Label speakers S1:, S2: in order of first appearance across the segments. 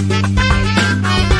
S1: Thank you.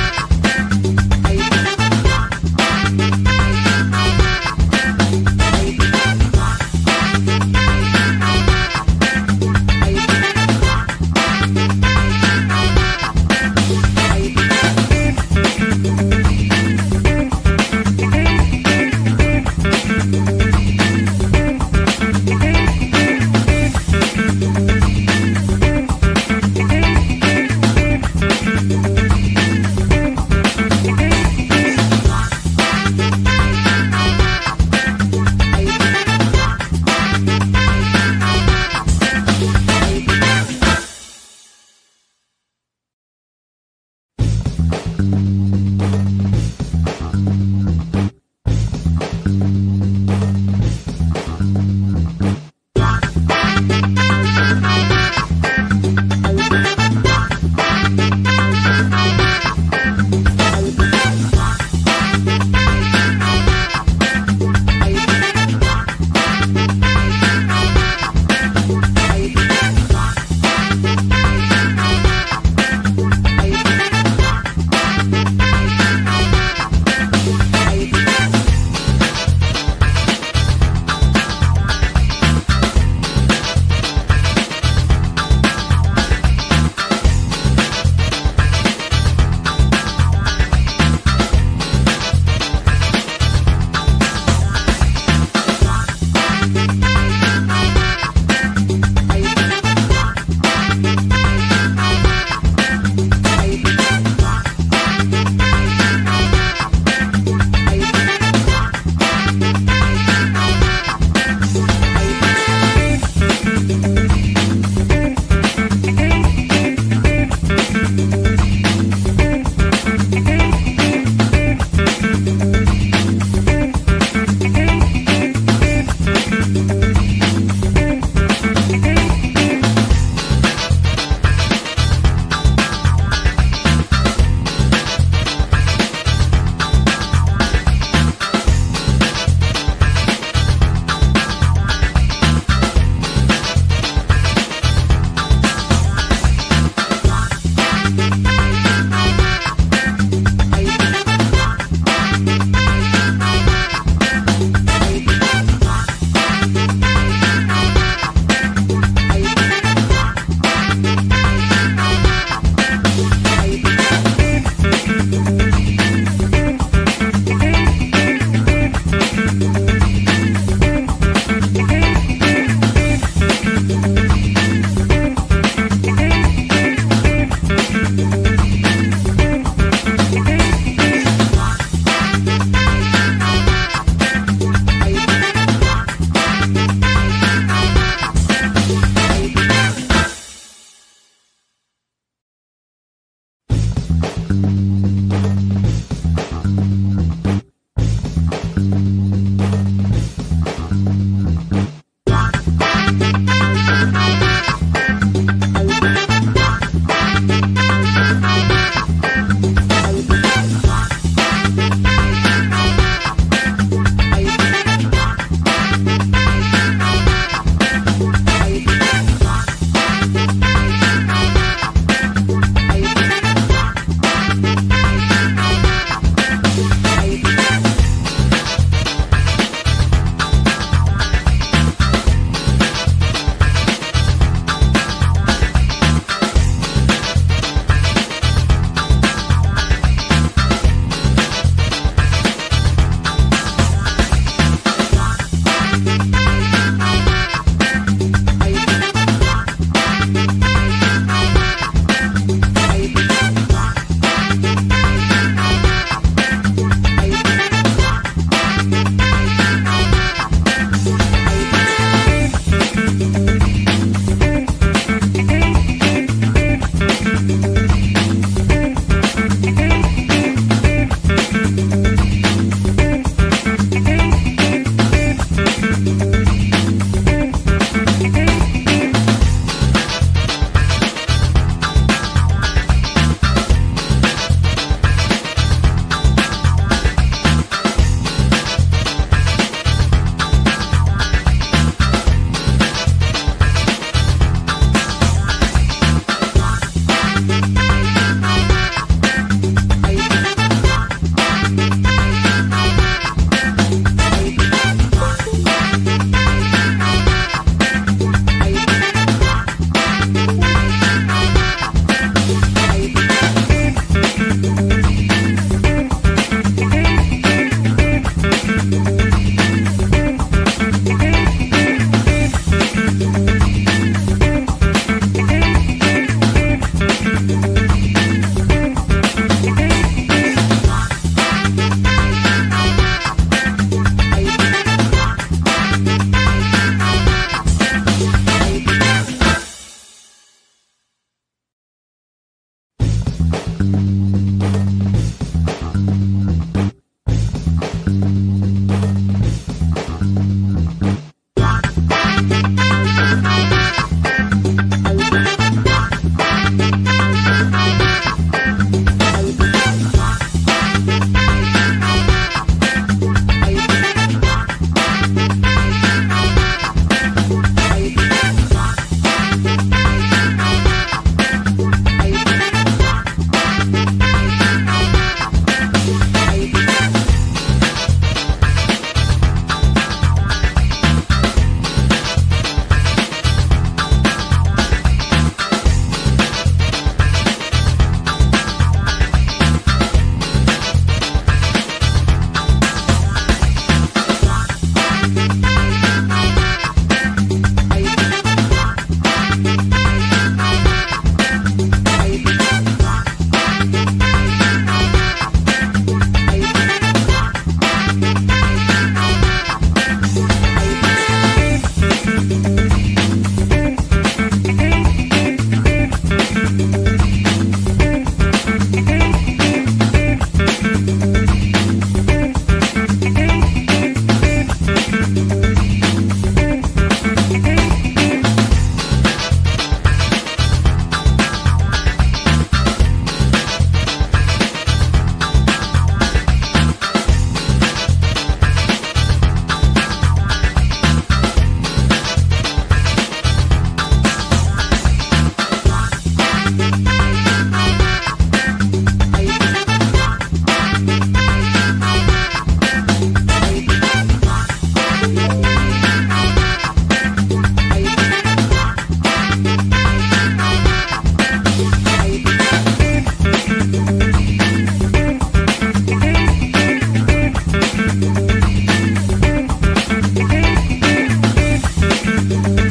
S1: acesso do mundo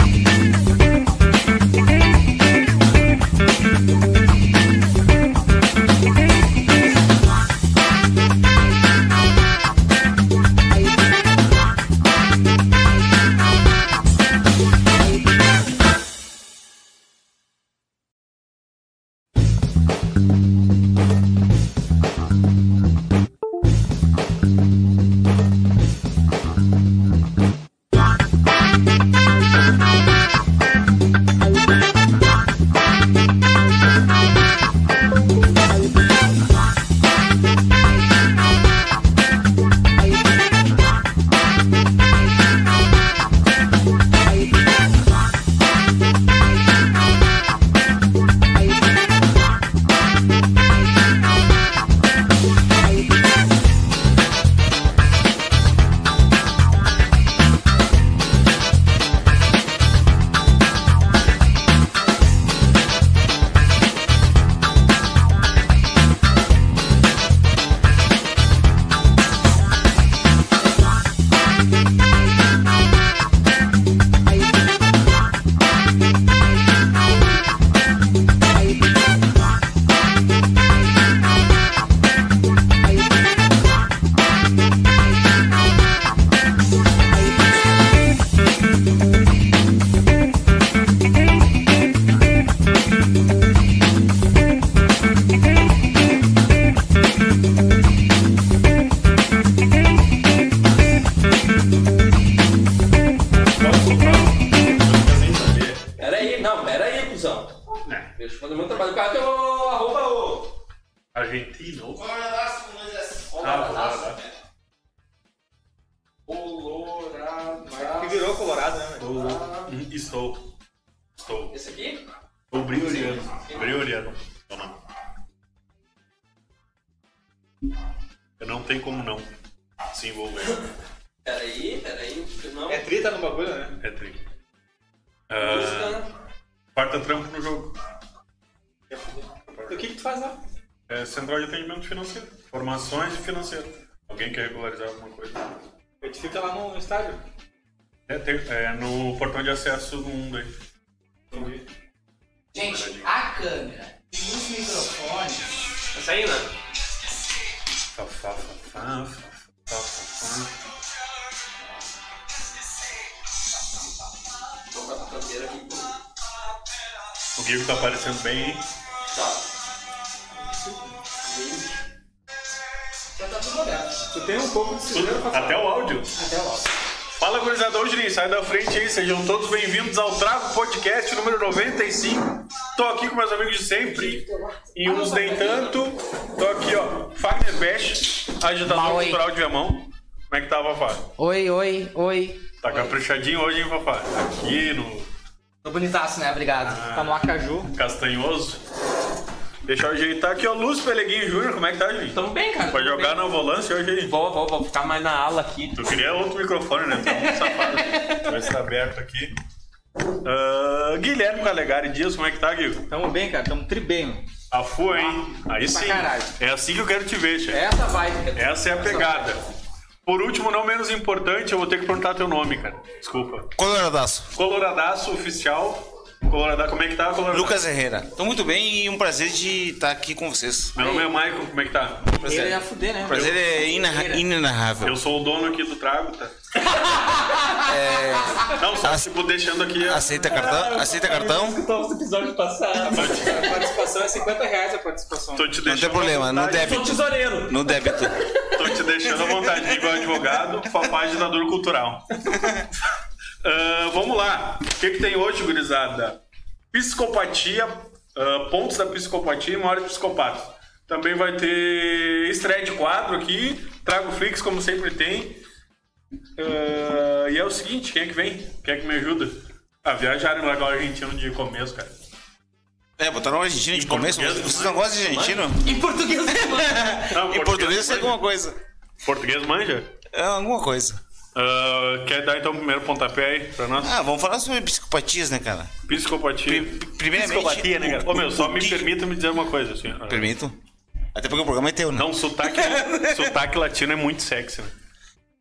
S1: aí.
S2: Ah, É Ah, É É, Gente, a câmera e os
S1: isso
S3: É. né?
S1: aí, Nando?
S2: Fá, fá, fá, fá, fá, fá, fá, fá.
S4: Tocar na cadeira aqui. Tá.
S2: O Guigo tá aparecendo bem, hein?
S4: Bem. Já tá tudo aberto.
S3: Tu tem um pouco de cinema pra
S2: Tudo-
S3: falar.
S2: Até o áudio.
S3: Até lá.
S2: Fala, gurizada. Hoje, sai da frente aí. Sejam todos bem-vindos ao Trago Podcast número 95. Tô aqui com meus amigos de sempre. E uns nem tanto. Tô aqui, ó. Fagner Best, agitador
S5: Maui.
S2: cultural de Viamão. Como é que tá, Fafá?
S5: Oi, oi, oi.
S2: Tá caprichadinho hoje, hein, Fafá? Aqui no
S5: Tô bonitaço, né? Obrigado.
S1: Ah.
S5: Tá no Acaju.
S2: Castanhoso. Deixa eu ajeitar aqui, ó. Luz Peleguinho Júnior, como é que tá, Juiz?
S1: Tamo bem, cara.
S2: Vai
S1: tamo
S2: jogar
S1: bem.
S2: na volância hoje aí.
S1: Vou, vou, vou ficar mais na ala aqui.
S2: Tu queria outro microfone, né? Tá muito safado. Vai estar aberto aqui. Ah, Guilherme Calegari Dias, como é que tá, Guilherme?
S3: Tamo bem, cara. Tamo tri bem. mano.
S2: A FU, hein?
S6: Ah,
S2: Aí
S3: pra
S2: sim.
S3: caralho.
S2: É assim que eu quero te ver, chefe.
S3: Essa vai.
S2: Essa é a pegada. Por último, não menos importante, eu vou ter que perguntar teu nome, cara. Desculpa.
S6: Coloradaço.
S2: Coloradaço oficial. Coloradaço, como é que tá, Coloradaço?
S6: Lucas Herrera. Tô muito bem e um prazer de estar aqui com vocês. Um
S2: Meu nome é Maicon, como é que tá?
S3: Ele ia fuder, né?
S6: Prazer é inarra- inenarrável.
S2: Eu sou o dono aqui do trago, tá? Não, só
S6: É. As-
S2: tipo deixando aqui. a-
S6: Aceita cartão? Aceita cartão?
S1: escutar os episódios passados.
S3: A participação é 50 reais a participação.
S2: Tô te deixando.
S6: Não tem
S2: à
S6: problema, no
S2: vontade.
S6: débito.
S1: tesoureiro.
S6: No débito.
S2: Tô te deixando à vontade, igual advogado, papai ditador cultural. Ah, vamos lá. O que, que tem hoje, gurizada? Psicopatia, ah, pontos da psicopatia e maiores psicopatas. Também vai ter estreia de quadro aqui, trago Flix, como sempre tem. Ah, e é o seguinte, quem é que vem? Quem é que me ajuda? Ah, viajaram legal argentino de começo, cara.
S6: É, botaram um argentino de começo.
S2: português,
S6: Vocês
S2: mano.
S6: não gostam de argentino?
S5: Em português,
S2: Não,
S6: Em português é alguma coisa.
S2: Português manja?
S6: É alguma coisa.
S2: Ah, quer dar então o primeiro pontapé aí pra nós?
S6: Ah, vamos falar sobre psicopatias, né, cara?
S2: Psicopatia.
S6: Pri- primeiramente,
S2: Psicopatia, né, cara? Ô, meu, só
S6: o
S2: me
S6: que-
S2: permita me dizer uma coisa, assim. ó.
S6: Permito? Até porque o programa é teu, né?
S2: Não, sotaque, sotaque latino é muito sexy, né?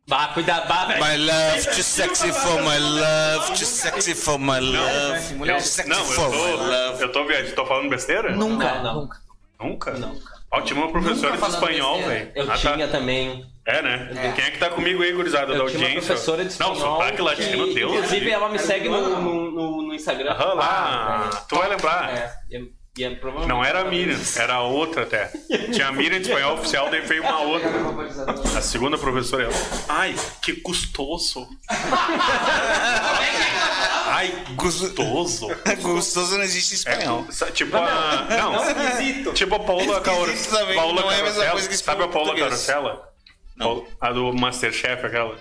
S1: Bah, cuidado, bah, velho.
S6: My love, too sexy for my love, too sexy for my love.
S2: Eu, não,
S6: Mulher sexy
S2: eu
S6: for my
S2: tô,
S6: love.
S2: eu tô viajando. Tô falando besteira?
S5: Nunca,
S1: Não, não.
S5: nunca.
S2: Nunca? Nunca. Ó, tinha uma professora
S5: Nunca
S2: de
S5: falando
S2: espanhol,
S5: besteira.
S2: velho.
S1: Eu
S2: Ah, tá.
S1: tinha também.
S2: É, né? Quem é que tá comigo aí, gurizada, da
S1: Eu tinha
S2: audiência?
S1: uma professora de espanhol.
S2: Não, sotaque latino,
S1: que,
S2: meu Deus.
S1: Inclusive,
S2: né?
S1: ela me segue no, no, no- no Instagram.
S2: Aham, lá.
S1: Ah,
S2: tu vai lembrar.
S1: É, e- e é provavelmente...
S2: Não era a Miriam, era a outra até. Tinha a Miriam de espanhol oficial, daí veio uma outra. A segunda professora é ela. Ai, que custoso. Ai, gostoso.
S6: é Gostoso não existe em espanhol.
S2: Sa- Tipo a. Não, tipo a Paula Cauro.
S6: Esquisito também,
S2: Paula
S6: não é a mesma
S2: Carosella.
S6: coisa que
S2: Sabe a
S6: espanhol
S2: Paula
S6: português.
S2: Carosella?
S6: Não.
S2: A do Masterchef, aquela.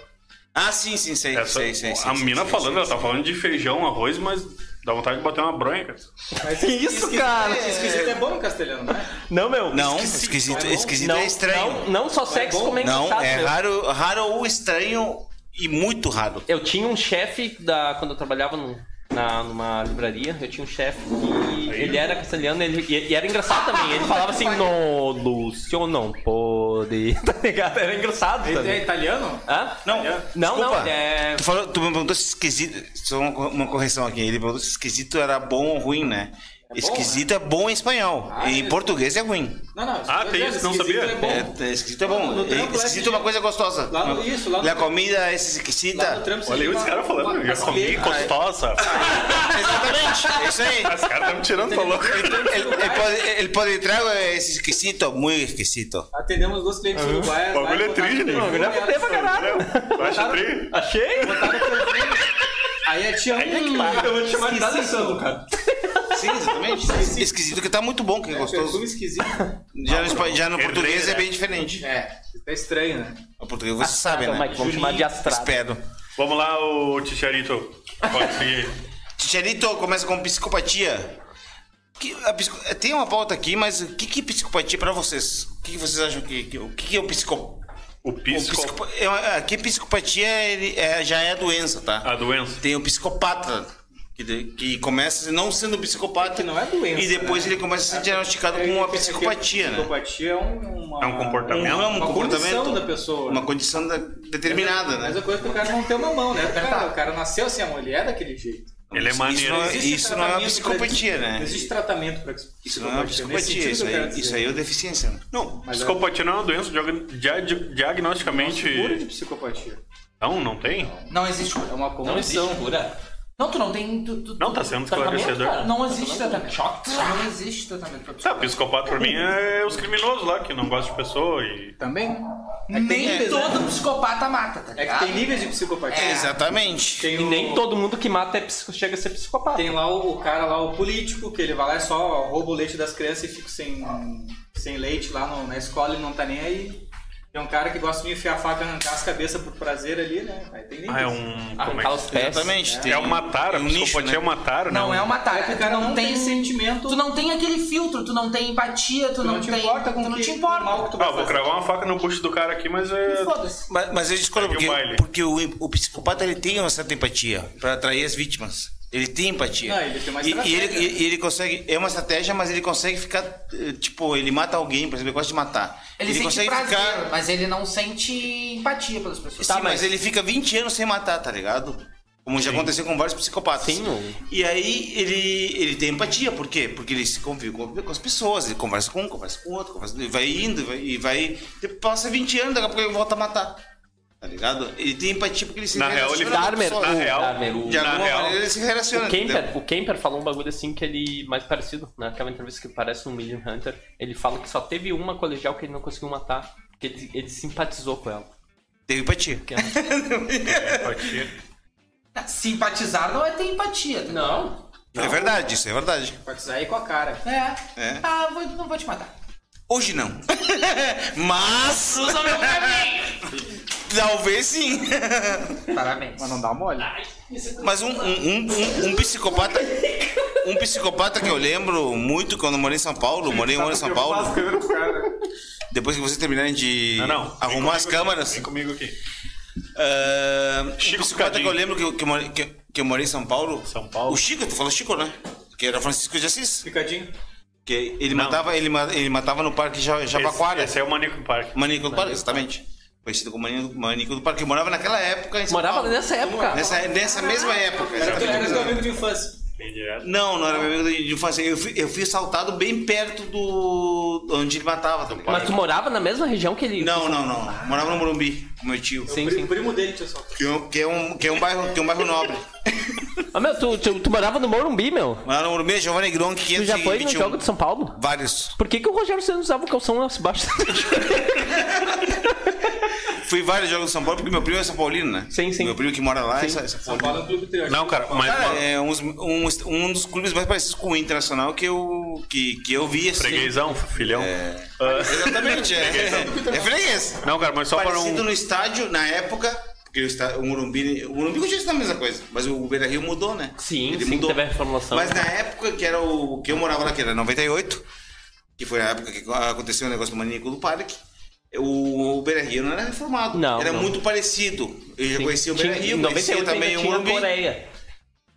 S6: Ah, sim, sim, sei.
S2: Essa,
S6: sei, sei, sei,
S2: a
S6: sei,
S2: mina
S6: sei,
S2: falando,
S6: sei,
S2: ela tá falando de feijão, arroz, mas dá vontade de bater uma bronha, cara.
S5: Que isso, cara?
S3: Esquisito é bom no castelhano, né?
S1: Não, meu.
S6: Não, esquisito, esquisito
S1: Não,
S6: é estranho.
S1: Não, não só sexo, como é
S6: Não,
S1: engraçado,
S6: é
S1: meu.
S6: raro, raro ou estranho e muito raro.
S1: Eu tinha um chefe da quando eu trabalhava no- na, numa livraria, eu tinha um chefe que ele era castelhano ele, e, e era engraçado também. Ele falava assim, no Lúcio não pode. Tá ligado? Era engraçado
S3: Ele é
S1: também.
S3: italiano?
S1: Hã?
S6: Não,
S1: Não,
S6: desculpa.
S1: não, ele é.
S6: Tu, falou, tu me perguntou se esquisito. Só uma, co- uma correção aqui. Ele perguntou se esquisito era bom ou ruim, né? esquisito é bom em espanhol.
S3: Ah,
S6: em
S3: é.
S6: português é ruim.
S3: Não, não.
S2: Ah, tem isso, não
S3: esquisito
S2: sabia?
S3: É bom.
S6: É, é, esquisito é bom.
S3: No
S6: É,
S3: trampo lá
S6: esquisito
S3: de-
S6: é uma coisa gostosa.
S3: Lá no- isso, lá no-
S6: E a comida é
S3: Lá no
S6: esquisita.
S3: trampo,
S2: Olha aí os caras falando. Eu comi gostosa.
S6: Exatamente. É isso aí.
S2: Os caras estão me tirando, tá louco?
S6: El, el, pod- el podritrago é esquisito, muito esquisito.
S3: Atendemos dois clientes uruguaios.
S2: O bagulho é triste, né?
S3: O
S2: bagulho é
S1: fuder pra caralho.
S2: Tu acha tri?
S1: Achei?
S3: é Aí a
S2: é
S3: tia... Hum, eu vou te chamar de D'Alessandro, cara.
S6: Sim, exatamente. Esquisito que tá muito bom, que é gostoso.
S3: Perfume esquisito.
S6: Já no, espa- já no
S2: Herdeira.
S6: português é bem diferente.
S3: É, tá estranho, né?
S6: O português você sabe, né?
S1: Mike, vamos chamar de astrado.
S6: Espero.
S2: Vamos lá, o Ticharito. Pode seguir.
S6: Ticharito começa com psicopatia. Que- a psico- Tem uma pauta aqui, mas o que, que é psicopatia pra vocês? O que, que vocês acham que, que- o que, que é o psico...
S2: O
S6: o
S2: pisco.
S6: psicopa- é uma- é, Aqui psicopatia ele é- já é a doença, tá?
S2: A doença.
S6: Tem o psicopata, que, de- que começa não sendo psicopata
S3: Que não é doença,
S6: e depois
S3: né? É,
S6: ele começa a ser diagnosticado com um uma psicopatia, né?
S3: Psicopatia é um- uma...
S2: É um comportamento.
S6: ramo,
S3: Uma condição da pessoa. né?
S6: Uma condição da- determinada,
S3: Mas a
S6: né?
S3: tá, coisa é que o cara não tem uma mão, né? O cara, o cara nasceu assim, a mulher é daquele jeito.
S2: Ele é
S6: Isso- isso
S2: maneiro.
S6: não é-
S2: hein?
S3: Existe
S6: isso não é uma
S3: tratamento pra
S6: psicopatia, né?
S3: Existe tratamento pra psicopatia.
S6: Isso não é uma
S3: nesse
S6: psicopatia,
S3: sentido
S6: isso
S3: que eu quero
S6: aí,
S3: dizer.
S6: isso aí é uma deficiência. né?
S2: Não,
S3: Mas
S2: psicopatia não é uma doença diag- dia- diagnosticamente.
S3: Cura de psicopatia.
S2: Não, não tem?
S5: Não existe cura, é uma
S1: Não
S5: condição.
S1: existe cura.
S5: Não, tu não tem. Tu, tu-
S2: Não, tá sendo
S5: tratamento,
S2: esclarecedor.
S5: cara. Não existe tratamento.
S1: Choque.
S5: Não existe tratamento pra
S2: Tá,
S5: psicopatia.
S2: psicopata pra mim é os criminosos lá que não gostam de pessoa e.
S3: Também?
S5: Nem
S3: níveis, né?
S5: todo psicopata mata, tá
S3: É que
S5: ligado?
S3: tem níveis de psicopatia.
S6: É, Exatamente.
S3: Tem
S1: E
S3: o-
S1: nem todo mundo que mata é psico- chega a ser psicopata.
S3: Tem um- lá o, o cara lá, o político, que ele vai lá e só rouba o leite das crianças e fica sem, sem leite lá no- na escola e não tá nem aí. Tem um cara que gosta de enfiar a faca e arrancar as cabeças por prazer ali, né? Aí tem níveis.
S2: Ah, é um. Como é
S1: Arrancar
S2: que...
S1: os pés.
S6: Exatamente.
S3: né?
S6: tem
S2: É um matar, a
S6: um nicho,
S2: psicopatia é um matar, né?
S5: Não é uma
S3: É
S5: tarefa.
S3: que o cara
S5: tu
S3: não tem sentimento.
S5: Tu não tem aquele filtro, tu não tem empatia, tu,
S3: Tu
S5: não,
S3: não, te
S5: tem.
S3: importa com
S5: tu não
S3: que,
S5: te
S3: com o mal que
S5: importa.
S3: tu
S2: Ah,
S3: vai
S2: eu vou
S3: fazer.
S2: cravar uma faca no bucho do cara aqui, mas é.
S5: Foda-se.
S6: Mas, mas eu discordo,
S2: Segue o
S6: porque,
S2: baile.
S6: porque o, o psicopata ele tem uma certa empatia para atrair as vítimas. Ele tem empatia.
S3: Não, ele tem uma
S6: e, e ele,
S3: estratégia.
S6: e- e ele consegue. É uma estratégia, mas ele consegue ficar. eh, Tipo, ele mata alguém, por exemplo, ele gosta de matar.
S5: Ele, sente
S6: consegue
S5: prazer,
S3: né?
S6: ficar.
S5: mas ele não sente empatia pelas
S1: Tá,
S5: pessoas.
S6: Sim, Tá, mas... ele fica 20 anos sem matar, tá ligado? Como já aconteceu com vários psicopatas.
S1: Sim, não.
S6: E aí ele, ele tem empatia, por quê? Porque ele se convive com, com as pessoas, ele conversa com um, conversa com outro, conversa, e vai indo, vai- e vai. Passa 20 anos, daqui a pouco ele volta a matar. Tá ligado? Ele tem empatia porque ele se
S2: Na
S5: tá
S2: real, ele-
S6: com as
S1: Dahmer,
S6: pessoas.
S2: Na
S1: o-
S2: real,
S1: Dahmer, o-
S6: De
S2: na
S6: alguma
S2: real.
S6: maneira ele se relaciona.
S1: O
S6: entendeu?
S1: Kemper, o Kemper falou um bagulho assim que ele. mais parecido, naquela entrevista que parece um Million Hunter. Ele fala que só teve uma colegial que ele não conseguiu matar. Porque ele, ele simpatizou com ela.
S6: Tem empatia.
S1: Que ela-
S2: Psicopatia.
S5: Simpatizar não é ter empatia. Tá
S1: Não.
S6: É verdade, isso é verdade.
S3: Simpatizar aí com a cara.
S5: É.
S6: É.
S5: Ah, vou- não vou te matar.
S6: Hoje não. Mas. Talvez sim.
S5: Parabéns.
S3: Mas não dá mole.
S6: Mas um, um, um- um- um psicopata. Um psicopata que eu lembro muito quando eu morei em São Paulo, morei um ano em São Paulo, depois que vocês terminarem de
S2: Não, não. Vem
S6: arrumar as
S2: comigo aqui,
S6: câmeras.
S2: Vem comigo aqui.
S6: ah, um
S2: Chico
S6: psicopata que
S2: Cadinho.
S6: eu lembro que, eu- que, eu morei, que, que eu morei em São Paulo.
S2: São Paulo.
S6: O Chico, tu falou Chico, né? Que era Francisco de Assis.
S3: Picadinho.
S6: Que ele,
S2: Não.
S6: matava, ele, ma- ele matava no parque Ja- Jabaquara.
S2: Esse, esse é o Maníaco do Parque.
S6: Manico do Parque, exatamente. Conhecido como Manico, Manico do Parque, que morava naquela época em São
S1: Morava
S6: Paulo.
S1: nessa época.
S6: Nessa, nessa mesma época.
S3: Era teu era
S6: exatamente.
S3: teu amigo de infância.
S2: Bem direto.
S6: Não, não era meu amigo de infância. Eu fui, eu fui assaltado bem perto do. onde ele matava. Tá ligado?
S1: Mas tu morava na mesma região que ele.
S6: Não, não, não. Morava no Morumbi, com meu tio.
S1: Sim,
S3: o primo,
S1: sim.
S3: primo dele te assaltou.
S6: Que, é um- que é um, que, é um bairro, que é um bairro nobre.
S1: Ah, meu, tu, tu, tu morava no Morumbi, meu.
S6: Morava no Morumbi, Giovanni Gronk,
S1: Tu
S6: 521.
S1: já foi no jogo de São Paulo?
S6: Vários.
S1: Por que, que o Rogério Senna usava o calção abaixo da
S6: Fui em vários jogos de São Paulo, porque meu primo é São Paulino, né?
S1: Sim, sim.
S6: Meu primo que mora lá é São São
S3: São
S6: Paulino.
S3: Paulo é um clube triângulo.
S2: Não, cara, mas.
S6: Cara, é uns- um, um dos clubes mais parecidos com o Internacional que eu, que, que eu vi, assim.
S2: Freguesão, é filhão. Ah,
S6: Exatamente, é. É freguês.
S2: não, cara,
S1: Então,
S2: mas só para
S6: Parecido
S2: um.
S6: no estádio, na época, porque o, está- o Morumbi, o Morumbi continua sendo a mesma coisa, mas o Beira Rio mudou, né?
S1: Sim, sim, teve a reformulação.
S6: Mas né, na época que era o que eu morava lá, que era 98, que foi a época que aconteceu o negócio do Maníaco do Parque, o, o Beira Rio não era reformado.
S1: Não,
S6: Era
S1: não.
S6: muito parecido. Eu já conhecia o Beira Rio,
S1: Em
S6: conhecia
S1: 98
S6: também
S1: ainda
S6: o
S1: tinha
S6: Morumbi.
S1: Coreia.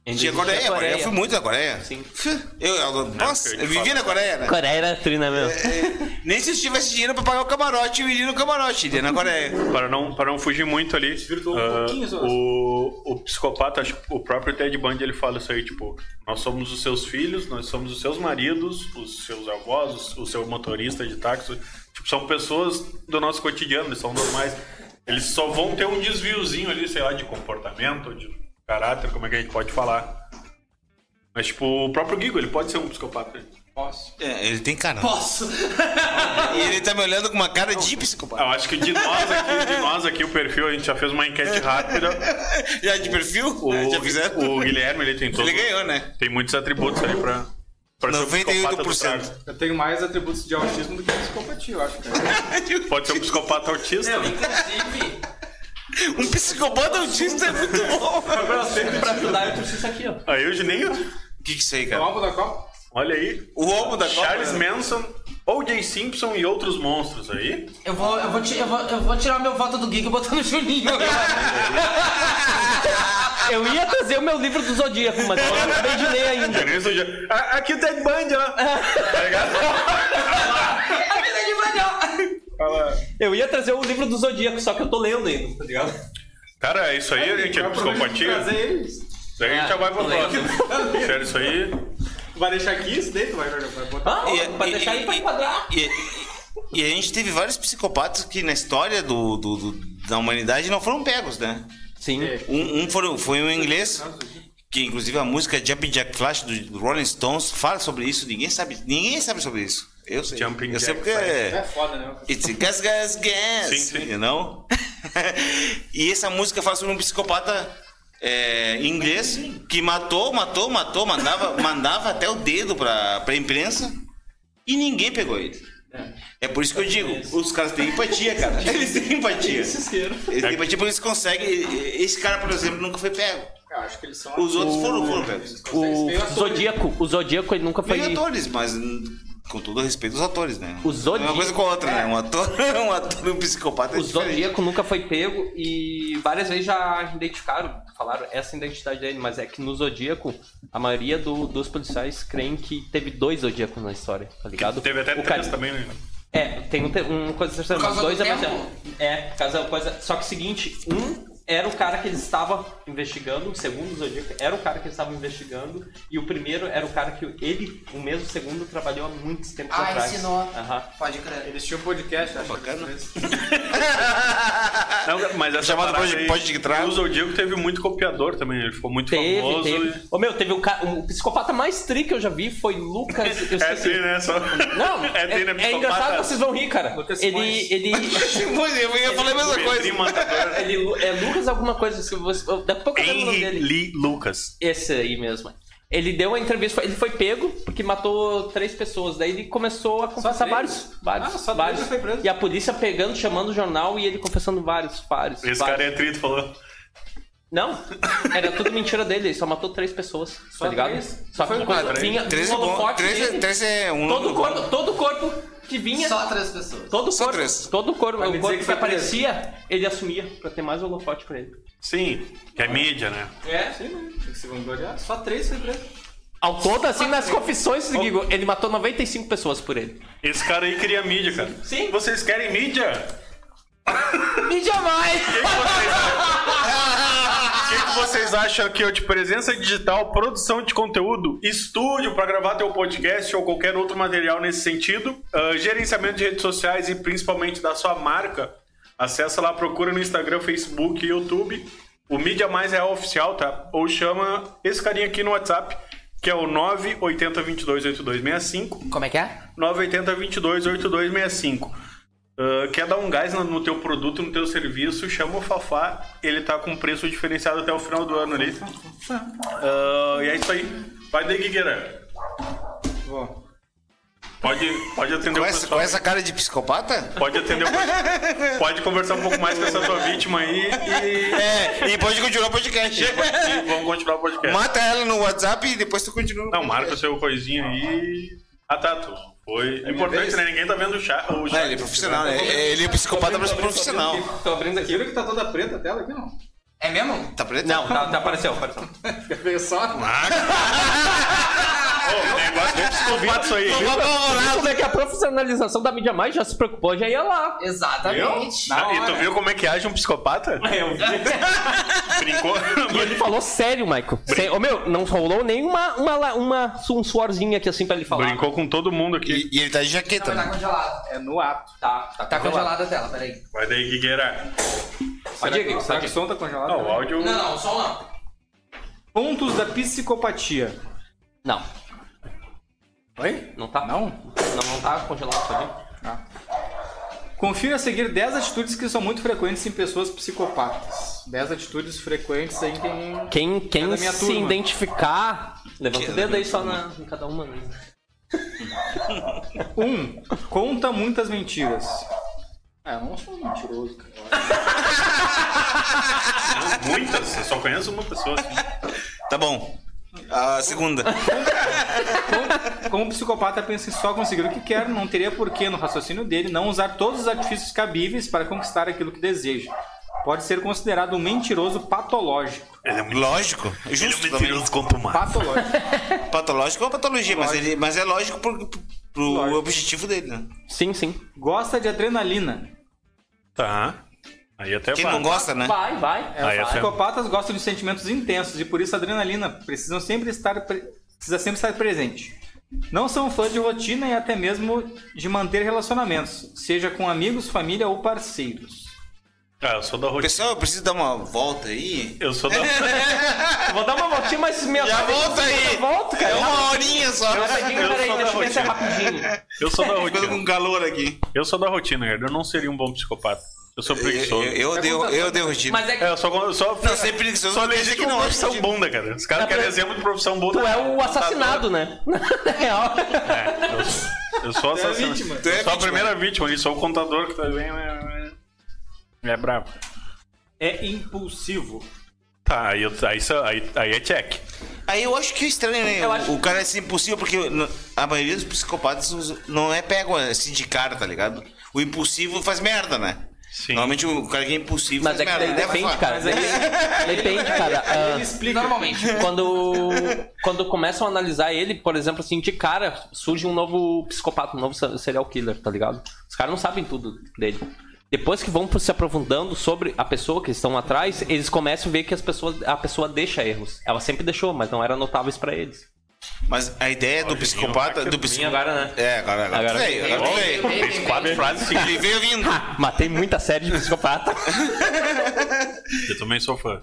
S1: Ainda
S6: Tinha Coreia, Coreia.
S1: Coreia.
S6: eu fui muito na Coreia.
S1: Sim.
S6: Eu, eu, nossa,
S2: porque eu te
S6: eu vivia
S2: falo.
S6: na Coreia, né?
S1: Coreia era trina, meu.
S6: É, Nem se eu tivesse dinheiro pra pagar o camarote, eu iria no camarote, iria na Coreia.
S2: Para não, para não fugir muito ali,
S3: Desvirtuou um
S2: ah,
S3: pouquinho, Zoraz.
S2: o, o psicopata, acho que o próprio Ted Bundy, ele fala isso aí, tipo, nós somos os seus filhos, nós somos os seus maridos, os seus avós, os- o seu motorista de táxi, tipo, são pessoas do nosso cotidiano, eles são normais. Eles só vão ter um desviozinho ali, sei lá, de comportamento, de caráter, como é que a gente pode falar. Mas, tipo, o próprio Gigo, ele pode ser um psicopata.
S3: Posso.
S6: É, ele tem cara.
S5: Posso.
S6: E ele tá me olhando com uma cara de psicopata.
S2: Eu acho que de nós aqui, de nós aqui, o perfil, a gente já fez uma enquete rápida.
S6: Já de perfil? É,
S2: O,
S6: já fizeram?
S2: o Guilherme, ele tem todo.
S6: Ele ganhou, né?
S2: Tem muitos atributos aí pra, pra ser o psicopata do
S6: 98%.
S2: trago.
S3: Eu tenho mais atributos de autismo do que de psicopatia, eu acho, cara.
S2: Pode ser um psicopata autista.
S1: É,
S2: né?
S5: Inclusive,
S6: Um psicopata autista é muito bom.
S1: pra ajudar, eu trouxe isso aqui, ó.
S2: Aí o Juninho,
S6: O que que isso aí,
S3: É o
S6: cara?
S3: álbum da Copa?
S2: olha aí.
S6: O álbum da Copa,
S2: Charles
S6: né?
S2: Manson, O.J. Simpson e outros monstros aí.
S3: um-
S5: eu vou, eu vou, ti- eu vou, eu vou tirar meu voto do Gig e botar no Juninho.
S1: Eu ia trazer o meu livro do Zodíaco, mas eu não acabei de ler ainda.
S2: Teresa já- Ah, Aqui o Ted Bundy, ó. Tá ligado?
S5: A vida de Manel.
S1: Eu ia trazer o livro do Zodíaco, só que eu tô lendo ainda, tá ligado?
S2: Cara, isso aí, gente, é
S3: Vai aproveitar de
S2: psicopatia.
S3: trazer eles.
S2: Daí a gente já
S1: Ah,
S2: vai pro
S1: lembro.
S2: próximo. Sério, isso aí.
S3: Vai deixar aqui isso daí? Tu vai, vai botar.
S1: Ah,
S6: E-
S1: pra
S6: e-
S1: deixar aí pra
S6: e-
S1: enquadrar.
S6: E, e a gente teve vários psicopatas que na história do, do- do- da humanidade não foram pegos, né?
S1: Sim.
S6: Um, um foi, foi um inglês, que inclusive a música Jumping Jack Flash do Rolling Stones fala sobre isso, ninguém sabe, ninguém sabe sobre isso. Eu sei.
S2: Jumping
S6: Eu sei
S2: Jack
S6: porque
S3: É foda, né?
S6: It's a gas, gas, gas.
S2: Sim, sim.
S6: You know? e essa música fala sobre um psicopata é, inglês que matou, matou, matou, mandava, mandava até o dedo pra, pra imprensa e ninguém pegou ele. É por isso que eu digo, os caras têm empatia, cara. Eles têm empatia. Eles
S3: Cisqueiro.
S6: têm empatia porque eles conseguem. Esse cara, por exemplo, nunca foi pego.
S3: Cara, Ah, acho que eles são.
S6: Os outros foram, foram pegos.
S1: O
S3: Meio atores.
S1: Zodíaco, o Zodíaco ele nunca foi.
S6: Meio atores, mas hum, com todo respeito aos atores, né?
S1: Os
S6: É uma coisa com a outra, né? Um ator, um ator e um psicopata é
S1: O
S6: diferente.
S1: Zodíaco nunca foi pego e várias vezes já identificaram, falaram essa identidade dele, mas é que no Zodíaco, a maioria do- dos policiais creem que teve dois Zodíacos na história, tá ligado?
S2: Teve até
S1: o
S2: três
S1: cara-
S2: também, né?
S1: É, tem um, te- um coisa terceira,
S5: Por
S1: mas
S5: causa
S1: dois
S5: do
S1: é mais-
S5: tempo?
S1: É, por causa da coisa. Só que o seguinte, um era o cara que eles estavam investigando, o segundo Zodíaco era o cara que eles estavam investigando, e o primeiro era o cara que ele, o mesmo segundo, trabalhou há muitos tempos
S5: Ah,
S1: atrás.
S5: ensinou.
S1: Aham.
S5: Pode crer.
S3: Eles tinham um podcast, acho
S6: Bacana.
S3: que
S2: Não, mas essa
S6: Chamada
S2: parada
S6: pode-
S2: aí,
S6: pode de trás.
S2: O Zodíaco teve muito copiador também, ele ficou muito
S1: Teve,
S2: famoso.
S1: teve. Ô, meu, teve o, ca... o psicopata mais tri que eu já vi foi Lucas. Eu
S2: E... É
S1: esqueci.
S2: tri, né? Só...
S1: Não,
S2: é
S1: é,
S2: tri, né?
S1: é engraçado que
S2: Psicopata.
S1: vocês vão rir, cara.
S3: Lucas Simões.
S1: ele, ele,
S6: Pois é, eu ia falar a mesma
S2: É tri
S6: coisa.
S2: matador.
S1: ele. É Lucas alguma coisa. se você- eu- Daqui a pouco eu lembro é o nome
S2: Henry
S1: dele.
S2: Lee Lucas.
S1: Esse aí mesmo. Ele deu a entrevista, ele foi pego porque matou três pessoas. Daí ele começou a confessar
S3: três?
S1: vários. Vários.
S3: Ah, só três
S1: vários.
S3: já foi preso.
S1: E a polícia pegando, chamando o jornal e ele confessando vários, vários.
S2: Esse
S1: vários.
S2: cara é trito, falou.
S1: Não, era tudo mentira dele, ele só matou três pessoas.
S3: Só
S1: tá ligado?
S3: três?
S1: Só que
S3: Foi
S1: quando
S2: três.
S1: vinha
S6: Três
S1: um
S6: é bom.
S1: holofote
S6: Três é,
S1: dele,
S6: três é um.
S1: todo, corpo, todo corpo que vinha.
S5: Só três pessoas.
S1: Todo
S6: Só
S1: corpo,
S6: três.
S1: todo corpo,
S3: Vai
S1: o
S3: me dizer
S1: corpo
S3: que
S1: que,
S3: foi preso.
S1: aparecia, ele assumia pra ter mais holofote pra ele.
S2: Sim, que é mídia, né?
S1: É.
S3: eles. Se vão gloriar. Só três foi preso.
S1: Ao todo, assim, nas confissões do Gigo, ele matou 95 pessoas por ele.
S2: Esse cara aí queria mídia, cara.
S1: Sim.
S2: Vocês querem mídia?
S1: Me jamais!
S2: O que, que vocês acham aqui ó, de presença digital, produção de conteúdo, estúdio para gravar teu podcast ou qualquer outro material nesse sentido, ah, gerenciamento de redes sociais e principalmente da sua marca? Acessa lá, procura no Instagram, Facebook e YouTube. O Mídia Mais é oficial, tá? Ou chama esse carinha aqui no WhatsApp, que é o 980 22 8265.
S5: Como é que é?
S2: 980 22 8265. Ah, quer dar um gás no, no teu produto, no teu serviço, chama o Fafá, ele tá com preço diferenciado até o final do ano ali. Ah, e é isso aí. Vai daí, Guigueira.
S3: Bom.
S2: Pode, pode atender
S6: Com
S2: o
S6: essa,
S2: pessoal.
S6: com essa cara de psicopata?
S2: Pode atender o pessoal. Pode conversar um pouco mais com essa tua vítima aí e,
S6: É, e pode continuar o podcast.
S2: e vamos continuar o podcast.
S6: Mata ela no WhatsApp e depois tu continua. o
S2: Não, marca o
S6: podcast.
S2: seu coisinho aí. Ah, tá, tu. Foi é importante,
S3: vez?
S2: né? Ninguém tá vendo o chat. O
S6: Não,
S2: chat.
S6: ele é profissional, né? Ele é psicopata mas profissional.
S1: Tô abrindo aqui.
S3: Viram que tá toda preta a tela aqui, não?
S5: É mesmo?
S6: Tá preto?
S1: Não, tá, tá apareceu, apareceu.
S3: Veio só.
S6: "Ah,
S2: Ô, o negócio é psicopata isso aí.
S6: Vamos apavorar.
S1: Como é que a profissionalização da mídia mais já se preocupou, já ia lá.
S5: Exatamente.
S2: Ah, e tu viu como é que age um psicopata? Brincou?
S1: E ele falou sério, Michael. Sé- Ô meu, não rolou nenhuma uma, la- uma, um suorzinho aqui assim pra ele falar.
S2: Brincou com todo mundo aqui.
S6: E, e ele tá de jaqueta,
S5: Não,
S6: né?
S5: mas tá congelado.
S3: É no ato.
S1: Tá, tá,
S5: Tá
S1: congelado.
S5: congelada a tela, peraí.
S2: Vai daí, Guigueira.
S1: Pode ir, Guigo, pode
S3: será que
S1: ir.
S3: o som tá congelado?
S2: Não, Ah, o áudio.
S5: Não, não, só não.
S3: Pontos da psicopatia.
S1: Não,
S3: Oi?
S1: não tá.
S3: Ah, Não?
S1: Não, não tá congelado, pode ir.
S3: Confira a seguir 10 atitudes que são muito frequentes em pessoas psicopatas. 10 atitudes frequentes aí tem.
S1: Quem, quem
S3: da minha
S1: se
S3: turma.
S1: identificar, levanta
S6: Que
S1: o
S6: é da
S1: dedo aí só na, em cada uma. né?
S3: 1. Um, conta muitas mentiras. Ah, eu não sou um mentiroso, cara.
S2: Muitas, eu só conheço uma pessoa assim.
S6: Tá bom. A segunda.
S3: Como o psicopata pensa em só conseguir o que quer, não teria porquê, no raciocínio dele, não usar todos os artifícios cabíveis para conquistar aquilo que deseja. Pode ser considerado um mentiroso patológico.
S2: Ele é muito
S6: Lógico. Justo também.
S2: quanto mais.
S3: Patológico.
S6: Patológico é uma patologia, mas, ele, mas é lógico pro, pro- pro
S3: Lógico.
S6: objetivo dele, né?
S1: Sim, sim.
S3: Gosta de adrenalina.
S2: Tá. Aí até
S6: Quem
S2: vai.
S6: não gosta, né?
S1: Vai, vai.
S3: É,
S2: Aí
S3: os
S2: essa é-
S3: psicopatas gostam de sentimentos intensos e por isso a adrenalina precisam sempre estar pre- precisa sempre estar presente. Não são fãs de rotina e até mesmo de manter relacionamentos, seja com amigos, família ou parceiros.
S2: Ah, eu sou da rotina.
S6: Pessoal, eu preciso dar uma volta aí.
S2: Eu sou da.
S1: Eu Vou dar uma voltinha, mas minha
S6: Já volta aí.
S1: Eu volto, cara.
S6: É uma horinha só.
S1: Eu sei que-
S2: Eu
S1: Peraí,
S2: sou
S1: deixa eu
S2: da
S1: pensar rapidinho.
S2: Eu sou da
S6: Ficando
S2: rotina.
S6: com calor aqui.
S2: Eu sou da rotina, cara. Eu não seria um bom psicopata. Eu sou
S6: Eu,
S2: preguiçoso.
S6: eu, eu, dei, eu dei o rotina.
S5: Mas é que
S2: É, eu só. Eu só
S6: Não, ser preguiçoso
S2: Só
S6: não quer dizer
S2: legítimo
S6: que não é
S2: profissão
S6: preguiçoso.
S2: bunda, cara. Os caras
S1: Não,
S2: querem
S1: pra-
S2: exemplo de profissão bunda.
S1: Tu é o assassinado, né? Na real.
S2: É, eu sou- eu sou
S3: É a
S2: assassino.
S3: vítima.
S6: Tu é
S2: sou a
S6: vítima.
S2: primeira vítima ali, sou o contador que tá bem, né? É brabo.
S3: É impulsivo.
S2: Tá, aí, eu- aí, só- aí, aí é check.
S6: Aí eu acho que é estranho, né?
S1: Eu
S6: O,
S1: acho-
S6: o cara é assim, impossível, porque n- a maioria dos psicopatas us- não é pego assim de cara, tá ligado? O impulsivo faz merda, né?
S2: Sim.
S6: Normalmente o cara que é impulsivo
S1: Mas é
S6: faz
S1: que daí
S6: merda. né?
S1: depende,
S6: Mas-
S1: cara. Daí- Depende, cara. Ah,
S3: Ele explica.
S5: normalmente.
S1: quando, quando começam a analisar ele, por exemplo, assim, de cara, surge um novo psicopata, um novo serial killer, tá ligado? Os caras não sabem tudo dele. Depois que vão se aprofundando sobre a pessoa que estão atrás, eles começam a ver que as pessoas, a pessoa deixa erros. Ela sempre deixou, mas não era notáveis pra eles.
S6: Mas a ideia do
S2: Olha,
S6: psicopata.
S2: vem
S6: Do
S2: o
S1: Sim,
S6: psicopata.
S1: agora, né?
S6: É, agora, agora.
S1: Agora
S6: Agora veio,
S5: vem,
S6: agora
S5: vem,
S6: veio.
S5: vem.
S2: Fez quatro frases seguidas.
S6: Ele veio vindo.
S1: Matei muita série de psicopata.
S2: Eu também sou fã.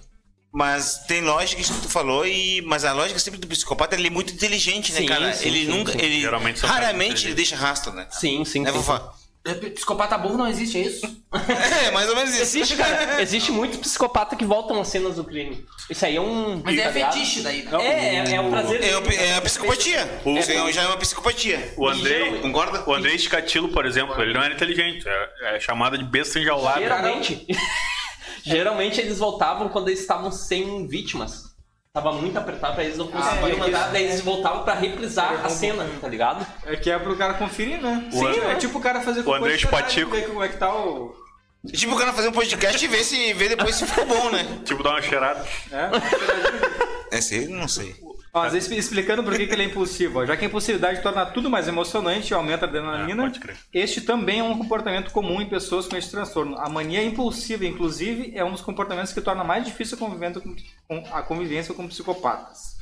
S6: Mas tem lógica isso que tu falou, e... mas a lógica sempre do psicopata ele é muito inteligente, né,
S1: Sim,
S6: cara?
S1: sim,
S6: ele
S1: sim,
S6: nunca.
S1: sim.
S6: Ele...
S2: Geralmente são caras
S6: Raramente ele deixa rastro, né?
S1: Sim, sim,
S6: Né,
S1: sim.
S6: Fofá?
S5: Psicopata É, burro não existe, é isso?
S6: É, mais ou menos isso.
S1: Existe, cara. Existe muito psicopata que voltam às cenas do crime. Isso aí é um.
S5: Mas
S1: tá
S5: é
S1: ligado?
S5: fetiche daí, né?
S1: É, é, é um prazer.
S6: É, o- é a psicopatia.
S2: O-
S6: Isso aí já é uma psicopatia.
S2: O Andrei.
S6: Concorda?
S2: O Andrei Chikatilo, por exemplo, ele não era inteligente. É, é chamada de besta enjaulada.
S1: Geralmente. Geralmente eles voltavam quando eles estavam sem vítimas. Tava muito apertado pra
S3: Ah,
S1: eles não conseguiam
S3: mas
S1: mandar,
S3: isso-
S1: daí eles voltavam pra reprisar a cena, tá ligado?
S3: É que é pro cara conferir, né?
S2: O André-
S3: é tipo o cara fazer com
S2: André
S3: curiosidade,
S2: Espatico.
S3: ver como é que tá o.
S6: Tipo o cara fazer um podcast e ver se ver depois se ficou bom, né?
S2: Tipo, dá uma cheirada.
S3: né?
S6: Essa aí eu não sei.
S3: Ó, às vezes explicando por que, que ele é impulsivo. ó. Já que a impulsividade torna tudo mais emocionante e aumenta a adrenalina,
S2: É, pode crer.
S3: este também é um comportamento comum em pessoas com este transtorno. A mania impulsiva, inclusive, é um dos comportamentos que torna mais difícil a convivência com, com- a convivência com psicopatas.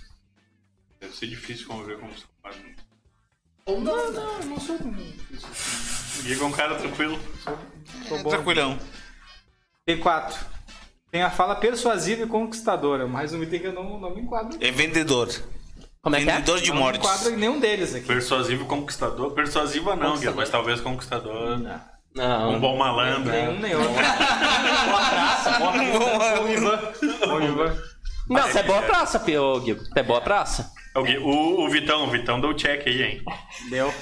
S2: Deve ser difícil conviver com um psicopata.
S5: Ou não, não.
S2: Diego é um cara tranquilo.
S3: Tô bom.
S6: Tranquilão.
S3: Tem quatro. Tem a fala persuasiva e conquistadora. Mais um item que eu não, não me enquadro.
S6: É vendedor.
S1: Como é que é?
S6: Vendedor de
S3: não me enquadro
S6: mortes.
S3: em nenhum deles aqui.
S2: Persuasivo conquistador. Persuasiva não, Guilherme, mas talvez conquistador. Um
S1: Não.
S2: bom malandro. né?
S3: Nenhum, nem outro. Ô, Ivan.
S1: Não, você é boa praça, Pio Gui. Você é boa praça.
S2: É o Gui- O, o Vitão, o Vitão deu check aí, hein?
S3: Deu.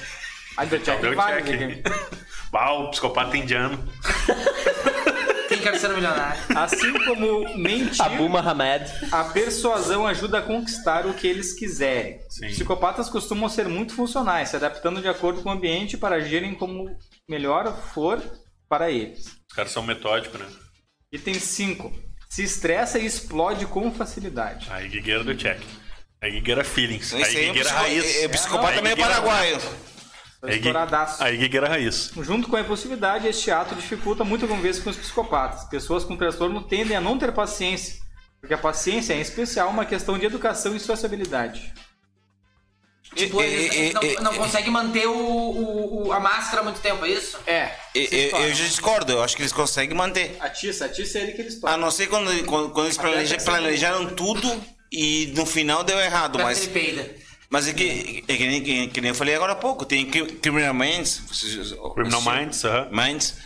S3: Ainda tinha
S2: Deu
S3: vários
S2: check.
S3: aqui.
S2: Uau, o psicopata indiano.
S5: Quem quer ser um milionário?
S3: Assim como mentir,
S1: Abuma Hamed.
S3: a persuasão ajuda a conquistar o que eles quiserem.
S2: Sim.
S3: Psicopatas costumam ser muito funcionais, se adaptando de acordo com o ambiente para agirem como melhor for para eles.
S2: Os caras são metódicos, né?
S3: Item 5. Se estressa e explode com facilidade.
S2: Aí Guigueira deu check. Aí Guigueira feelings. Aí
S6: Esse aí é um
S2: Guigueira
S6: psico-
S2: raiz.
S6: é, é psicopata
S2: Aí
S6: meio
S2: Guigueira-
S6: paraguaio.
S3: Tô
S2: Aí Gui-
S3: estouradaço.
S2: Aí Guigueira é raiz.
S3: Junto com a impulsividade, este ato dificulta muito a convivência com os psicopatas. Pessoas com transtorno tendem a não ter paciência, porque a paciência é, em especial, uma questão de educação e sociabilidade.
S5: Tipo,
S6: E-
S5: eles
S6: e-
S5: não,
S6: e-
S5: não
S6: e-
S5: consegue manter o, o- o- a máscara há muito tempo, é isso?
S3: É,
S6: E- e- Eu, já discordo, eu acho que eles conseguem manter.
S3: atiça, atiça é ele que eles
S6: A
S3: tocam.
S6: não ser quando, quando, quando eles planeja- planejaram tudo e no final deu errado,
S5: Pra
S6: mas
S5: ele peida.
S6: Mas é que, é que, nem, que, que nem eu falei agora há pouco, tem Cri- Criminal Minds. vocês-
S2: Criminal
S6: vocês-
S2: Minds, aham.
S6: Minds.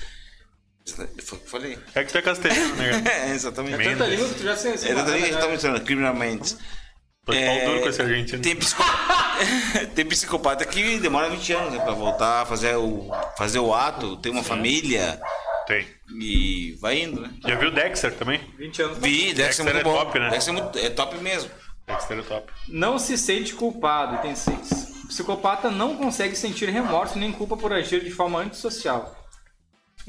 S6: Foi o que eu falei.
S2: É que tu é castelhano, né? cara?
S6: É, exatamente.
S2: Mendes.
S3: Tanta língua que tu já se...
S6: É exatamente o que estão mencionando, Criminal Minds.
S2: Tô de pau duro com esse argentino.
S6: É, Tem, psico... tem psicopata que demora 20 anos né, pra voltar, fazer o, fazer o ato, ter uma família
S2: Tem.
S6: e vai indo, né?
S2: Já viu Dexter também?
S3: 20 anos.
S6: Vi, deve ser
S2: Dexter
S6: muito
S2: é
S6: bom.
S2: top, né?
S6: Deve ser muito, é top mesmo.
S2: Dexter é top.
S3: Não se sente culpado, item 6. O psicopata não consegue sentir remorso nem culpa por agir de forma antissocial.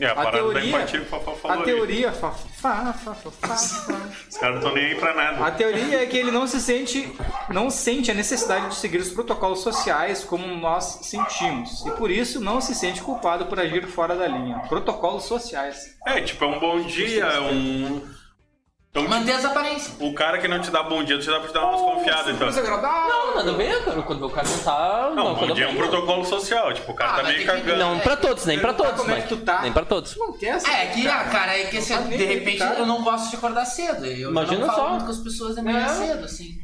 S2: É, a,
S3: A
S2: parada da
S3: teoria-
S2: empatia que o Fafá falou.
S3: A
S2: ali.
S3: teoria, fa, fa, fa, fa, fa, fa.
S2: Os caras não estão nem aí pra nada.
S3: A teoria é que ele não se sente, não sente a necessidade de seguir os protocolos sociais como nós sentimos. E por isso não se sente culpado por agir fora da linha. Protocolos sociais.
S2: É, tipo, é um bom dia, é um. Então, tipo,
S5: Manter as aparências.
S2: o cara que não te dá bom dia, tu já dá pra te dar uma desconfiada, então.
S3: Desagradável.
S1: Não, nada bem, cara. Quando o cara não tá.
S2: Não, bom
S1: quando
S2: dia é um protocolo social, tipo, o cara
S5: Ah,
S2: tá
S5: mas
S2: meio
S5: tem que-
S2: cagando.
S1: Não pra todos, nem pra todos.
S3: como é que
S1: Mike.
S3: tu tá?
S1: Nem pra todos.
S3: Não quer saber,
S5: É, que, ah, cara, é que assim,
S3: sabe nem
S5: de
S3: o que
S5: repente
S3: tá.
S5: eu não gosto de acordar cedo. Eu
S1: Imagina
S5: não falo
S1: só. É.
S5: muito com as pessoas de manhã cedo, assim.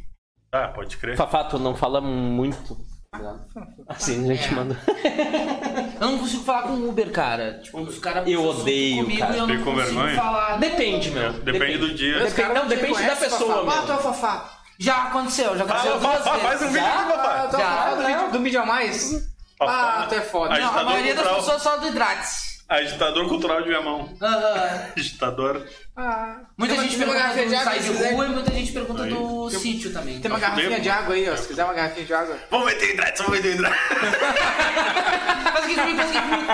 S2: Ah, pode crer.
S1: Fafá, tu não fala muito. Assim, a gente manda.
S5: Eu não consigo falar com o Uber, cara. Tipo, os caras
S1: Eu
S5: assunto
S1: odeio,
S5: comigo
S1: cara.
S5: e eu não
S2: Fico com
S5: consigo
S2: vergonha?
S5: falar.
S1: Depende, meu.
S2: Depende do dia.
S1: Depende-
S3: Os caras
S1: não,
S3: não te
S1: depende da
S3: conhecem,
S1: pessoa,
S3: Fafá.
S1: meu.
S5: Ah, tu é fofá. Já aconteceu, já aconteceu
S2: Ah,
S5: duas
S2: Fafá,
S5: vezes.
S2: faz um vídeo
S5: Já?
S3: Ah, tá,
S2: aqui, Fafá.
S3: Tô
S5: Já,
S3: falando do
S5: né?
S3: vídeo- do mídia mais?
S2: Fafá.
S3: Ah, tu é foda.
S2: Aí
S5: Não,
S2: tá
S5: a maioria
S2: dando
S5: das
S2: pra-
S5: pessoas só do hidrates.
S2: Agitador cultural de minha mão.
S5: Aham.
S2: Agitador.
S3: Ah,
S5: Muita
S3: tem uma-
S5: gente
S3: tem uma
S5: pergunta
S3: garrafinha
S5: do
S3: de água,
S5: sai de
S3: se quiser.
S5: rua e muita gente pergunta do sítio também.
S3: Tem uma garrafinha
S2: Fudeu.
S3: de água aí, ó. Se quiser uma garrafinha de água.
S2: Vamos meter hidrate, vamos meter hidrate.
S5: Faz aqui comigo, faz aqui comigo.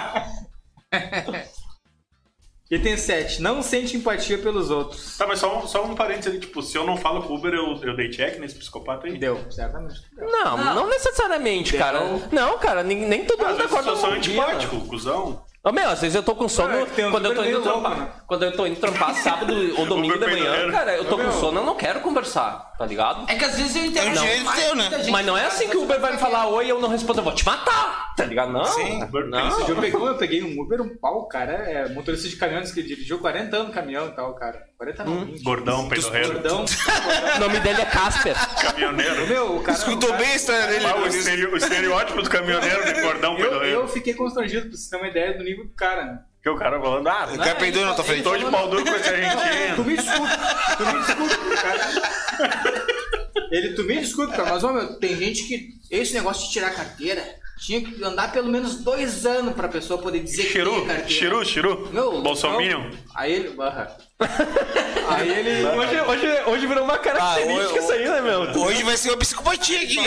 S3: Item 7. Não sente empatia pelos outros.
S2: Tá, mas só um, só um parênteses ali, tipo, se eu não falo com o Uber, eu, eu dei check nesse psicopata aí.
S3: Deu, certamente.
S1: Não, não,
S5: Não.
S1: necessariamente, cara. Não, cara, nem, nem todo
S2: Ah, É. Às
S1: mundo
S2: vezes
S1: acorda
S2: eu sou
S1: no dia.
S2: antipático, cuzão.
S1: Ô, meu, às vezes eu tô com sono.
S3: É, que tem uns
S1: quando, eu tô
S3: Uber
S1: indo
S3: meio louco,
S1: trampar,
S3: né?
S1: quando eu tô indo trampar sábado ou domingo
S2: Uber
S1: de manhã,
S2: peidorreiro.
S1: cara, eu tô com
S3: Meu.
S1: sono, eu não quero conversar, tá ligado?
S5: É que às vezes eu interajo
S6: É um jeito
S5: mais
S6: teu,
S5: com
S6: né?
S5: muita gente.
S1: Mas não é assim que o Uber vai me falar oi e eu não respondo, eu vou te matar, tá ligado? Não.
S6: Sim.
S2: Uber tem
S1: não.
S2: esse
S3: Eu peguei, eu peguei um Uber, um pau, cara. É motorista de caminhões que dirigiu 40 anos caminhão e tal, cara. 40 não, 20.
S2: Gordão, pedorreiro,
S3: Gordão.
S1: O nome dele é Casper.
S3: Ô,
S2: caminhoneiro.
S3: Meu, o cara. o
S6: Escutou
S3: cara-
S6: bem a história dele?
S2: Ah, o,
S6: Luiz?
S2: estere- o estereótipo do caminhoneiro de gordão
S3: Eu,
S2: pedorreiro.
S3: eu fiquei constrangido, pra você ter uma ideia do nível do cara. né?
S2: Que o cara falando, ah,
S6: O cara peidou na tua frente.
S2: tô de pau duro com esse
S3: Tu
S2: argentino.
S3: me desculpa, tu me desculpa, cara. Ele, tu me desculpa, cara, mas, ô, meu, tem gente que. Esse negócio de tirar carteira tinha que andar pelo menos dois anos pra pessoa poder dizer que tem
S2: Chiru,
S3: carteira.
S2: chiru,
S3: Meu,
S2: chiru. Bolsominion.
S3: não. Aí ele. barra. Aí ele.
S1: Hoje, hoje, hoje virou uma
S6: Ah, o- o-
S1: aí, né, meu?
S6: Hoje vai ser uma psicopatia aqui.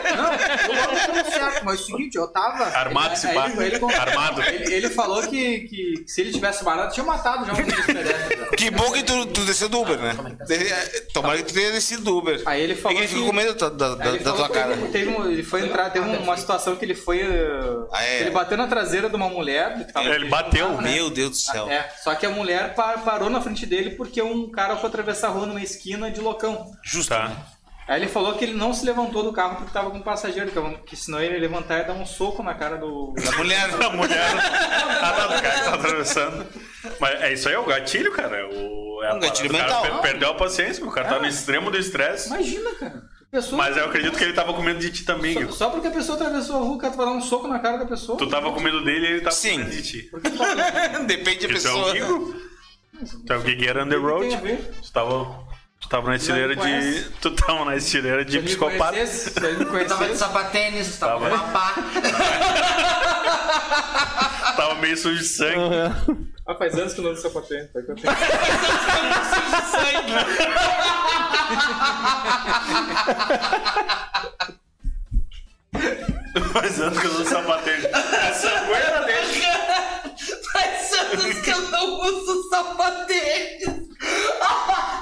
S3: Não, tudo certo, mas é o seguinte, eu tava.
S2: Armado esse
S3: Aí
S2: pá.
S3: ele- ele-
S2: Armado.
S3: Ele, ele falou que, que se ele tivesse barato, tinha matado já um dos pedestres. já.
S6: Que bom que tu, tu desceu do Uber, né? Tomara que tu tenha descido do Uber.
S3: Aí ele
S6: É
S3: falou
S6: que ele
S3: que-
S6: ficou com medo da, da,
S3: Aí
S6: da,
S3: ele
S6: da
S3: falou
S6: tua
S3: que
S6: cara.
S3: Ele, teve um- ele foi entrar, teve uma situação que ele foi. uh,
S6: Ah, é?
S3: Ele bateu na traseira de uma mulher. que tava-
S2: É, Ele bateu.
S6: Meu Deus do céu.
S3: É, só que a mulher pa- parou na frente dele porque um cara foi atravessar a rua numa esquina de loucão.
S6: Justo.
S2: Tá.
S3: Aí ele falou que ele não se levantou do carro porque tava com um passageiro, que, que senão ele ia levantar e dar um soco na cara do.
S6: Da mulher.
S2: A mulher. Ah, não, o cara que tá atravessando. Mas é isso aí, é o gatilho, cara. é O, é a
S6: Um gatilho
S2: parada. O cara
S6: mental. Ah.
S2: per- perdeu a paciência, o cara tá no extremo do estresse.
S3: Imagina, cara. A Pessoa,
S2: Mas eu acredito que ele tava com medo de ti também,
S3: só,
S2: Igor.
S3: só porque a pessoa atravessou a rua, o cara vai dar um soco na cara da pessoa.
S2: Tu tava com medo dele e ele tava
S6: Sim.
S2: com medo de ti.
S6: né? Depende da
S2: Isso é o
S6: pessoa.
S2: Gigo. Tu é o Gigueira on the
S3: tem
S2: road.
S3: a ver?
S2: Tu tava. Tu tava na estileira
S3: me conhece.
S2: de. Tu tava na estileira de Tipo psicopata.
S3: Se ele me
S5: Eu tava de
S3: conhecesse,
S5: sapatênis, eu tava com
S2: Tava.
S5: babá.
S2: Tava meio sujo de sangue.
S3: ah, faz anos que eu não uso sapatênis. tá? Que eu tenho-
S2: Faz anos que eu não sapatejo. É sangueira dele.
S5: Faz anos que eu não uso sapatênis.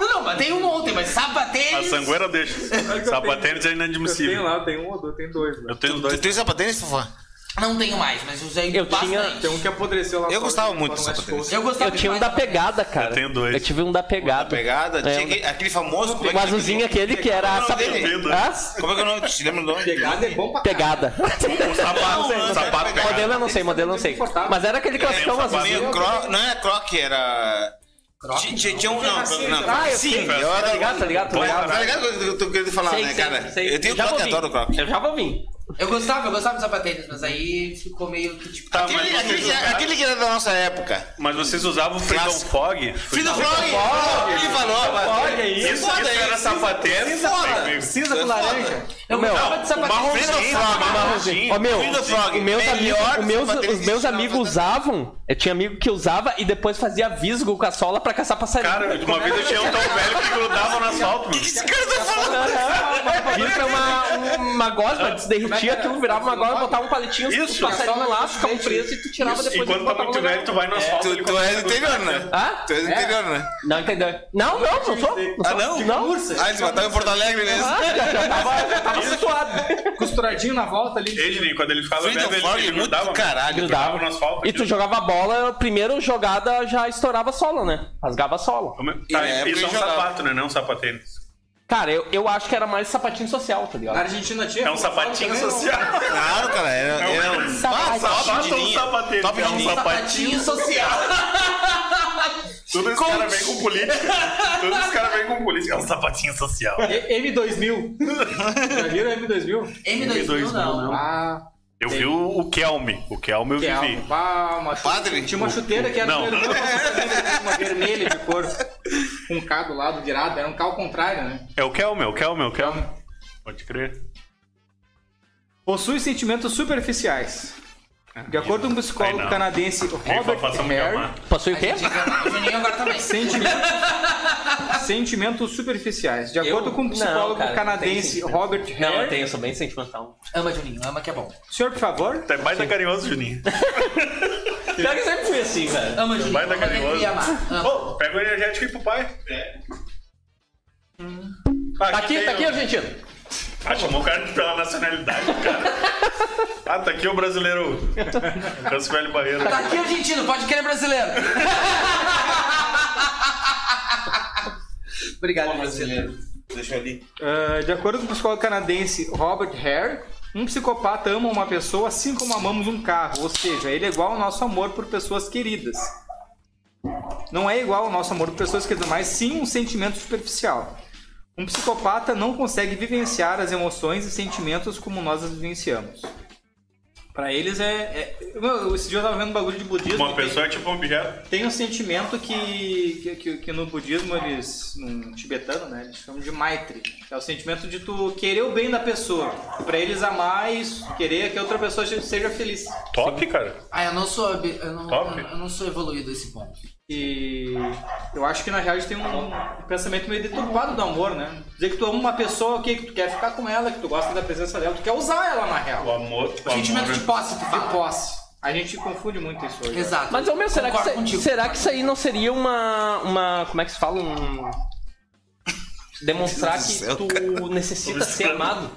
S5: Não, mas tem um ontem, mas
S2: A
S5: sapatênis.
S2: sangueira deixa. Sapatênis é
S3: Eu tenho
S2: inadmissível.
S3: lá, eu tenho um ou dois, tenho dois. né?
S2: Eu tenho
S6: Tu
S2: dois.
S6: tem sapatênis, Fofá?
S5: Não tenho mais, mas usei
S1: Eu
S5: bastante.
S1: tinha-
S3: Tem um que apodreceu lá
S6: Eu
S3: fora,
S6: gostava
S3: né,
S6: muito
S3: lá no
S6: do
S3: West
S6: sapatênis.
S3: Coast.
S5: Eu gostava
S1: Eu tinha um
S5: demais
S1: da pegada, cara.
S2: Eu tenho dois.
S1: Eu tive um da pegada.
S6: Pegada.
S1: É,
S6: Tinha aquele, aquele famoso. Como é,
S1: O
S6: que,
S1: um azulzinho aquele que era.
S6: Não,
S1: sabe-
S2: dele.
S1: Hã?
S6: como é que é o nome? Te lembra o nome?
S3: Pegada é bom pra
S1: Pegada.
S2: O Um sapato.
S6: Não, não,
S2: sapato
S6: não,
S2: pegado.
S1: Modelo eu não sei, modelo eu não sei. Mas era aquele classicão
S6: né?
S2: É,
S1: azul.
S6: Meio cro... Não era croque, era.
S5: Croque,
S6: Tinha- Tinha um. Não,
S3: Sim,
S6: não.
S1: Ah, eu
S6: Sim,
S1: sei.
S6: eu
S1: Tá ligado, tá
S6: era.
S1: ligado, tá
S6: Pô,
S1: ligado.
S6: Tá ligado o que eu tô querendo falar,
S1: Sei,
S6: né,
S1: sei,
S6: cara?
S1: sei.
S6: Eu tenho
S1: Já
S6: croque,
S1: ouvi.
S6: adoro croque.
S1: Eu já vou vir.
S5: Eu gostava, eu gostava de sapatênis, mas aí ficou meio que tipo.
S2: Tá,
S5: Aquele-
S2: mas
S6: Aquele,
S2: vocês
S6: aquele,
S2: usaram-
S6: aquele que era da nossa época.
S2: Mas vocês usavam o Freedom
S6: Clássico.
S2: Fog?
S6: Filho do Frog! Ele falou,
S1: Olha
S6: mano.
S1: aí.
S2: Isso, isso
S6: Foda,
S2: era
S6: isso.
S2: sapatênis.
S6: Foda.
S3: Cinza com laranja.
S5: Eu
S1: Meu,
S5: gostava de sapatênis.
S6: marrom-
S5: mas-
S6: Free the
S2: Frog,
S6: Frog,
S2: marronzinho.
S1: Ó, meu,
S6: Free the Frog,
S1: os meus amigos,
S6: melhor
S1: os meus,
S6: sapatênis
S1: os
S6: que
S1: meus
S6: se chama
S1: amigos
S6: fantasma.
S1: usavam. Eu tinha amigo que usava e depois fazia visgo com a sola pra caçar passarinho.
S2: Cara, uma vez eu tinha um tão velho que grudava no asfalto, mano.
S6: Esse cara tá falando.
S1: Vira uma, uma gosma de se derreter. palitinho,
S3: Mas, cara,
S1: aquilo virava uma
S3: não
S1: gola,
S3: pode.
S1: botava um palitinho,
S2: Isso.
S1: tu passava
S3: Só
S1: lá,
S3: na
S1: ficava um
S3: frente.
S1: preso e tu tirava
S2: E
S1: depois
S2: quando
S1: botava
S2: tá muito
S1: no lugar.
S2: velho, tu vai no asfalto.
S6: Tu,
S2: ele
S6: tu é do
S2: consegue-
S6: interior, né?
S1: Hã?
S6: Tu é do interior, né?
S1: Não entendeu? Não, não, não sou.
S6: Ah,
S1: sou.
S6: não?
S1: Não.
S6: Ah, eles mataram em Porto Alegre mesmo.
S1: Ah, já, já tava, já tava situado.
S3: Costuradinho na volta ali.
S2: Ele, quando ele ficava
S6: Freedom
S2: velho, ele,
S6: Fork,
S2: ele
S6: muito
S2: grudava,
S6: do caralho.
S1: Grudava.
S2: grudava no asfalto.
S1: E tu
S2: aquilo.
S1: jogava a bola, a primeira jogada já estourava a sola, né? Rasgava a sola.
S2: Tá,
S6: E na
S2: isso é
S6: época
S2: um
S6: ele jogava.
S2: sapato, né? Não um sapatênis.
S1: Cara, eu, eu acho que era mais sapatinho social, tá
S3: Na
S1: ligado?
S3: Argentina tinha.
S2: É um sapatinho social.
S6: Claro, cara. Era,
S2: É um-
S6: era um
S1: Sapato.
S6: top
S2: Sapato
S6: de
S2: ou um
S6: linha.
S2: sapatênis?
S6: Top
S2: É
S6: de
S2: um
S6: linha.
S2: sapatinho.
S5: Patinho social.
S2: Tudo esse cara vem com política. Todos os caras vêm com política. É um sapatinho social.
S3: M2000. Já viram M2000?
S5: M2000 não.
S2: né?
S3: Ah,
S2: Eu vi o, o Kelme. O Kelme eu
S3: que é
S2: vivi.
S3: alma. Ah, uma chute-
S6: Padre?
S3: Tinha uma chuteira que era
S2: Não.
S3: vermelha, uma vermelha de cor. Com um K do lado virado. Era um K ao contrário, né?
S2: É o Kelme, é o Kelme, é o Kelme. Pode crer.
S3: Possui sentimentos superficiais. De acordo com o
S2: Aí
S3: psicólogo
S2: não.
S3: canadense
S2: Quem
S3: Robert
S2: passamos de
S3: Hare,
S2: amar.
S1: Passou o quê?
S5: tá- O Juninho agora também.
S3: Sentimentos, sentimentos superficiais. De acordo com o
S1: Não,
S3: psicólogo
S1: cara, não
S3: canadense
S1: tem sentimentos.
S3: Robert Hare.
S1: Não, eu tenho, sou bem sentimental.
S5: Ama, Juninho, ama que é bom.
S3: Senhor, por favor.
S2: Tu é mais da carinhoso, Juninho.
S1: Pior que eu sempre fui assim, velho.
S5: Ama, Juninho,
S2: Vai dar
S5: ama que
S2: carinhoso.
S5: queria amar.
S1: Ah.
S5: Ama.
S2: Ô, pega o energético e ir pro pai.
S1: Tá aqui, tá aqui, argentino.
S2: Ah, chamou o cara pela nacionalidade, cara. ah, tá aqui o brasileiro. Canso velho barreiro.
S5: Tá aqui argentino, pode querer brasileiro. Obrigado, brasileiro.
S6: Deixa ali.
S3: Ah, de acordo com o psicólogo canadense Robert Hare, um psicopata ama uma pessoa assim como amamos um carro. Ou seja, ele é igual ao nosso amor por pessoas queridas. Não é igual ao nosso amor por pessoas queridas, mas sim um sentimento superficial. Um psicopata não consegue vivenciar as emoções e sentimentos como nós as vivenciamos. Pra eles é. é... Meu, Esse dia eu tava vendo um bagulho de budismo.
S2: Uma
S3: que tem-
S2: pessoa é tipo um objeto.
S3: tem um sentimento que, que, que- que no budismo eles, no tibetano, né, eles chamam de maitri. que É o sentimento de tu querer o bem da pessoa, pra eles amar e querer que a outra pessoa seja feliz.
S2: Top, cara.
S5: Ah, eu não sou. ab- Eu não,
S2: Top.
S5: eu não sou evoluído a esse ponto.
S3: E eu acho que na realidade tem um pensamento meio deturpado do amor, né? Dizer que tu ama uma pessoa, ok, que tu quer ficar com ela, que tu gosta da presença dela, tu quer usar ela na real.
S2: O amor. O
S1: é
S5: Sentimento
S2: amor.
S1: tipo
S5: de posse, tu
S3: De
S5: fala.
S3: posse. A gente confunde muito isso hoje.
S5: Exato.
S1: Mas, ô meu, será que,
S5: Concordo
S1: isso-
S5: contigo.
S1: será que isso aí não seria uma. uma como é que se fala? Um. Demonstrar
S6: Meu Deus
S1: que
S6: do céu,
S1: tu necessita ser amado.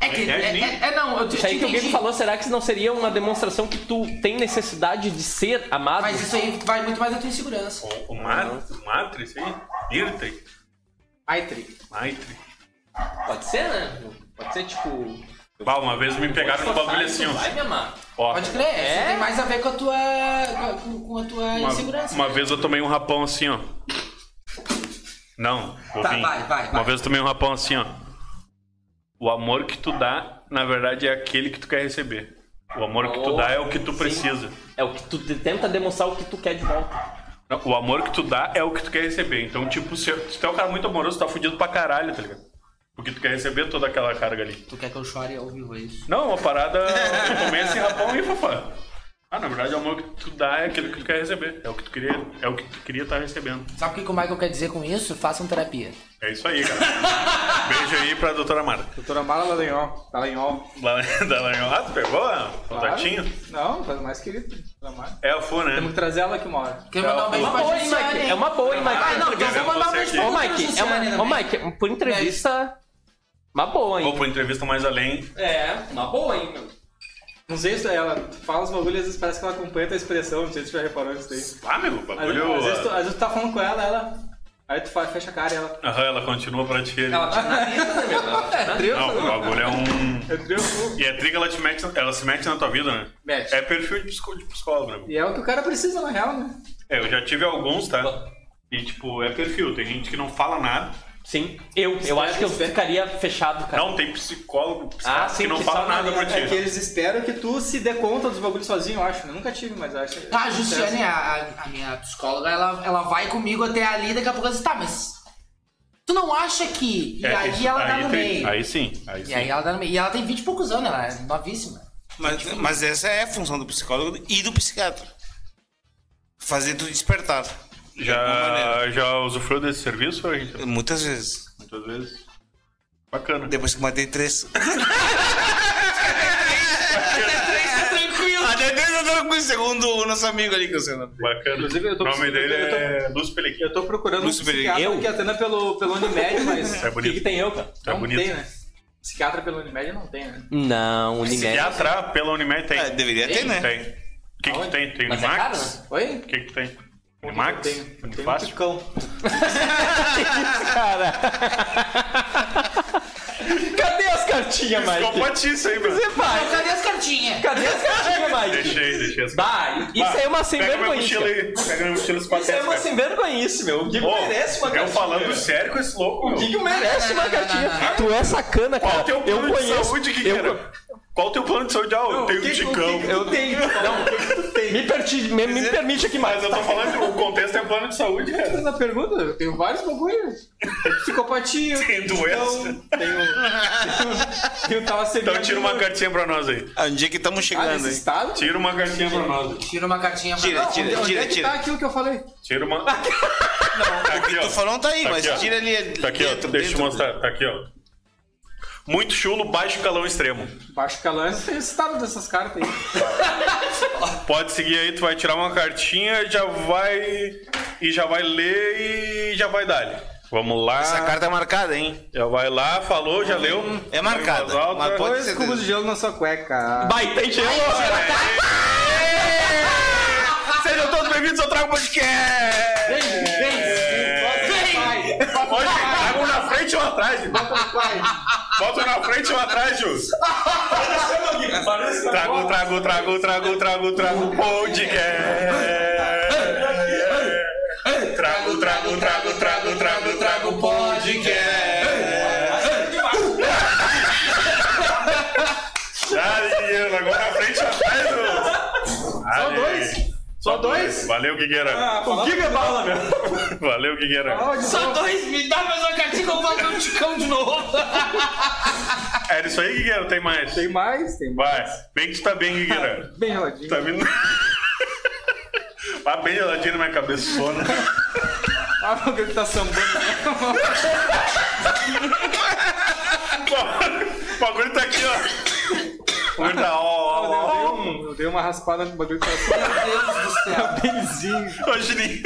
S5: É que. É, é, é não, eu te,
S1: Isso
S5: te
S1: aí que o Gui
S5: entendi.
S1: falou, será que isso não seria uma demonstração que tu tem necessidade de ser amado?
S5: Mas isso aí vai muito mais da tua insegurança.
S2: O, o, mat, o Matre, isso aí? Dirte?
S3: Maitri.
S2: Maitre.
S1: Pode ser, né? Pode ser tipo.
S2: Bah, uma vez me pegaram no bagulho assim, ó.
S1: Vai me amar.
S2: Ó,
S5: Pode crer,
S1: É?
S5: isso tem mais a ver com a tua. com, com a tua
S2: uma,
S5: insegurança.
S2: uma vez eu tomei um rapão assim, ó. Não, vou
S5: Tá,
S2: vir.
S5: vai, vai,
S2: Uma
S5: vai.
S2: vez eu tomei um rapão assim, ó. O amor que tu dá, na verdade, é aquele que tu quer receber. O amor que tu
S1: Oh,
S2: dá é o que tu
S1: sim.
S2: precisa.
S1: É o que tu te- tenta demonstrar o que tu quer de volta.
S2: Não, O amor que tu dá é o que tu quer receber. Então, tipo, se, se tu é um cara muito amoroso, tu tá fudido pra caralho, tá ligado? Porque tu quer receber toda aquela carga ali.
S5: Tu quer que eu chore ao vivo, é isso?
S2: Não, uma parada. Eu tomei esse rapão aí, fofã. Ah, na verdade, o amor que tu dá é aquilo que tu quer receber. É o que tu queria, é o que tu queria estar recebendo.
S5: Sabe o que que o Michael quer dizer com isso? Façam terapia.
S2: É isso aí, cara. Beijo aí pra doutora Marta.
S3: Doutora Mara Lalanhol. Lalanhol.
S2: Lá- Da Lanhol. Ah, tu pegou ah, o contatinho?
S3: Não, mais querido. Doutora Mara.
S2: É a FU,
S3: Temos
S2: né?
S3: que trazer ela aqui uma hora.
S5: Quer mandar um
S1: É
S5: beijo
S1: uma
S5: pra
S1: boa, hein,
S5: Jussiane,
S1: Mike?
S5: hein?
S1: É uma boa, hein, Mike?
S5: Ah, não, então eu vou mandar um beijo pra
S1: Ô,
S5: outra
S1: Mike, é
S5: Jussiane
S1: uma, ô,
S5: também.
S1: Mike, por entrevista. Uma boa,
S2: Vou
S1: hein?
S2: pra entrevista mais além.
S1: É, uma boa, hein, meu?
S3: Não sei se ela fala os bagulhos, às vezes parece que ela acompanha a tua expressão, não sei se tu já reparou isso daí.
S2: Ah, meu, o
S3: Às,
S2: bagulho.
S3: às vezes tu,
S2: ah,
S3: às vezes tu tá falando com ela, ela. Aí tu fa- fecha a cara e ela. tá
S2: Aham, ela continua pra ti. ali.
S1: Ela te analisa, né, meu? Ela te analisa.
S2: Não, o bagulho é um.
S3: É triunfo.
S2: E a triga, ela, te mete, ela se mete na tua vida, né?
S3: Mete.
S2: É perfil de, psicó- de psicólogo, né?
S3: E é o que o cara precisa, na real, né?
S2: É, eu já tive alguns, tá? E, tipo, é perfil. Tem gente que não fala nada.
S1: Sim, eu, eu acho que eu ficaria fechado, cara.
S2: Não, tem psicólogo, psicólogo
S1: Ah, sim,
S2: que não
S1: que
S2: fala
S1: só
S2: nada pra
S1: analisa.
S2: ti.
S3: É que eles esperam que tu se dê conta dos bagulhos sozinho, eu acho. Eu nunca tive, mas acho.
S5: Ah, a Jussiane, a, a- a minha psicóloga, ela, ela vai comigo até ali, daqui a pouco ela diz, tá, mas tu não acha que... E
S2: É,
S5: aí
S2: isso-
S5: ela tá
S2: aí
S5: no
S2: tem-
S5: meio.
S2: Aí sim, aí sim.
S5: E aí ela tá no meio. E ela tem 20 e poucos anos, ela é novíssima.
S6: Mas, mas essa é a função do psicólogo e do psiquiatra. Fazer tu despertar. De alguma
S2: Já,
S6: maneira.
S2: já usufruiu desse serviço, gente?
S6: Muitas vezes.
S2: Muitas vezes. Bacana.
S6: Depois que matei três.
S5: Tranquilo.
S6: Ah, depois eu tô com o segundo, o nosso amigo ali que eu sei o nome.
S2: Bacana.
S3: Inclusive, eu tô
S2: o nome
S3: precisando-
S2: dele
S3: eu tô-
S2: é Lúcio Pelequinha.
S3: Eu tô procurando um
S6: Lúcio
S3: psiquiatra
S1: Beringer.
S3: que atenda pelo, pelo Unimed, mas
S2: É
S3: o
S2: bonito.
S3: que, que tem eu, cara?
S2: É
S3: não
S2: bonito.
S3: tem, né? Psiquiatra pelo Unimed não tem, né?
S1: Não, ninguém.
S2: Psiquiatra pela Unimed tem.
S3: É,
S6: Ah, deveria ter, né?
S2: Tem. O que, que
S3: Aonde?
S2: tem? Tem
S1: Mas é caro,
S2: Unimax?
S1: né?
S3: Oi?
S2: O que, que tem?
S3: Eu
S2: Unimax?
S3: tenho- eu tenho um
S2: Unifácil?
S3: picão.
S1: Cadê as cartinhas, Mike?
S2: Psicopatice isso aí, mano.
S1: Vai,
S5: Cadê as cartinhas?
S1: cadê as cartinhas, Mike?
S2: Deixei, deixei as
S1: Bah, isso aí é uma sem
S2: Pega minha mochila
S1: vergonhice.
S2: aí. Pega minha mochila e os
S1: Isso aí é uma sem vergonhice, meu. O Gigo
S2: Ô,
S1: merece uma
S2: eu
S1: cartinha.
S2: falando sério com esse louco, meu.
S1: O Gigo merece uma cartinha. Tu é sacana,
S2: Qual
S1: cara.
S2: o teu
S1: eu
S2: plano de
S1: conheço.
S2: saúde,
S1: eu,
S2: Guigueira? Qual o teu plano de saúde? Ah, eu tenho um ticão.
S1: eu tenho. Não, o que
S3: tá
S1: que tu tem? Me, perti- me- me permite aqui,
S2: Mas eu
S1: Mike.
S2: tô falando que o contexto é plano de saúde, cara.
S3: Na pergunta, eu tenho vários bagulhos. Psicopatia, eu
S2: Tem
S3: tenho
S2: doença.
S1: Então,
S3: picão, tenho. Tenho talassemia.
S2: Então tira uma
S3: cartinha.
S2: cartinha pra nós aí.
S6: Onde é que estamos
S3: Ah,
S6: chegando,
S3: nesse
S6: hein?
S3: estado?
S2: Tira uma cartinha pra nós. aí.
S5: Tira uma cartinha pra
S6: Tira,
S5: nós.
S6: tira,
S3: Onde
S6: tira,
S3: é que
S6: tira.
S3: tá aquilo que eu falei?
S2: Tira uma. Não, tá aqui,
S6: Tu
S2: ó.
S6: falou não tá aí,
S2: Tá
S6: mas
S2: aqui, ó.
S6: tira ali. é
S2: Tá aqui, ó.
S6: dentro,
S2: Deixa eu te
S6: dentro.
S2: mostrar. Tá aqui, ó. Muito chulo, baixo calão extremo.
S3: Baixo calão, eu tenho o estado dessas cartas aí.
S2: Pode seguir aí, tu vai tirar uma cartinha, já vai. E já vai ler e já vai dar. Vamos lá.
S6: Essa carta é marcada, hein?
S2: Já vai lá, falou, já leu.
S6: É marcada,
S2: Em voz alta.
S6: mas pode-
S3: Dois cubos de gelo na sua cueca.
S1: Vai, tem gelo. Tá
S6: Sejam todos bem-vindos ao Trago Podcast!
S5: Vem, vem. Vem.
S2: Pode traga um na frente ou atrás. Bota um na frente ou atrás, Jus. Trago, trago, trago, trago, trago, trago, podcast. Trago, trago, trago, trago, trago, trago, podcast. Ai, menino, agora na frente ou atrás, Jus. Só dois. Só dois? Ah, Valeu, Guigueira.
S3: O que é bala, meu?
S2: Valeu, Guigueira.
S5: Só dois, me dá mais uma cartinha que eu faço um ticão de novo.
S2: Era É isso aí, Guigueira, tem mais.
S3: Tem mais, tem mais.
S2: Vai, bem que tu tá bem, Guigueira.
S3: Bem geladinho.
S2: Tá vindo. Ah, bem geladinho na minha cabeça, sono.
S3: Ah, o que tá sambando.
S2: O bagulho tá aqui, ó. O bagulho tá,
S3: Eu dei-
S2: ó, ó,
S3: eu dei um- Eu dei uma raspada no bagulho que tava só
S5: Meu Deus do céu.
S3: benzinho.
S2: ó. Ô, Juninho,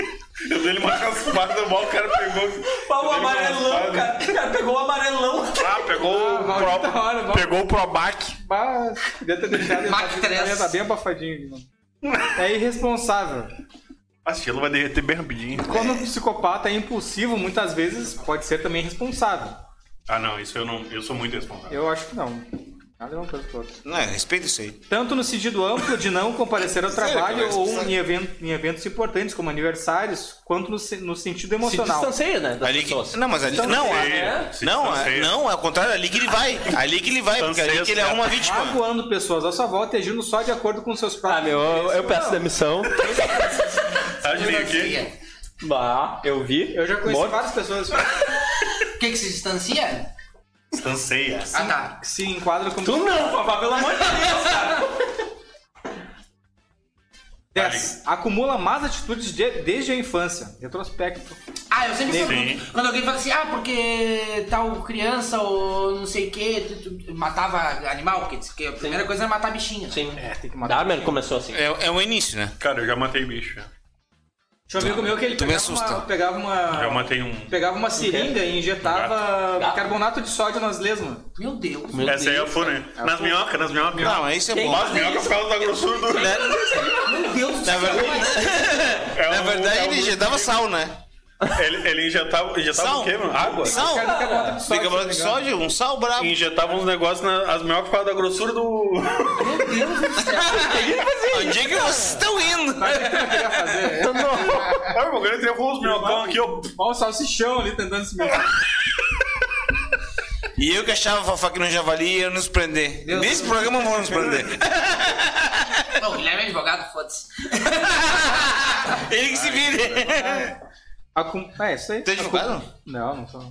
S2: eu dei ele uma raspada, mal o cara pegou.
S1: Pau
S2: Eu dei uma raspada.
S1: O cara pegou o amarelão.
S2: Ah, pegou o
S3: maldita
S2: Pro-
S3: hora, mal-
S2: Pegou o Probac.
S3: Bah, Devia ter deixado
S5: Mac
S3: ele ia
S5: 3.
S3: tá bem abafadinho. mano. É irresponsável.
S2: A Sheila Ah, vai derreter bem rapidinho.
S3: Quando o psicopata é impulsivo, muitas vezes pode ser também irresponsável.
S2: Ah, não, isso eu não. Eu sou muito responsável.
S3: Eu acho que não. Nada é uma coisa com a outra.
S6: Não, é, respeita isso aí.
S3: Tanto no sentido amplo de não comparecer ao
S6: Sério,
S3: trabalho
S6: cara,
S3: ou
S6: isso-
S3: em, evento- em eventos importantes, como aniversários, quanto no, se- no sentido
S1: Se
S3: emocional.
S1: distancia, né?
S3: Tá
S1: das
S6: Ali que...
S1: pessoas.
S6: Não, mas ali. Não, a-
S2: Sei, se
S6: não, a-
S2: distancia.
S6: não, é ao contrário, ali que ele vai. Ali que ele vai, porque ali que ele é uma vítima.
S3: Magoando pessoas à sua volta e agindo só de acordo com seus
S1: Ah,
S3: próprios.
S1: meu, eu, eu peço
S3: Não.
S1: demissão.
S2: Tá, Juninho, aqui.
S1: Bah, eu vi.
S3: Eu já conheci
S1: Morto.
S3: várias pessoas
S5: O que que se distancia?
S2: Distanceia.
S5: Ah, tá.
S3: que se enquadram como.
S1: Tu não, papá, pelo amor de Deus, cara.
S3: 10. Acumula más atitudes de- desde a infância. Retrospecto.
S5: Ah, eu sempre
S2: Sim.
S5: pergunto. Quando alguém fala assim, ah, porque tal criança ou não sei o que matava animal, porque diz que a primeira coisa é matar bichinho. né?
S1: Sim.
S3: É, tem que
S1: Dahmer começou assim.
S6: É, é o início, né?
S2: Cara, eu já matei bicho. já.
S3: Tinha um amigo meu que ele
S6: Tu me
S3: pegava uma,
S6: assusta.
S3: pegava
S2: Já
S3: uma.
S2: matei um.
S3: Pegava uma seringa e injetava
S1: Gato.
S3: carbonato de sódio nas lesmas.
S5: Meu Deus.
S1: Meu
S2: Essa aí é a
S1: Deus.
S2: FU, né? Nas minhocas, nas minhocas.
S6: Não, é isso é
S1: Quem-
S6: bom.
S2: Mas minhoca por causa da grossura do.
S6: Né?
S5: Meu Deus do
S6: Na
S5: céu.
S6: verdade,
S2: É
S6: na
S2: um-
S6: verdade
S2: é um-
S6: ele injetava sal, né?
S2: Ele, ele injetava, injetava
S6: Sal.
S2: o quê, mano? Água?
S6: Sal?
S3: Cara, carbonato de
S6: Liga
S3: sódio.
S6: bola de
S3: se não me engano.
S6: sódio, um sal
S3: tá
S6: brabo.
S2: Injetava uns negócios nas as minhocas por causa da grossura do.
S5: Meu Deus do céu.
S6: Onde é que vocês estão indo?
S2: Olha, meu grande levou os minhocão aqui, ó.
S3: Olha tipo, o salsichão ali tentando se mexer.
S6: E eu que achava fofoca no javali ia nos prender.
S5: Deus.
S6: Nesse programa vão nos prender.
S5: Não, o Guilherme é advogado, foda-se.
S6: Ele que se vire.
S3: A cum- É, isso aí.
S6: Tem
S3: A cum-
S6: advogado?
S3: Não, não sou.
S6: Tá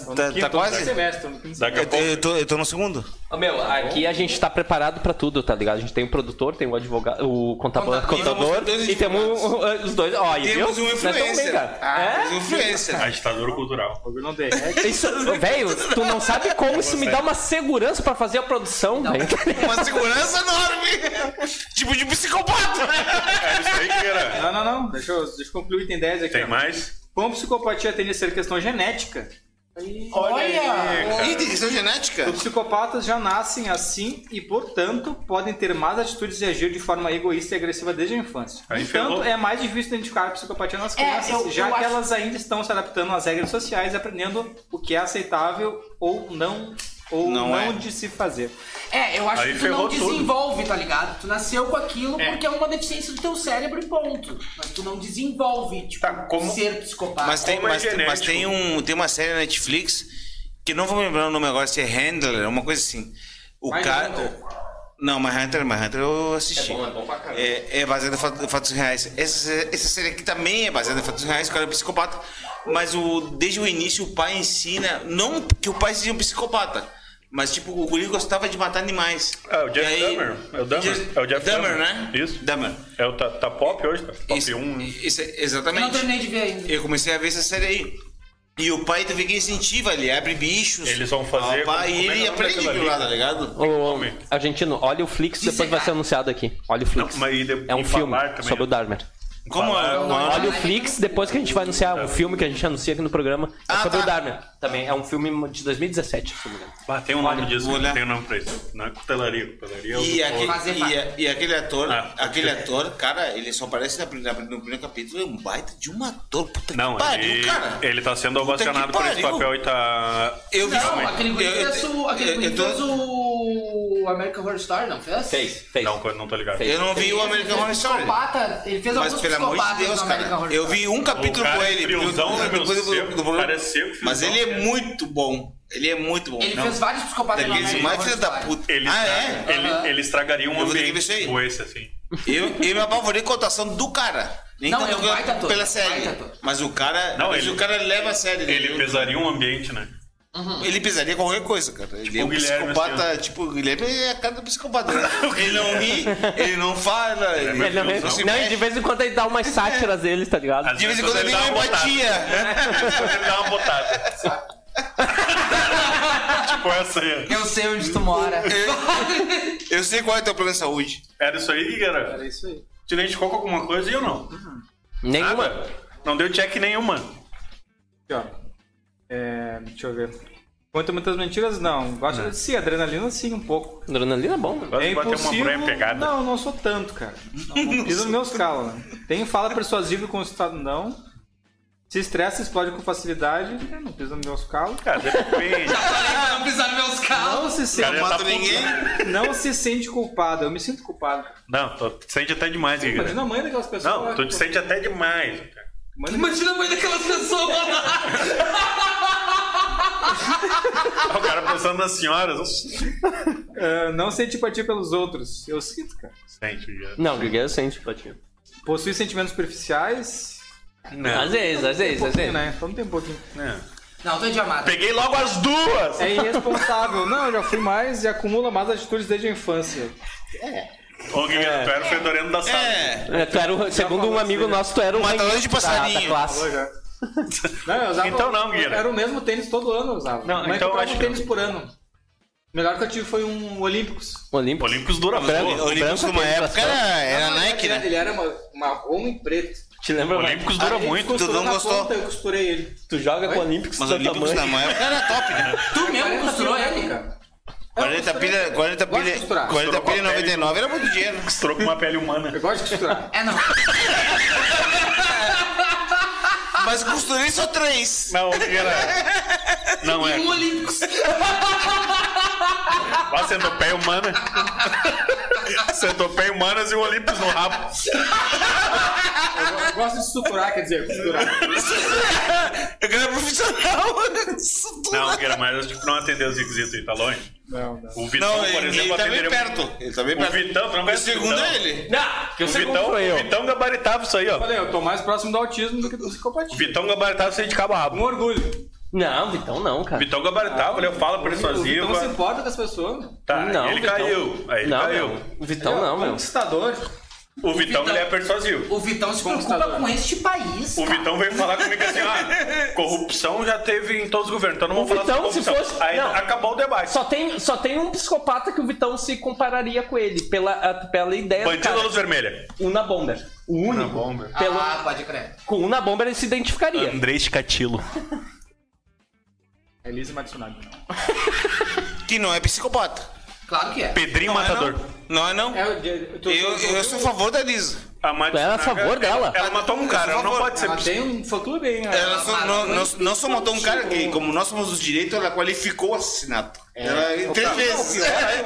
S2: Quase.
S6: tá,
S3: Tô no
S6: tá
S3: quinto, tô no
S6: quase?
S3: semestre, tô no quinto
S2: Daqui a
S6: Eu,
S2: pouco.
S6: eu tô, eu tô no segundo.
S1: Ô, meu, aqui a gente tá preparado pra tudo, tá ligado? A gente tem o produtor, tem o advogado, o contador,
S5: Contador.
S1: contador
S6: Temos dois
S1: e temos uh, os dois. Ó, e viu? é
S6: Temos um
S1: Nós tamo bem,
S6: influencer.
S1: cara.
S6: Ah,
S1: É?
S6: temos um influencer.
S2: Agitador cultural.
S3: semestre. Não dei. É,
S1: Isso, velho, tu não sabe como isso me dá uma segurança pra fazer a produção, velho.
S6: Uma segurança enorme. tipo de psicopata, né?
S2: É isso aí que era.
S3: Não, não, não. Deixa eu, deixa eu concluir o item 10 aqui.
S2: Tem
S3: ó.
S2: mais?
S3: Como psicopatia tende a ser questão genética,
S5: Olha!
S6: Ih, tem questão genética?
S3: os psicopatas já nascem assim e, portanto, podem ter más atitudes e agir de forma egoísta e agressiva desde a infância.
S2: Aí
S3: Portanto,
S2: ferrou.
S3: é mais difícil identificar a psicopatia nas
S5: É,
S3: crianças,
S5: eu-
S3: já
S5: eu
S3: que
S5: acho-
S3: elas ainda estão se adaptando às regras sociais e aprendendo o que é aceitável ou não ou
S6: Não
S3: não,
S6: é.
S3: de se fazer.
S5: É, eu acho
S2: Aí
S5: que tu
S2: ferrou
S5: não
S2: tudo.
S5: desenvolve, tá ligado? Tu nasceu com aquilo
S3: É.
S5: porque é uma deficiência do teu cérebro e ponto. Mas tu não desenvolve, tipo,
S2: Tá, como-
S5: ser psicopata.
S6: Mas tem,
S2: Como é
S6: mas, tem- mas tem,
S2: genético?
S6: um, tem uma série na Netflix que não vou me lembrar o nome agora, se é Handler, uma coisa assim. O cara.
S3: Mindhunter.
S6: Não, mas Hunter, mas Hunter eu assisti.
S1: bom pra caramba.
S6: É, é baseado em fato- fatos reais. Essa, essa série aqui também é baseada em fatos reais, o cara é psicopata. Mas o, desde o início o pai ensina. Não que o pai seja um psicopata, mas tipo, o guri gostava de matar animais.
S2: É o Jeff
S6: E aí-
S2: Dahmer. É o Dahmer.
S6: Jeff-
S2: É o Jeff
S6: Dahmer,
S2: Dahmer.
S6: né?
S2: Isso.
S6: Dahmer.
S2: É o tá, tá pop hoje? Tá pop
S6: Isso-
S2: 1.
S6: isso é-
S5: Eu não
S6: exatamente.
S5: terminei de ver ainda.
S6: Eu comecei a ver essa série aí. E o pai teve que incentiva, ele abre bichos. Ah,
S2: Eles vão fazer-
S6: O pai,
S2: como- como é que é
S6: ele
S2: o nome
S6: aprende
S2: daquilo
S6: aquilo lá,
S2: ali?
S6: tá ligado?
S1: Ô, ô, argentino, olha o Flix, depois vai ser anunciado aqui. Olha o Flix.
S2: Não, mas e de-
S1: é um
S2: em
S1: filme
S2: falar também- né?
S1: sobre o Dahmer.
S6: Como é?
S2: Falaram-
S6: Como é?
S1: Olha o Flix, depois que a gente vai anunciar um filme que a gente anuncia aqui no programa, é
S6: Ah,
S1: sobre
S6: tá.
S1: o Dahmer. Também é um filme de 2017, se não me engano.
S2: Ah, tem um nome disso,
S6: vou olhar.
S2: tem um nome pra isso. Não é cutelaria, cutelaria é o
S6: E
S2: do-
S6: aquele,
S5: Fazer
S6: e a- e aquele ator,
S2: Ah,
S6: aquele ator, cara, ele só aparece na, primeira- no primeiro capítulo, é um baita de um ator. Puta
S2: Não,
S6: que pariu,
S2: ele,
S6: cara.
S5: é
S2: ele tá sendo
S6: Puta
S2: ovacionado
S6: que
S2: por esse
S6: pariu.
S2: papel e tá.
S6: Eu vi
S5: Não, aquele guri
S6: eu- eu-
S5: fez o. Aquele
S6: eu-
S5: guri
S6: eu tô-
S5: fez o. American Horror Story, não fez?
S1: Fez, fez.
S2: Não, não tô ligado.
S6: Eu não vi o American Horror Story.
S5: Psicopata, ele fez
S6: Mas
S5: alguns
S6: pelo amor
S5: psicopatas
S6: de Deus,
S5: no American
S6: cara,
S5: Horror
S6: eu
S5: Story.
S6: vi um capítulo
S2: O cara
S6: com
S2: é
S6: ele.
S2: friozão, né, meu?
S6: depois do-
S2: Seco,
S6: do-
S2: o cara é seco,
S6: Mas
S2: friozão.
S6: ele é muito bom. Ele é muito bom.
S5: Ele
S6: Não,
S5: fez vários psicopatas no
S6: Daqueles
S5: American
S6: mais
S5: Horror
S6: filha da
S5: Story.
S6: puta.
S2: Ele,
S6: ah,
S2: estraga-
S6: é?
S2: ele,
S5: Aham.
S2: ele estragaria um
S6: Eu vou ter que
S2: ambiente
S6: ver isso aí.
S2: como esse, assim.
S6: Eu, eu me apavorei com a atuação do cara. Nem
S5: Não,
S6: tanto
S5: é um
S6: pela-
S5: baita ator,
S6: Pela
S5: é um
S6: série.
S5: baita ator.
S6: mas o cara.
S2: Não,
S6: mas
S2: ele-
S6: o cara leva a série. né?
S2: Ele pesaria um ambiente, né?
S6: Ele pesaria qualquer coisa, cara. Ele é
S2: Tipo
S6: um
S2: o Guilherme,
S6: psicopata.
S2: assim,
S6: tipo, o Guilherme é a cara do psicopata. né? ele não
S2: é
S6: ri,
S2: um
S6: ele não fala. Ele,
S1: Ele não,
S6: não se
S1: não, e
S6: mexe.
S1: de vez em quando ele dá umas sátiras deles, tá ligado?
S6: De vez em quando ele
S2: dá
S6: nem
S2: uma botada.
S6: empatia. né?
S2: Ele dá uma botada. tipo essa aí.
S5: Eu sei onde tu mora.
S6: Eu sei qual é o teu plano de saúde.
S2: Era isso aí,
S3: Era
S2: galera.
S3: isso aí.
S2: Te identificou com alguma coisa e eu não.
S1: Nenhuma.
S2: Nada. Não deu check nenhuma.
S3: Aqui, ó. É, deixa eu ver. Conta muitas mentiras? Não. Gosto de si, adrenalina sim, um pouco.
S1: Adrenalina é bom, mano.
S2: Quase bateu uma
S3: impulsivo,
S2: mulher pegada.
S3: Não, não sou tanto, cara. Fiz os meus calos, né? Tem fala persuasiva com o estado não. Se estressa, explode com facilidade. É, não fiz os meus calos.
S2: Cara, depende.
S5: não pisar nos Tá meus carros.
S3: Não se,
S2: Cara,
S6: Não
S2: já tá
S3: sente,
S6: mato ninguém.
S3: não se sente culpado. Eu me sinto culpado.
S2: Não, tu te sente até demais, Guilherme.
S3: Imagina a mãe daquelas pessoas. né?
S2: Não, tu te sente até demais. cara.
S3: Mãe-
S5: Imagina a mãe daquelas pessoas.
S2: O cara pensando nas senhoras. não
S3: Ah, não sente empatia pelos outros. Eu sinto, cara.
S2: Sente, Guilherme.
S1: Não, Guilherme sente patinho.
S3: Possui sentimentos superficiais.
S1: Às vezes, às vezes, às vezes.
S3: Né? Então tem um pouquinho.
S5: Não, tô de amada.
S2: Peguei logo as duas!
S3: É irresponsável. não, eu já fui mais e acumula mais atitudes desde a infância.
S2: Ô, Guilherme, tu era o fedorento da sala.
S6: É.
S1: É, tu era o- segundo um
S3: falou
S1: amigo
S3: assim, né?
S1: nosso, tu era um
S6: Matador
S1: ranhista
S6: de
S1: da-
S6: passarinho.
S1: Da classe.
S3: Não, eu usava,
S2: Então não, Guilherme.
S3: Era o mesmo tênis todo ano eu usava.
S2: Não,
S3: Mas
S2: então
S3: eu comprava
S2: acho
S3: um
S2: que
S3: tênis por ano. O melhor que eu tive foi um Olímpicos.
S1: Olímpico.
S2: Olímpicos dura
S1: Branco.
S2: pouco.
S6: Olímpicos numa
S1: Branco,
S6: época era, era
S3: Não,
S6: Nike,
S3: ele,
S6: né?
S3: Ele era ma- marrom e preto.
S1: Te lembra, mano?
S2: Olímpicos dura
S6: Ah,
S2: muito.
S6: tu não
S3: na
S6: gostou?
S3: ponta, eu costurei ele.
S1: Tu joga com Olímpicos do
S6: Mas
S1: teu
S6: Olímpicos é na
S1: tamanho.
S6: maior época era top, né?
S5: Tu mesmo
S3: 40
S5: costurou
S3: pila,
S5: ele?
S3: cara.
S6: 40 pilha, 40
S3: Gosto de
S6: pilha,
S3: costurar.
S6: 40
S2: Costurou
S6: pilha em
S2: papel.
S6: 99 era muito dinheiro.
S2: Estourou com uma pele humana.
S3: Eu gosto de costurar.
S5: É, não.
S6: Mas costurei só três.
S2: Não, Guilherme. Não é.
S5: Um Olímpicos.
S2: Lá centopeia humana. centopeia humanas e o Olímpicos no rabo.
S3: Eu gosto de suturar, quer dizer, costurar.
S6: Eu quero profissional.
S2: Não, Guilherme, mas a gente não atendeu os requisitos aí, tá longe?
S3: Não, não.
S2: O Vitão,
S6: Não,
S2: por
S6: ele, ele
S2: exemplo,
S6: tá bem
S2: atenderia...
S6: perto. Ele tá bem
S2: O
S6: perto.
S2: Vitão, tu não
S6: O
S2: conhece o
S6: segundo
S2: Vitão?
S6: é ele.
S1: Não, Que eu
S2: O
S1: sei como
S2: Vitão,
S1: sou
S2: o
S1: eu.
S2: Vitão gabaritava isso aí, ó.
S3: Falei, eu tô mais próximo do autismo do que do
S2: O
S3: psicopatia.
S2: Vitão gabaritava isso aí de cabo a
S3: Um
S2: rabo.
S3: orgulho.
S1: Não, Vitão não,
S2: O
S1: cara.
S2: Vitão gabaritava, ele fala persuasiva.
S3: Não se importa com as pessoas. meu.
S2: Tá,
S1: não,
S2: ele
S1: Vitão.
S2: caiu. Aí ele
S1: não,
S2: caiu.
S1: meu. O Vitão
S3: Ele é
S1: não,
S3: um
S1: meu.
S3: Conquistador.
S2: O Vitão,
S5: Vitão.
S2: ele é persuasivo.
S5: O Vitão se preocupa
S3: Conquistador.
S5: com este país.
S2: O
S5: cara.
S2: Vitão veio falar comigo assim, ah, corrupção já teve em todos os governos, então não
S1: O
S2: vamos falar
S1: Vitão,
S2: sobre
S1: se
S2: corrupção.
S1: fosse-
S2: Aí
S1: não.
S2: acabou o debate.
S1: Só tem, só tem um psicopata que o Vitão se compararia com ele, pela, a- pela ideia do
S2: Bandido da
S1: cara.
S2: luz vermelha.
S1: Una Bomber. O único.
S2: bomba.
S1: Pelo,
S5: Ah, pode crer.
S1: Com Una Bomber ele se identificaria.
S2: Andrés Catilo.
S3: Elise Matsunaga.
S6: Que não é psicopata.
S5: Claro que é.
S2: Pedrinho Matador.
S6: Não é não.
S3: É, eu,
S6: Eu, eu sou a favor da Elisa.
S2: A Madi
S1: Ela é a favor dela.
S2: Ela matou um cara, ela não pode ser
S3: Ela
S2: psicopata.
S3: tem um fã-clube, hein?
S6: Ela
S5: Ela
S6: só,
S5: matou
S6: não,
S5: um
S6: não, não só matou um cara que, como nós somos os direitos, ela qualificou o assassinato. Ela, em três vezes.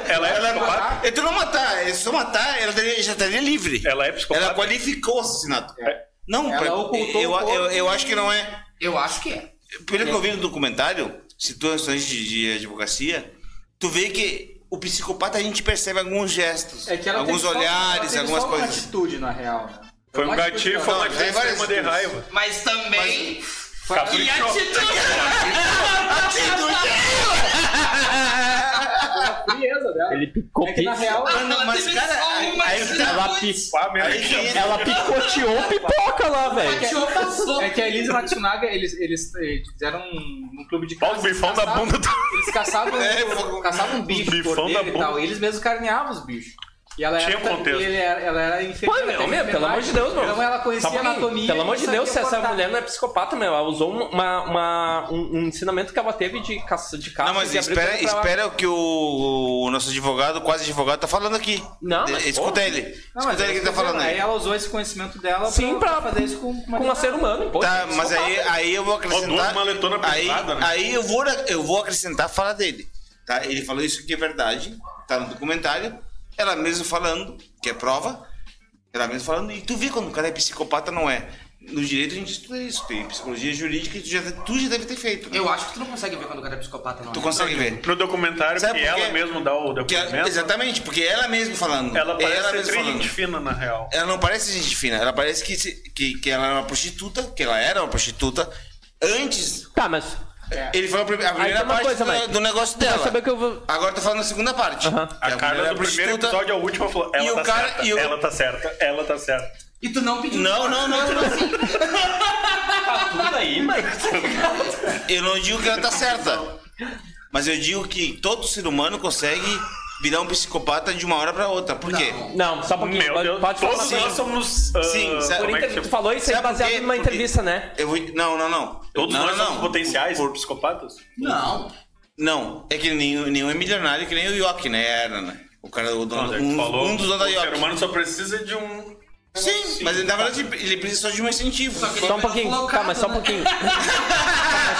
S2: Ela é psicopata.
S6: matar. Então não matar, é só matar, ela teria- já estaria livre.
S2: Ela é psicopata.
S6: Ela qualificou o assassinato.
S2: É.
S6: Não,
S3: Ela
S6: pai,
S3: ocultou
S6: eu,
S3: um pouco.
S6: eu, eu acho que não é.
S5: Eu acho que é.
S6: Pelo que eu vi no documentário, situações de, de advocacia, tu vê que o psicopata a gente percebe alguns gestos,
S3: É que ela
S6: alguns
S3: teve só- ela
S6: olhares,
S3: teve
S6: algumas
S3: só
S6: coisas.
S3: Uma atitude, na real. né?
S2: Foi um
S3: uma atitude
S2: gatilho,
S3: dela.
S2: foi uma
S6: Não, tem várias
S2: atitude de
S6: atitudes.
S2: raiva.
S5: Mas também. E
S2: Caprichou.
S5: atitude!
S3: Foi a frieza dela.
S1: Ele picou.
S3: É que na real,
S6: Não, mas,
S5: teve
S6: cara,
S5: só
S6: aí-
S5: uma
S6: aí que tá.
S1: Ela, pi...
S2: Pá, minha
S6: Aí que
S2: amiga.
S6: entra-
S1: ela picoteou pipoca lá, velho.
S5: Tio passou.
S3: é que a Elise Matsunaga, eles, eles, eh, fizeram um, um clube de
S2: Olha o
S3: caça.
S2: bifão da
S3: caçavam-
S2: bunda do.
S3: Eles caçavam,
S6: É, eu-
S3: caçavam bicho,
S2: bifão da
S3: cordeiro e
S2: bunda.
S3: tal. E eles mesmos carneavam os bichos. E ela
S2: Tinha
S3: era,
S2: contexto.
S3: E ele era, ela era enfermeira.
S1: Pô, meu,
S3: tem
S1: meu, pelo
S3: enfermagem.
S1: amor de Deus, meu.
S3: Então ela conhecia
S1: Só um pouquinho.
S3: anatomia.
S1: Pelo
S3: e
S1: amor de
S3: sabia
S1: Deus, se essa
S3: cortar.
S1: mulher não é psicopata, meu, ela usou uma, uma- um, um ensinamento que ela teve de caça de caça.
S6: Não, mas
S1: de abrir
S6: espera,
S1: coisa pra lá.
S6: espera o que o, o nosso advogado, quase advogado, tá falando aqui.
S1: Não, mas,
S6: De- Escuta
S1: pô.
S6: ele.
S3: Não, mas
S6: Escuta ele
S3: é isso
S6: que ele tá
S3: eu tô
S6: falando
S3: dizendo.
S6: aí.
S3: Aí ela usou esse conhecimento dela
S1: Sim, pra-
S3: fazer isso com uma
S1: Com um ser humano, pô.
S6: Tá, mas aí, aí eu vou
S2: Ó, duas
S6: acrescentar.
S2: maletonas
S6: aí,
S2: pesadas, né?
S6: aí eu vou, eu vou acrescentar a fala dele. Tá? Ele falou isso que é verdade, tá no documentário. Ela mesmo falando, que é prova. Ela mesmo falando, e tu vê quando o cara é psicopata, não é. No direito a gente estuda isso, tem psicologia jurídica que tu já, tu já deve ter feito. né?
S5: Eu acho que tu não consegue ver quando o cara é psicopata, não.
S6: Tu
S5: é?
S6: consegue ver.
S2: No documentário
S6: Sabe
S2: que
S6: por quê?
S2: ela mesmo dá o
S6: Que ela-
S2: depoimento.
S6: exatamente, porque ela mesmo falando.
S2: Ela
S6: é
S2: parece ser
S6: mesmo
S2: tri
S6: falando.
S2: gente fina, na real.
S6: ela não parece gente fina, ela parece que, se- que, que ela era uma prostituta, que ela era uma prostituta antes.
S1: Tá, mas.
S6: Ele falou a prime- a
S1: tem
S6: primeira
S1: uma
S6: parte
S1: coisa,
S6: do,
S1: Mike.
S6: do negócio
S1: Quer
S6: dela.
S1: saber que eu vou.
S6: Agora tá falando da segunda parte.
S1: Aham.
S6: Que
S2: A
S6: É, mulher
S2: cara
S6: era
S2: do primeiro
S6: prostituta.
S2: episódio ao último falou: ela
S6: E o
S2: tá
S6: cara-
S2: certa,
S6: e o-
S2: ela tá certa, ela tá certa.
S5: E tu
S2: é
S5: não pediu.
S6: Não, não, não, não.
S1: Tudo aí, mas.
S6: Eu não digo que ela tá certa. Mas eu digo que todo ser humano consegue virar um psicopata de uma hora pra outra. Por quê?
S5: Não.
S1: Não, só um pouquinho.
S2: Meu
S1: pode,
S2: Deus,
S1: pode falar
S2: todos
S1: uma
S2: nós
S1: coisa.
S2: somos. ah,
S6: Sim, sabe-
S1: Por
S2: como é que
S1: inter... Tu
S2: chama?
S1: falou isso aí
S6: Sabe por
S1: baseado
S6: quê?
S1: numa
S6: Porque-
S1: entrevista, né?
S6: Eu vou... Não, não, não.
S2: Todos
S6: não,
S2: nós
S6: não,
S2: somos
S6: não.
S2: potenciais por psicopatas?
S5: Não.
S6: Não, é que nenhum, nenhum é milionário que nem o York, né? Era, né? O cara, o dono,
S2: Não, é
S6: um,
S2: falou,
S6: um dos donos da
S2: O ser
S6: York.
S2: humano tá. só precisa de um.
S6: Sim, mas na verdade ele precisa só de um incentivo.
S5: Só que
S1: Só um pouquinho.
S5: Colocado,
S1: Tá, mas só um
S5: né?
S1: pouquinho.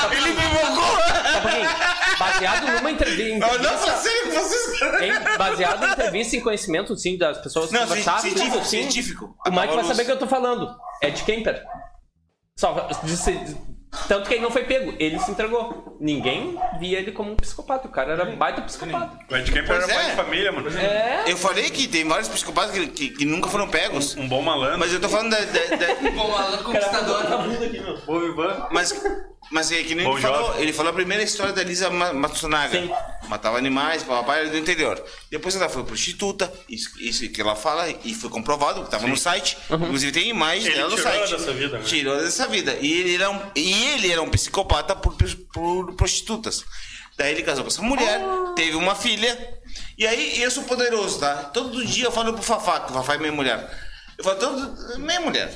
S1: um
S6: Ele me invocou!
S1: Só um pouquinho. Baseado numa entrevista.
S6: Eu Ah, não sei com vocês.
S1: Hein? Baseado em entrevista em conhecimento, sim, das pessoas que
S6: Não,
S1: conversaram.
S6: ci- científico,
S1: tudo, sim.
S6: científico.
S1: O Mike vai
S6: Acabou a
S1: saber que
S6: luz.
S1: eu tô falando. É de Kemper. Só disse- Tanto que ele não foi pego, ele se entregou. Ninguém via ele como um psicopata. O cara era um baita psicopata.
S2: O Ed Kemper era
S6: Pois é.
S2: pai de família, mano.
S1: É.
S6: Eu falei que tem vários psicopatas que, que- que nunca foram pegos.
S2: Um bom malandro.
S6: Mas eu tô falando da. da- da-
S5: Bom, Alan Conquistador.
S6: mas, mas é que nem
S2: Bom
S6: ele falou.
S2: jovem.
S6: Ele falou a primeira história da Lisa Ma- Matsunaga.
S1: Sim.
S6: Matava animais, papai do interior. Depois ela foi prostituta, isso, isso que ela fala, e foi comprovado, que tava no site. Inclusive tem imagem
S2: Uhum. Ele
S6: dela no
S2: tirou
S6: site.
S2: dessa vida, né?
S6: Tirou dessa vida. E ele era um, e ele era um psicopata por, por prostitutas. Daí ele casou com essa mulher,
S2: Ah.
S6: teve uma filha. E aí eu sou poderoso, tá? Todo dia eu falo pro Fafá, que o Fafá é minha mulher. Eu falo, todo, minha mulher.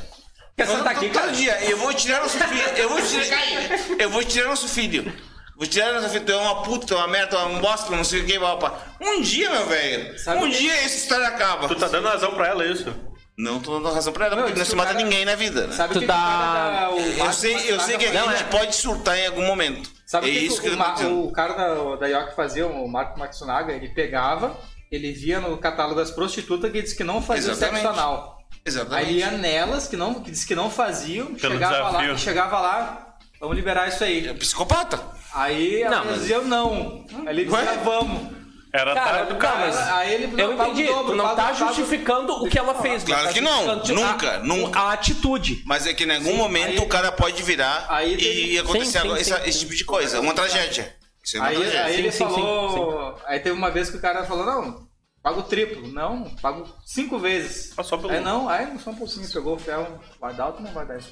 S1: Quer
S6: Eu falo,
S1: sentar tá aqui,
S6: todo
S1: cara?
S6: dia, eu vou tirar nosso filho. Eu vou tirar, eu vou tirar nosso filho. Vou tirar nosso filho, tu é uma puta, tu é uma merda, tu é um bosta, não sei o que, papá. Um dia, meu velho,
S3: Sabe
S6: um
S3: o que-
S6: dia essa história acaba.
S2: Tu tá dando razão pra ela, isso.
S6: Não tô dando razão pra ela,
S3: Não,
S6: porque não
S3: isso
S6: se
S3: o
S6: mata
S3: cara-
S6: ninguém na vida, né?
S3: Sabe
S1: Tu
S3: o que
S1: tá-
S3: que tá o cara da- o
S6: Eu sei, eu sei que a
S3: Matsunaga
S6: gente pode surtar em algum momento.
S3: é. Sabe
S6: é
S3: o que,
S6: isso que,
S3: que o,
S6: eu tô
S3: Ma-
S6: dizendo.
S3: o cara da, da York fazia, o Marco Matsunaga? Ele pegava, ele via no catálogo das prostitutas que diz que não faziam
S6: Exatamente.
S3: sexo anal. Aí
S6: Exatamente.
S3: ele ia nelas que, não, que diz que não faziam,
S2: Pelo
S3: chegava
S2: desafio.
S3: lá, chegava lá, vamos liberar isso
S6: É
S3: aí.
S6: psicopata.
S3: Aí ela
S1: Não, mas-
S3: dizia não. Aí ele
S6: Hum? Ué?
S3: dizia vamos.
S5: Tá
S2: Era
S1: Cara,
S2: tara do
S1: não,
S2: cara.
S1: mas-
S3: Aí ele
S1: Eu
S3: paga o
S1: entendi,
S3: dobro,
S1: tu não
S3: paga-
S1: tá
S3: paga-
S1: justificando o que ela fez.
S6: Claro
S1: mas
S6: que
S1: tá
S6: não,
S1: justificando
S6: nunca,
S1: a-
S6: nunca.
S1: A atitude.
S6: Mas é que em algum momento
S3: aí-
S6: o cara pode virar
S3: aí
S6: e
S3: teve-
S1: Sim,
S6: acontecer
S1: sim,
S6: agora esse,
S1: sim,
S6: esse
S1: sim.
S6: tipo de coisa. Uma tragédia. Isso é uma
S3: Aí,
S6: tragédia.
S3: aí
S1: Sim,
S3: ele
S1: sim,
S3: falou. Aí teve uma vez que o cara falou: não, pago o triplo. Não, pago cinco vezes.
S2: Ah, só pelo-
S3: Aí não, aí só um pouquinho. Pegou o ferro, o Adalto não vai dar isso.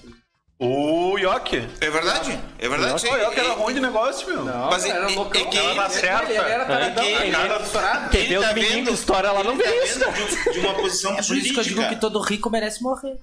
S2: O Yoki.
S6: É verdade? É verdade?
S2: O Yoki era ruim de negócio, meu.
S3: Não,
S6: Mas
S3: era
S6: é- é-
S3: loucão.
S6: é que-
S3: ele,
S2: Ela tá certa.
S3: ele era né? taradão,
S1: É que-
S3: ele era estourado.
S1: Quem vê
S6: tá
S1: os meninos que estoura lá, não vê isso.
S6: isso. tá De, de uma posição
S5: É por isso que eu digo
S6: jurídica.
S5: que todo rico merece morrer.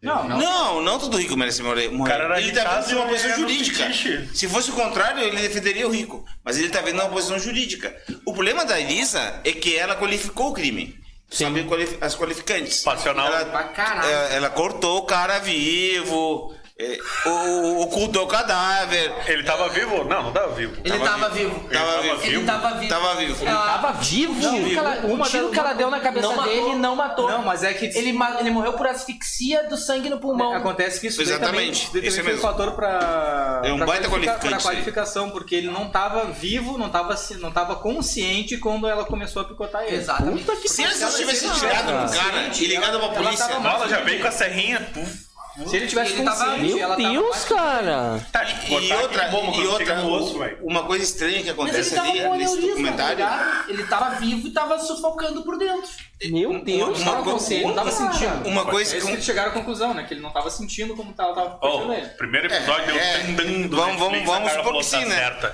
S3: Não, não.
S6: Não, não todo rico merece morrer.
S2: cara era
S6: ele tá
S2: ricaço
S6: vendo de uma
S2: e
S6: posição
S2: era um
S6: jurídica.
S2: fetiche.
S6: Se fosse o contrário, ele defenderia o rico. Mas ele tá vendo uma posição jurídica. O problema da Elisa é que ela qualificou o crime. Sabe quali- as qualificantes.
S2: Passional.
S5: Pra
S6: Ela,
S5: caralho.
S6: é, ela cortou o cara vivo, é, o- ocultou o cadáver.
S2: Ele tava vivo? Não, não tava vivo.
S5: Ele tava, vivo.
S6: Tava
S2: Ele tava
S6: vivo.
S5: Ele tava vivo.
S6: Tava vivo.
S5: Ela-
S1: Tava vivo?
S5: O tiro que ela-
S3: Uma
S5: o tiro
S3: das-
S5: que ela deu na cabeça
S3: não matou.
S5: dele não matou.
S3: Não, mas é que
S5: ele, ma- ele morreu por asfixia do sangue no pulmão.
S3: Acontece que isso daí também,
S6: Exatamente,
S3: isso daí
S6: isso
S3: também
S6: é
S3: foi um fator
S6: mesmo.
S3: pra.
S6: É um
S3: pra
S6: baita
S3: qualifica-
S6: qualificante isso
S3: Pra
S6: aí.
S3: qualificação, porque ele não tava vivo, não tava, se- não tava consciente quando ela começou a picotar ele.
S5: Exatamente.
S6: Se ela só tivesse tirado
S5: Ah,
S6: no cara e ligado pra
S3: ela
S6: polícia.
S3: tava mais-
S2: Nossa, já veio com a serrinha. Puf.
S3: Se ele tivesse
S5: Ele tava-
S3: consciente, ela
S1: Meu
S3: tava
S1: Deus,
S6: né?
S1: cara.
S2: Tá,
S6: E
S2: cortar
S6: outra,
S2: aqui, bom,
S6: e
S2: quando chega
S6: outra
S2: no osso, velho.
S6: uma coisa estranha que
S5: Mas ele
S6: acontece
S5: tava
S6: ali
S5: com um
S6: nesse
S5: aneurisma, tá
S6: documentário.
S5: ligado? Ele tava vivo e tava sufocando por dentro.
S1: Meu Deus.
S6: uma
S3: Tava
S6: co-
S3: consciente, não tava sentindo.
S6: Uma coisa
S3: É
S6: que.
S3: isso que
S2: tipo
S3: eles chegaram à conclusão, né? Que ele não tava sentindo como tava, tava
S2: Ó,
S3: picotando ele.
S2: primeiro episódio deu
S6: é.
S2: um tandam do
S6: Vamos- vamos-
S2: Netflix, a cara
S6: vamos supor que
S2: falou, tá
S6: sim, né?
S2: certa.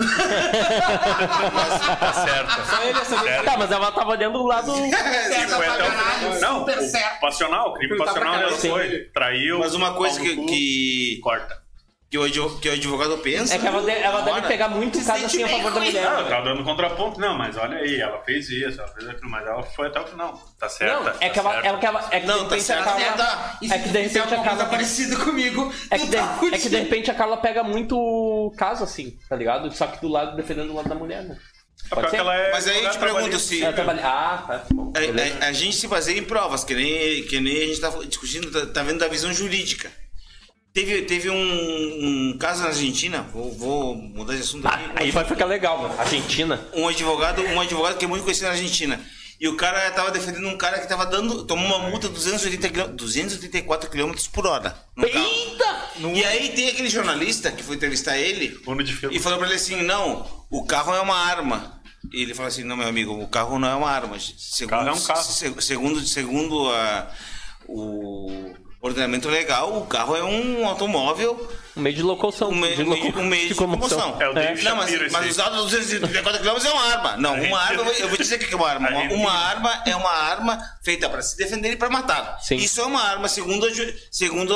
S2: tá certa.
S3: Só ele ia saber.
S2: Certo.
S1: Tá, mas ela tava olhando o lado.
S2: E um.
S5: Certa
S2: foi
S5: pra
S2: até o
S5: caralho,
S2: final. Tipo, é Não,
S5: super
S2: o
S5: certa.
S2: passional, o crime
S3: Tá pra
S2: passional
S3: caralho,
S2: ela
S1: sim.
S2: foi. Traiu.
S6: Mas uma coisa
S2: pau
S6: que,
S2: no cu,
S6: que,
S2: Corta.
S6: que, o, advo- que o advogado pensa.
S1: É que ela, de- ela deve
S6: Ora.
S1: pegar muito caso assim a favor da mulher.
S2: Não, eu tava tá dando contraponto. Não, mas olha aí, ela fez isso, ela fez aquilo, mas ela foi até o final. Tá certa.
S1: Não, é
S2: tá
S1: que ela,
S2: certa.
S1: é que ela, é que
S6: Não,
S1: de
S6: tá
S1: repente
S6: certo.
S1: a Carla-
S6: Tá.
S1: é que de
S5: Isso é
S1: repente
S5: uma
S1: a
S5: coisa
S1: Carla,
S5: parecida comigo.
S1: é que de,
S5: tá
S1: é que de repente a Carla pega muito caso assim, tá ligado? Só que do lado defendendo o lado da mulher, né?
S2: É pior
S1: Pode
S2: que
S1: ser?
S2: ela é
S6: Mas aí eu te
S2: advogada
S6: pergunto
S2: trabalhista.
S6: se.
S1: Ela trabalha- Ah, tá. Bom,
S6: É,
S1: beleza.
S6: A, a- a gente se baseia em provas, que nem, que nem a gente tá discutindo, tá, tá vendo da visão jurídica. Teve, teve um, um caso na Argentina, vou, vou mudar de assunto aqui.
S1: Ah, Aí vai ficar legal, mano. Argentina.
S6: um advogado, um advogado que é muito conhecido na Argentina. E o cara tava defendendo um cara que tava dando. tomou uma multa de 280 quilô- 284 km por hora. no carro.
S1: Eita!
S6: E aí tem aquele jornalista que foi entrevistar ele
S2: Dono de filme.
S6: e falou pra ele assim: não, o carro é uma arma. E ele falou assim: não, meu amigo, o carro não é uma arma. Segundo,
S2: Carro é um carro.
S6: se- segundo, segundo a- o ordenamento legal, o carro é um automóvel
S1: Um meio de locomoção.
S6: um meio,
S1: de
S6: um
S1: loco-
S6: meio, um meio de comoção.
S2: É, o Dave Shapiro
S6: Não, mas,
S2: esse
S6: mas
S2: aí.
S6: usado 234 km é uma arma. Não, uma arma, eu vou- eu vou dizer o que é uma arma.
S2: A gente-
S6: Uma, uma arma é uma arma feita para se defender e para matar.
S1: Sim.
S6: Isso é uma arma segundo, a ju- segundo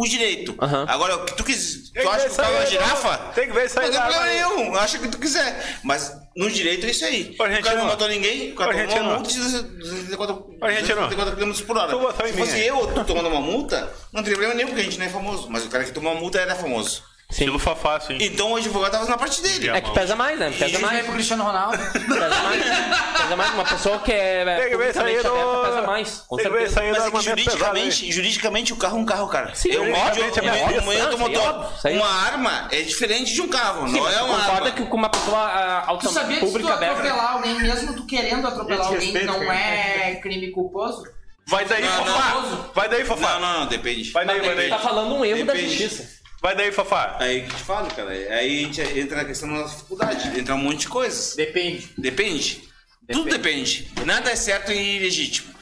S6: o direito.
S1: Aham.
S6: Agora, o que tu quiser.
S2: Tem que
S6: Tu acha
S2: ver
S6: que o carro é uma
S2: isso aí,
S6: girafa?
S2: não. Tem que ver isso aí,
S6: Não tem
S2: não,
S6: problema
S2: mas-
S6: nenhum. Acha o que tu quiser. Mas no direito é isso aí.
S2: Ô,
S6: o cara
S2: argentino.
S6: não matou ninguém, o
S2: Ô,
S6: cara tomou
S2: argentino.
S6: uma multa de 234
S2: argentino.
S6: 234 km por
S2: Tu
S6: hora.
S2: botou em
S6: Se
S2: mim,
S6: fosse
S2: né?
S6: eu ou tu tomando uma multa, não teria problema nenhum, porque a gente não é famoso. Mas o cara que tomou uma multa era famoso.
S2: Estilo Fafá, assim.
S6: Então o advogado tava na parte dele.
S1: É que pesa mais, né? Pesa
S5: Ele vai
S1: mais.
S5: pro Cristiano Ronaldo.
S1: Pesa mais. Pesa mais. Uma pessoa que é.
S2: Tem que ver isso aí
S1: publicamente
S2: do-
S1: aberta Pesa mais. Com
S2: Tem que ver isso
S1: certeza.
S2: aí
S6: Mas
S2: do
S6: é que
S2: armamento pesado, hein?
S6: juridicamente, juridicamente o carro é um carro, cara.
S1: Sim,
S6: eu morde,
S2: juridicamente
S6: eu
S2: é
S6: morde,
S1: bem
S6: amanhã eu
S1: isso,
S6: tô
S1: isso aí é
S6: um motor.
S1: óbvio, isso aí é
S6: Uma arma é diferente de um carro,
S1: Sim,
S6: não
S1: mas
S6: é
S1: tu
S6: uma
S1: concorda
S6: arma.
S1: que com uma pessoa ah,
S5: Tu
S1: altamente
S5: sabia que se tu
S2: é
S1: pública aberta.
S5: atropelar alguém, mesmo tu querendo atropelar
S2: Gente,
S5: alguém,
S2: respeita,
S5: não
S2: cara.
S5: é crime culposo?
S2: Vai daí,
S6: Não,
S1: Ah!
S2: Fafá!
S5: não.
S2: Vai daí,
S6: Não,
S2: Fafá!
S6: não, não, depende.
S2: Vai daí,
S1: Mas
S2: vai
S1: ele
S2: daí.
S1: tá falando um erro da
S6: Depende.
S1: justiça.
S2: Vai daí, Fafá!
S6: Aí que eu te falo, cara. Aí a gente entra na questão da dificuldade. Entra um monte de coisas.
S3: Depende,
S6: Depende. Tudo depende. Nada é certo e legítimo.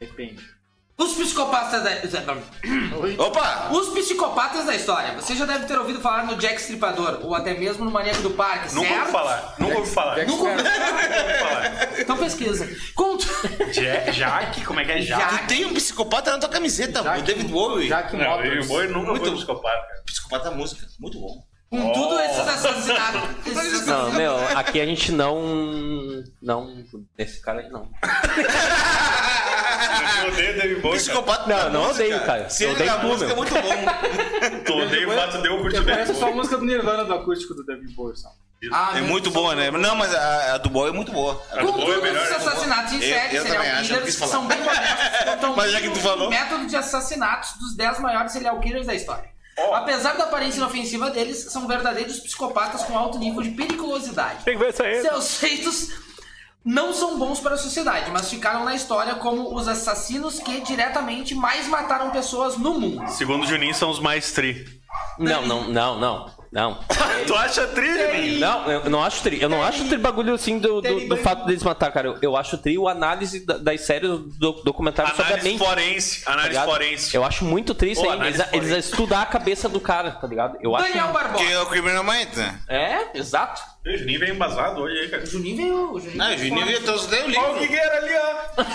S3: depende.
S5: Os psicopatas da...
S6: Opa!
S5: Os psicopatas da história. Você já deve ter ouvido falar no Jack Stripador, ou até mesmo no Maníaco do Parque,
S2: Nunca
S5: certo?
S2: ouvi falar, nunca ouvi falar. Nunca
S5: Nunca ouviu
S2: ouvi falar.
S5: Então pesquisa. Conta...
S2: Ja- Jaque? Como é que é Jaque?
S6: Tu tem um psicopata na tua camiseta, o David Bowie.
S3: Já que
S2: Não, eu e o
S3: motos...
S2: Boi nunca
S6: Muito.
S2: foi psicopata, cara.
S6: Psicopata da música. Muito bom.
S5: Com tudo esses assassinatos... Esses
S1: Não,
S5: assassinatos.
S1: meu, aqui a gente não. Não. Esse cara aí não.
S2: Eu odeio David Bowie, cara.
S6: Psicopata
S1: Não,
S6: da
S1: não
S6: música.
S1: odeio, cara.
S6: Se
S1: Eu
S6: ele na
S1: odeio tudo,
S6: música é muito bom.
S2: Eu odeio o fato de eu curtir o David
S3: Parece só a
S2: Bowie.
S3: música do Nirvana do acústico do David Bowie. só.
S5: Ah,
S6: É
S5: meu
S6: muito
S5: Deus.
S6: boa, né? Não, mas a, a do Boy é muito boa. A do
S5: Com
S2: Boa é
S6: Boy
S5: todos
S2: melhor,
S5: esses
S2: né?
S5: assassinatos em
S6: Eu-
S5: série,
S6: eu
S5: serial
S6: também acho, eu não
S5: killers
S6: quis
S5: que
S6: falar.
S5: são bem honestos, contam
S6: Mas já que tu
S5: o
S6: falou.
S5: método de assassinatos dos 10 maiores serial killers da história.
S2: Ó.
S5: Apesar da aparência inofensiva deles, são verdadeiros psicopatas com alto nível de periculosidade.
S2: Tem que ver isso aí.
S5: Seus feitos não são bons para a sociedade, mas ficaram na história como os assassinos que diretamente mais mataram pessoas no mundo.
S2: Segundo o Juninho, são os mais tri.
S1: Não, não, não, não. Não.
S2: tu acha tri, Juninho?
S1: Não, eu não acho tri. Eu não acho tri bagulho assim do, do, do fato deles matar, cara. Eu, eu acho tri o análise da- das séries do documentário sobre a
S2: Análise
S1: mente. tá
S2: forense. Tá Análise
S1: ligado?
S2: forense.
S1: Eu acho muito triste
S2: Pô,
S1: aí,
S2: análise
S1: eles, eles
S2: forense.
S1: estudar a cabeça do cara, tá ligado? Eu acho.
S5: Daniel Barbosa.
S6: Porque é o crime na mãe, né?
S1: É, exato.
S2: O Juninho vem embasado hoje aí, cara.
S5: O Juninho veio. O Juninho
S6: Não,
S5: veio
S6: o Juninho
S5: fora.
S6: eu trouxe daí o livro.
S2: Olha o que era ali, ó.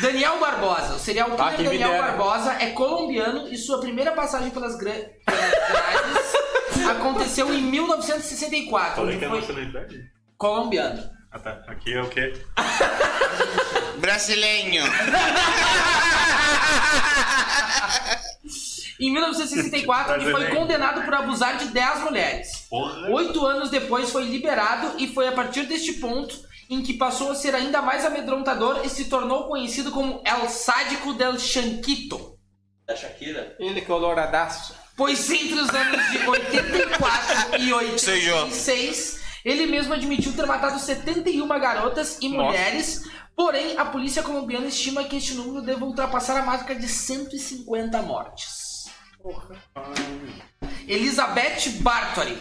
S5: Daniel Barbosa. O serial killer
S3: Ah, quem me
S5: Daniel
S3: dera.
S5: Barbosa é colombiano e sua primeira passagem pelas gran- pelas grades aconteceu em 1964.
S2: Falei que
S5: onde
S2: é
S5: foi
S2: nacionalidade.
S5: colombiano.
S2: Ah, tá. Aqui é o quê?
S6: Brasileiro.
S5: Em 1964,
S3: é
S5: ele foi
S2: Brasileiro.
S5: condenado por abusar de 10 mulheres.
S2: Porra.
S5: Oito anos depois foi liberado e foi a partir deste ponto em que passou a ser ainda mais amedrontador e se tornou conhecido como El Sádico del Chanquito.
S1: Da Shakira.
S3: Ele
S2: é
S3: coloradaço.
S5: Pois entre os anos de 84 e 86, ele mesmo admitiu ter matado 71 garotas e mulheres. Porém, a polícia colombiana estima que este número deva ultrapassar a marca de 150 mortes. Elizabeth Bartori.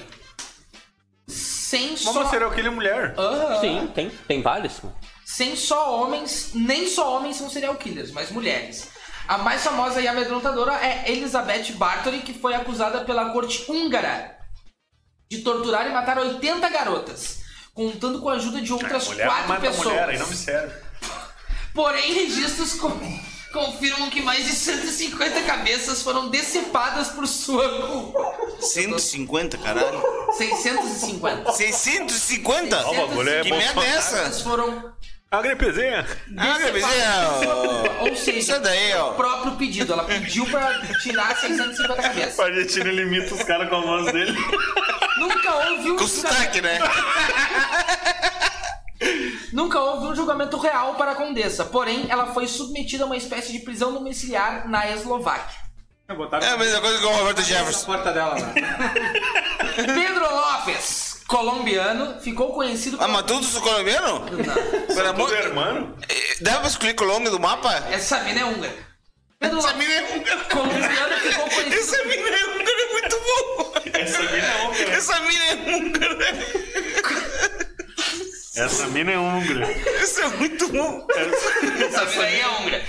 S5: Sem só,
S2: Vamos ser o killer mulher.
S5: Aham.
S1: Sim, tem, tem vários. mano.
S5: sem só homens, nem só homens são serial killers, mas mulheres. A mais famosa e amedrontadora é Elizabeth Bartori, que foi acusada pela corte húngara de torturar e matar 80 garotas, contando com a ajuda de outras
S2: Mulher
S5: quatro
S2: mata
S5: pessoas.
S2: mulher, aí não me serve.
S5: Porém, registros com- confirmam que mais de 150 cabeças foram decepadas por sua culpa.
S6: 150, caralho.
S5: 650.
S6: 650?
S2: Ó, o bagulho é
S6: Que merda é
S2: Bolsonaro.
S6: essa?
S5: Cabeças foram
S2: A gripezinha.
S6: Ah,
S5: decepadas.
S6: Gabriel.
S5: Ou seja,
S6: Isso é daí,
S5: o
S6: ó.
S5: próprio pedido. Ela pediu pra tirar 650 cabeças.
S2: A gente não limita os caras com a voz dele.
S5: Nunca houve um
S6: Com sotaque, né?
S5: Nunca houve um julgamento real para a condessa, porém ela foi submetida a uma espécie de prisão domiciliar na Eslováquia.
S6: É a mesma coisa que o Roberto Jefferson.
S3: porta dela lá.
S5: Pedro Lopes, colombiano, ficou conhecido
S6: Ah, mas todos os colombianos?
S5: Não,
S6: Pelo amor...
S2: Meu irmão.
S6: Eh, Dá pra escolher Colômbia do mapa?
S5: essa mina é húngara. Pedro
S6: Essa
S5: Lopes,
S6: mina é húngara.
S5: colombiano, ficou conhecido.
S6: Essa mina é húngara, é muito bom.
S2: Essa mina é húngara.
S6: Essa mina é húngara.
S2: Essa mina é húngara.
S6: Isso é muito bom.
S5: Essa mina aí é húngara.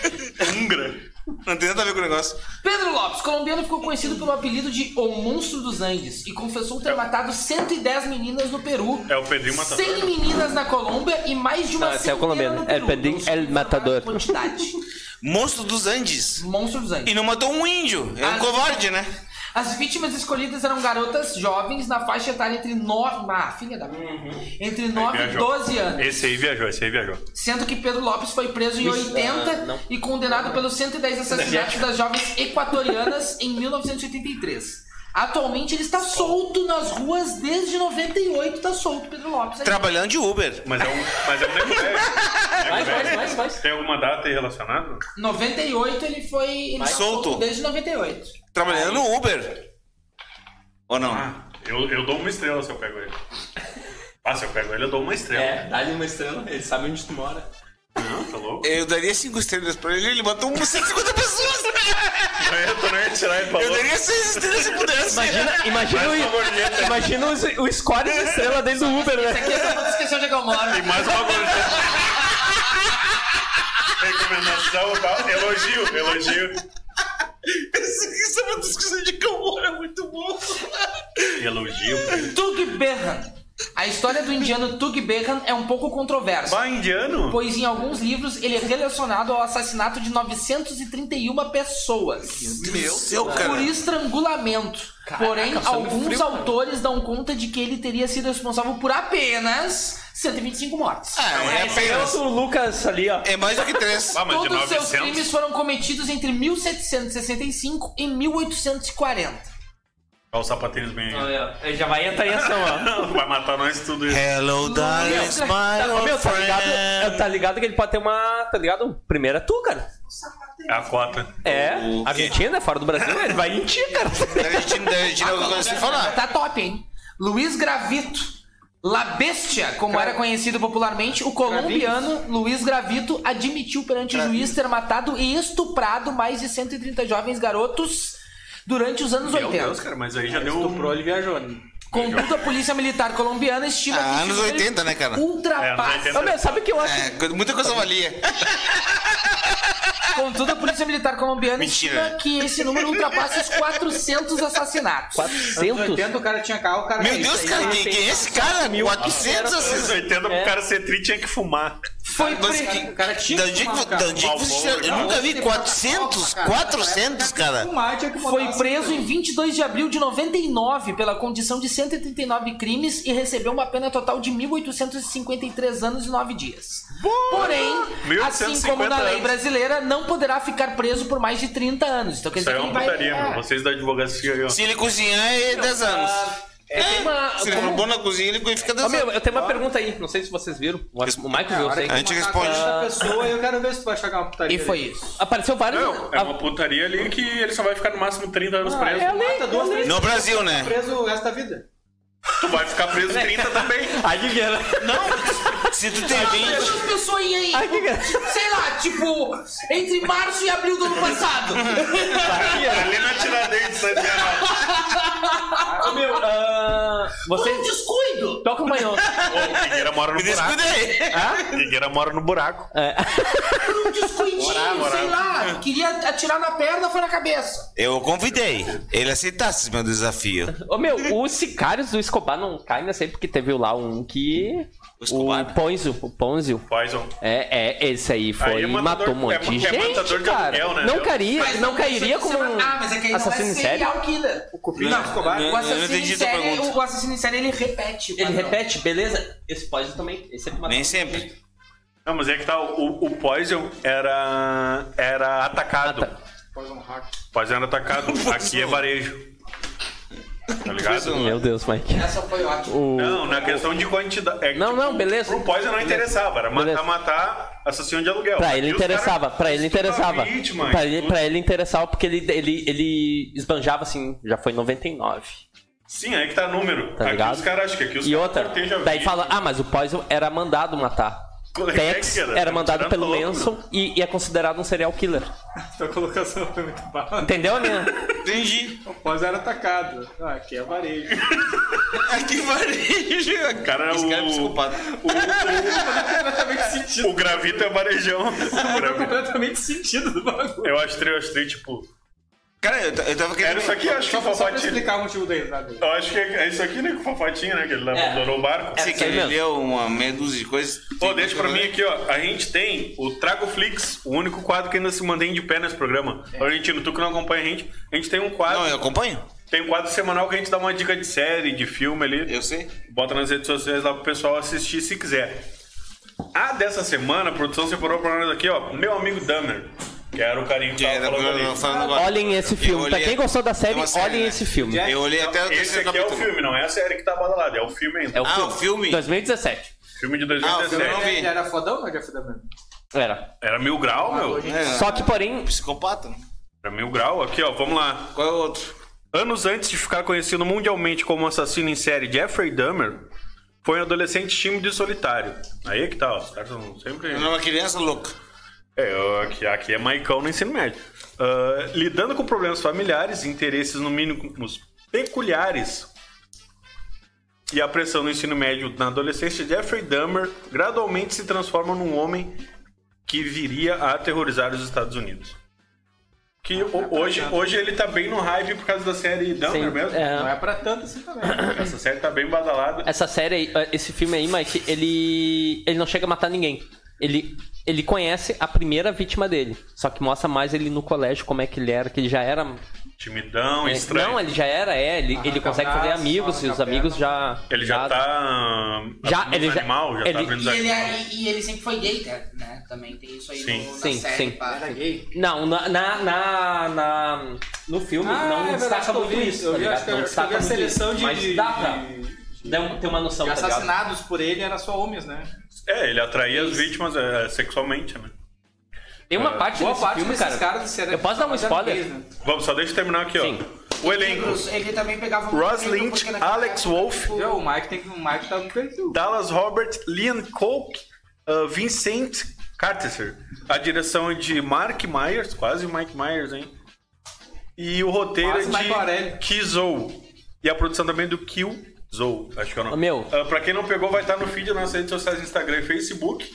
S2: Húngara.
S6: Não tem nada a ver com o negócio.
S5: Pedro Lopes, colombiano, ficou conhecido pelo apelido de O Monstro dos Andes e confessou ter matado 110 meninas no Peru.
S2: É o Pedrinho Matador.
S5: 100 meninas na Colômbia e mais de uma
S1: Não, esse é o
S5: centena
S1: colombiano.
S5: no
S1: É
S5: Peru.
S1: Pedrinho
S5: Não se
S1: El
S5: confirmaram a
S1: Matador.
S5: Quantidade.
S6: Monstro dos Andes.
S5: Monstro dos Andes.
S6: E não matou um índio. É um
S5: Ah.
S6: covarde, né?
S5: As vítimas escolhidas eram garotas jovens na faixa etária entre 9. Ah, filha da. Entre 9 e
S2: viajou.
S5: 12 anos.
S2: Esse aí viajou, esse aí viajou.
S5: Sendo que Pedro Lopes foi preso em
S1: Vixe,
S5: 80
S1: ah, não.
S5: e condenado pelos 110 assassinatos das jovens equatorianas em 1983. Atualmente ele está solto nas ruas desde 98, tá solto Pedro Lopes. aí.
S6: Trabalhando de Uber.
S2: Mas é um, mas é um nego velho. Nego
S1: Mais, mais,
S2: velho.
S1: mais, mais.
S2: Tem alguma data aí relacionada?
S5: 98 ele foi ele tá
S6: solto.
S5: desde 98.
S6: Trabalhando no Uber. Ou não?
S2: Eu, eu dou uma estrela se eu pego ele. Ah, se eu pego ele, eu dou uma estrela.
S1: É, dá-lhe uma estrela, ele sabe onde tu mora.
S2: Não, tá louco?
S6: Eu daria 5 estrelas pra ele, ele matou 150 pessoas.
S2: Eu, não ia tirar ele pra
S6: Eu daria 6 estrelas se pudesse.
S1: Imagina, imagina,
S2: Mais uma gorjeta.
S1: o, imagina o, o score de estrela desde o Uber,
S5: Isso
S1: né?
S5: aqui é só pra tu esquecer onde é que eu moro.
S2: E mais uma gorjeta. Recomendação, tá? elogio, elogio.
S6: Isso aqui é uma discussão de calor, é muito bom.
S2: Elogio.
S5: Tug Berhan. A história do indiano Tug Berhan é um pouco controversa,
S2: Vai indiano?
S5: pois em alguns livros ele é relacionado ao assassinato de 931 pessoas
S6: Meu Deus,
S5: por
S6: cara.
S5: estrangulamento. Porém, alguns autores dão conta de que ele teria sido responsável por apenas 125 mortes.
S6: Ah, é apenas.
S1: Pensa o Lucas ali, ó.
S6: É mais do que 3.
S2: Ah, mas de
S5: Todos os seus
S2: 900.
S5: crimes foram cometidos entre 1765 e 1840.
S2: Olha os sapatinhos bem
S5: Ah, é.
S2: aí.
S1: Ele já vai entrar em ação, ó.
S2: Vai matar nós tudo isso.
S6: Hello, darling,
S5: Meu,
S6: my
S1: Ô, meu,
S6: old
S1: tá ligado,
S6: friend.
S1: tá ligado que ele pode ter uma. Tá ligado? Primeira tu, cara.
S2: É a cota.
S1: É,
S6: O quê?
S1: Argentina, fora do Brasil, ele vai em ti, cara.
S6: Da Argentina, da Argentina, eu gosto de falar.
S5: Tá top, hein? Luiz Gravito. La Bestia, como era conhecido popularmente, o colombiano Luiz Gravito admitiu perante o juiz ter matado e estuprado mais de 130 jovens garotos durante os anos
S2: Meu
S5: 80.
S2: Deus, cara, mas aí já deu
S3: Estuprou, ele viajou. né?
S5: Contudo, a polícia militar colombiana estima
S6: Ah,
S5: que
S6: anos
S5: esse número
S6: 80, né, cara?
S2: É, anos
S5: Ultrapassa.
S2: 80.
S5: Ô, meu, sabe o que eu acho?
S6: É, co- muita coisa valia.
S5: Contudo, a polícia militar colombiana
S6: Mentira.
S5: estima que esse número ultrapassa os 400 assassinatos.
S1: 400?
S3: 80 o cara tinha carro, o cara.
S6: Meu Deus, cara, quem, quem é esse cara? 400
S2: anos
S6: assim.
S2: 80
S5: É.
S2: pro cara ser tri tinha que fumar.
S5: Foi
S6: Mas
S5: pre-
S6: que-
S3: O cara tinha
S6: Da onde
S3: que um
S6: é que
S3: fumar,
S6: vo-
S3: cara.
S6: da onde é que você. Eu
S2: Malboro,
S6: nunca vi 400, 400, cara.
S3: Fumar, tinha que botar
S5: Foi
S3: assim,
S5: preso em 22 de abril de 99 pela condição de 139 crimes e recebeu uma pena total de 1.853 anos e 9 dias. Porém, assim
S2: 1.850
S5: como na lei
S2: anos.
S5: brasileira, não poderá ficar preso por mais de 30 anos. Então quer
S2: Isso
S5: dizer
S2: aí é
S5: que ele
S2: uma
S5: vai...
S2: putaria,
S5: é.
S2: meu. Vocês da advocacia aí, ó.
S6: Se ele cozinhar, é 10 anos.
S1: É, tem uma-
S6: Se ele for bom na cozinha, ele fica 10
S1: Ô, meu,
S6: anos.
S1: eu tenho uma pergunta aí, não sei se vocês viram. O o Michael viu, eu sei.
S6: A gente
S3: matar
S6: responde.
S3: cada pessoa, eu quero ver se tu vai chegar uma putaria.
S5: E foi isso.
S1: Apareceu vários.
S2: Não, é uma putaria ali que ele só vai ficar no máximo 30 anos preso.
S1: é lei.
S3: Mata duas, três
S6: No Brasil, né?
S3: preso o resto da vida.
S2: Tu vai ficar preso 30 também.
S1: Adivinha. né?
S6: Se tu tem
S5: Deixa
S6: 20.
S5: as pessoas aí,
S1: Ai, que engraçado.
S5: sei lá, tipo, entre março e abril do ano passado.
S2: Ali na Tiradentes, né, Tiradentes?
S1: Ah,
S5: Um
S1: Vocês
S5: descuido.
S1: tocam o banho.
S2: Ô, o Figueira mora no
S6: Me
S2: buraco.
S6: descuida aí.
S2: O Figueira mora no buraco.
S5: Um descuidinho, sei lá. Queria atirar na perna, foi na cabeça.
S6: Eu o convidei. Ele aceitasse meu desafio.
S1: Ô meu, os sicários do Escobar não caem nessa aí, porque teve lá um que.
S6: O
S1: O
S6: Escobar?
S1: Ponzio, o Ponzio.
S2: Poison.
S1: É, é, esse aí foi.
S2: Aí é matador-
S1: matou um monte
S2: é-
S1: de
S2: é
S1: gente.
S2: matador de
S1: cara.
S2: aluguel, né,
S1: Não
S2: meu?
S1: cairia, não
S5: isso
S1: cairia
S5: aqui
S1: como
S5: você
S1: um
S5: vai- Ah, mas é que aí
S1: assassino
S5: não
S1: em
S5: é
S1: série.
S5: serial killer. O
S3: Cupim de Escobar.
S5: O
S6: Eu não
S5: assassino,
S6: entendi
S5: em
S6: tua
S5: série,
S6: pergunta.
S5: o assassino em série, ele repete. o
S1: Ele
S5: padrão.
S1: repete, beleza? Esse pode também. Esse é que matou
S6: Nem
S1: um
S6: sempre.
S2: Não, mas é que tá, o, o Poison era, era atacado.
S3: Poison Hack.
S2: Poison era atacado. Aqui é varejo. Tá ligado?
S1: monte. Meu Deus, Mike.
S5: Essa foi ótima.
S1: O...
S2: Não, na questão de quantidade. é que,
S1: Não,
S2: tipo,
S1: não, beleza.
S2: Pro Poison não
S1: Beleza.
S2: interessava, era matar,
S1: Beleza.
S2: matar, assassino de aluguel.
S1: Pra ele
S2: E os
S1: interessava,
S2: caras-
S1: pra ele interessava.
S2: Vítima,
S1: Pra
S2: e
S1: ele,
S2: tudo.
S1: pra ele interessava porque ele, ele, ele esbanjava assim, já foi 99.
S2: Sim, aí que tá número.
S1: Tá
S2: aqui
S1: ligado?
S2: os caras acham que aqui os
S1: E
S2: caras
S1: outra,
S2: cortejam a
S1: daí
S2: vítima.
S1: fala, ah, mas o Poison era mandado matar.
S2: Como é que é,
S1: Tex
S2: cara?
S1: era
S2: Tá
S1: mandado
S2: tirando
S1: pelo
S2: louco,
S1: Manson e, e é considerado um serial killer.
S3: Tua colocação foi muito bala.
S1: Entendeu, né?
S6: Entendi.
S3: O pós era atacado. Ah, aqui é varejo.
S6: Aqui varejo.
S2: Cara,
S6: Esse cara é
S2: o-
S6: psicopata.
S3: completamente sentido.
S2: O gravito é varejão. O gravito-
S3: Completamente sentido do bagulho.
S2: eu acho tri, eu acho tri, tipo.
S6: Cara, eu, t- eu tava querendo.
S2: Era isso aqui, eu acho que o
S3: Só pra
S2: Fofatinho.
S3: explicar o motivo da risada.
S2: Eu acho que é isso aqui, né? Que o Fofatinho, né? Que ele abandonou o barco.
S6: Sei que
S1: Essa aí
S6: ele
S1: mesmo.
S6: leu uma meia dúzia de coisas.
S2: Pô, deixa pra mim aqui, ó. A gente tem o Trago Flix, o único quadro que ainda se mantém de pé nesse programa. Florentino, tu que não acompanha a gente, a gente tem um quadro.
S6: Não, eu acompanho.
S2: Tem um quadro semanal que a gente dá uma dica de série, de filme ali.
S6: Eu sei.
S2: Bota nas redes sociais lá pro pessoal assistir se quiser. A dessa semana, a produção separou pra nós aqui, ó. Meu amigo Dummer, que era o carinho que
S6: Que é
S2: tava
S6: era
S2: falando
S6: eu
S2: ali.
S6: falando agora.
S1: Olhem esse filme. Pra
S6: olhei-
S1: quem gostou da
S6: É
S1: série,
S6: uma série,
S1: olhem
S6: né?
S1: esse filme.
S6: Eu olhei até o
S2: Esse
S6: terceiro
S2: aqui é o
S6: capítulo.
S2: filme, não é a série que tá badalada, é o filme ainda.
S1: É o
S6: Ah,
S1: filme.
S6: o filme?
S1: 2017.
S2: Filme de
S6: Ah, o filme
S2: 2017.
S6: não vi.
S3: Ele era fodão ou Jeff Dahmer?
S1: Era.
S2: Era mil grau, meu.
S6: É,
S1: Só que, porém,
S6: Psicopata. né?
S2: Era mil grau. Aqui, ó, vamos lá.
S6: Qual é o outro?
S2: Anos antes de ficar conhecido mundialmente como assassino em série Jeffrey Dahmer, foi um adolescente tímido e solitário. Aí é que tá, ó. Os caras são sempre.
S6: Ele é uma criança louca.
S2: É, eu- aqui, aqui é Maicão no ensino médio. Ah, lidando com problemas familiares, interesses no mínimo peculiares e a pressão no ensino médio na adolescência, Jeffrey Dahmer gradualmente se transforma num homem que viria a aterrorizar os Estados Unidos. Que ho- hoje, hoje ele tá bem no hype por causa da série Dahmer
S1: sem-
S2: mesmo.
S1: é,
S3: Não é pra tanto assim também.
S2: Essa série tá bem badalada.
S1: essa série aí, esse filme aí, Mike, ele. ele não chega a matar ninguém. Ele, ele conhece a primeira vítima dele. Só que mostra mais ele no colégio, como é que ele era, que ele já era.
S2: Timidão, estranho.
S1: É, Não, ele já era, é, ele,
S3: Ah,
S1: ele consegue fazer
S3: braço,
S1: amigos e os
S3: arranca a
S1: amigos já.
S2: Ele já tá.
S1: Já- ele
S2: abrindo os
S1: já-
S2: animal, já tá
S1: ele-
S2: abrindo os
S5: E ele,
S2: animal.
S5: é- e ele sempre foi gay, tá? né? Também tem isso aí
S2: Sim.
S5: no, na
S1: Sim,
S5: série.
S1: sim.
S5: pá.
S3: Era gay?
S1: Não, na, na, na- na- no filme
S3: Ah, é
S1: não
S3: verdade,
S1: destaca
S3: eu
S1: muito
S3: vi,
S1: isso,
S3: eu
S1: tá
S3: vi,
S1: ligado?
S3: acho que eu-
S1: não
S3: acho que eu
S1: destaca
S3: vi a
S1: muito
S3: seleção
S1: isso,
S3: de-
S1: Mas
S3: de-
S1: dá pra
S3: de-
S1: dar um- ter uma noção,
S3: E
S1: tá ligado?
S3: assassinados por ele eram só homens, né?
S2: É, ele atraía as vítimas é, sexualmente, né?
S1: Tem uma parte
S3: Boa
S1: desse
S3: parte
S1: filme,
S3: desses
S1: cara...
S3: caras de série
S1: eu posso dar um
S3: eram
S1: spoiler?
S3: gays, né?
S2: Vamos, só deixa eu terminar aqui,
S1: Sim.
S2: ó. O elenco.
S5: Ele também pegava um
S2: Ross
S5: negro,
S2: Lynch,
S5: porque naquela
S2: Alex
S5: época,
S2: Wolff,
S5: tipo,
S3: Então, o Mike tem que. O Mike tá no perfil.
S2: Dallas Robert, Liam Coke, uh, Vincent Carter. A direção é de Mark Myers, quase o Mike Myers, hein? E o roteiro
S3: Quase Mike
S2: é de
S3: Aurélio.
S2: Kizou. E a produção também é do Kill Zou, acho que é o nome.
S1: Ah, Meu.
S2: Uh, pra quem não pegou, vai estar no feed nas redes sociais, Instagram e Facebook.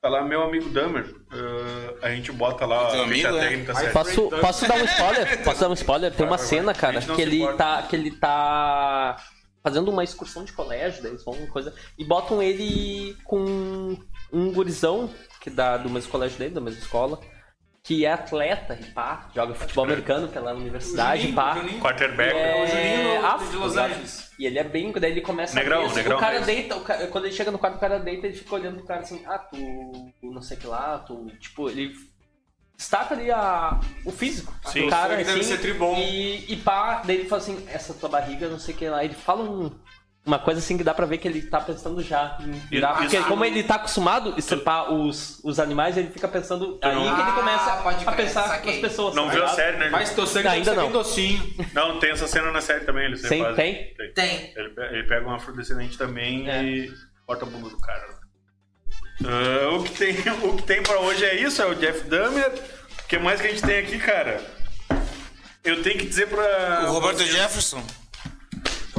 S2: Tá lá meu amigo Dummer. Uh, a gente bota lá
S6: Teu
S2: a ficha
S6: amigo, é?
S2: técnica certa.
S1: Posso, posso dar um spoiler? Posso dar um spoiler? Tem uma
S2: vai, vai.
S1: cena,
S2: A
S1: cara,
S2: gente não
S1: que
S2: se
S1: ele,
S2: importa.
S1: tá, que ele tá fazendo uma excursão de colégio, daí eles vão coisa. E botam ele com um gurizão que dá do mesmo colégio dele, da mesma escola, que é atleta e pá, joga futebol americano pela universidade e pá.
S2: Quarterback.
S1: É,
S3: O Juninho
S1: afro,
S3: de Los
S1: exato.
S3: Angeles.
S1: E ele é bem, daí ele começa
S2: Negrão,
S1: a ver, assim,
S2: negrão,
S1: o cara
S2: mas-
S1: deita, o cara- quando ele chega no quarto, o cara deita, ele fica olhando pro cara assim, ah, tu, tu não sei o que lá, tu, tipo, ele destaca ali a, o físico
S2: Sim.
S1: do cara,
S2: Isso
S1: assim,
S2: deve ser tribom.
S1: E, e pá, daí ele fala assim, essa tua barriga, não sei o que lá, ele fala um- uma coisa assim que dá pra ver que ele tá pensando já em virar,
S2: Isso-
S1: porque
S2: isso-
S1: como ele tá acostumado a estrepar os, os animais, ele fica pensando, aí
S2: não-
S1: que ele começa
S5: Ah, pode
S1: a
S5: crer,
S1: pensar
S5: saquei.
S1: com as pessoas.
S2: Não
S1: tá
S2: viu a
S1: ligado?
S2: série, né?
S3: Mas teu sangue
S1: Ainda
S3: deve ser
S1: não.
S3: bem docinho.
S2: Não, tem essa cena na série também. Ele sempre
S1: Sim,
S2: faz-
S1: tem?
S5: Tem.
S2: Ele, pe- ele pega um afrodescendente também
S1: É.
S2: e corta a bunda do cara. Ah, o, que tem, o que tem pra hoje é isso, é o Jeff Dahmer. O que mais que a gente tem aqui, cara? Eu tenho que dizer pra.
S1: Ah,
S6: O Roberto Jefferson.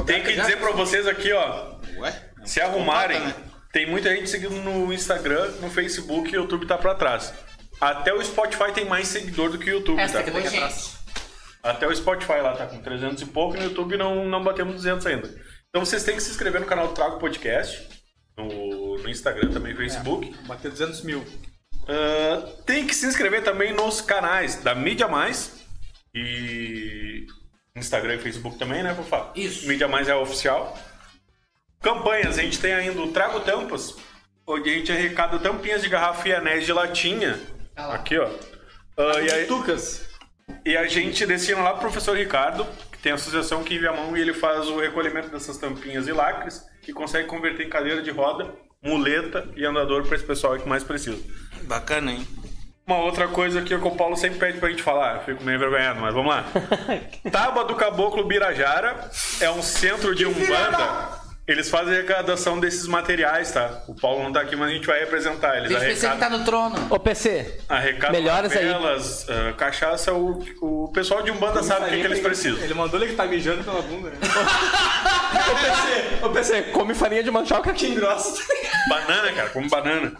S2: Tenho que dizer pra vocês aqui, ó.
S6: Ué?
S2: Se arrumarem,
S6: Compacta, né?
S2: tem muita gente seguindo no Instagram, no Facebook e o YouTube tá pra trás. Até o Spotify tem mais seguidor do que o YouTube,
S5: Essa
S2: tá?
S5: que eu tô aqui atrás.
S2: Até o Spotify lá tá com 300 e pouco, no YouTube não, não batemos 200 ainda. Então vocês têm que se inscrever no canal do Trago Podcast, no, no Instagram também, no Facebook.
S3: Bateu 200 É, mil.
S2: Ah, tem que se inscrever também nos canais da Mídia Mais e Instagram e Facebook também, né, Fofá?
S5: Isso.
S2: Mídia Mais é a oficial. Campanhas, a gente tem ainda o Trago Tampas, onde a gente arrecada tampinhas de garrafa e anéis de latinha.
S5: Ah lá.
S2: Aqui, ó. Ah, e aí-
S3: Tucas.
S2: e a gente descia lá pro professor Ricardo, que tem a associação que envia a mão e ele faz o recolhimento dessas tampinhas e lacres e consegue converter em cadeira de roda, muleta e andador para esse pessoal que mais precisa.
S6: Bacana, hein?
S2: Uma outra coisa que o Paulo sempre pede pra gente falar, eu fico meio envergonhado, mas vamos lá. Taba do Caboclo Birajara é um centro de Umbanda. Eles fazem arrecadação desses materiais, tá? O Paulo não tá aqui, mas a gente vai representar. Eles
S5: Deixa eu pensar que
S2: arrecadam
S5: tá no trono.
S1: Ô PC,
S2: arrecada
S1: Melhoras aí.
S2: velas, ah, cachaça, o, o pessoal de Umbanda sabe o que, que eles precisam.
S3: Ele mandou ele que tá mijando pela bunda, né?
S1: Ô PC, come farinha de mandioca que engrossa.
S2: Banana, cara, como banana.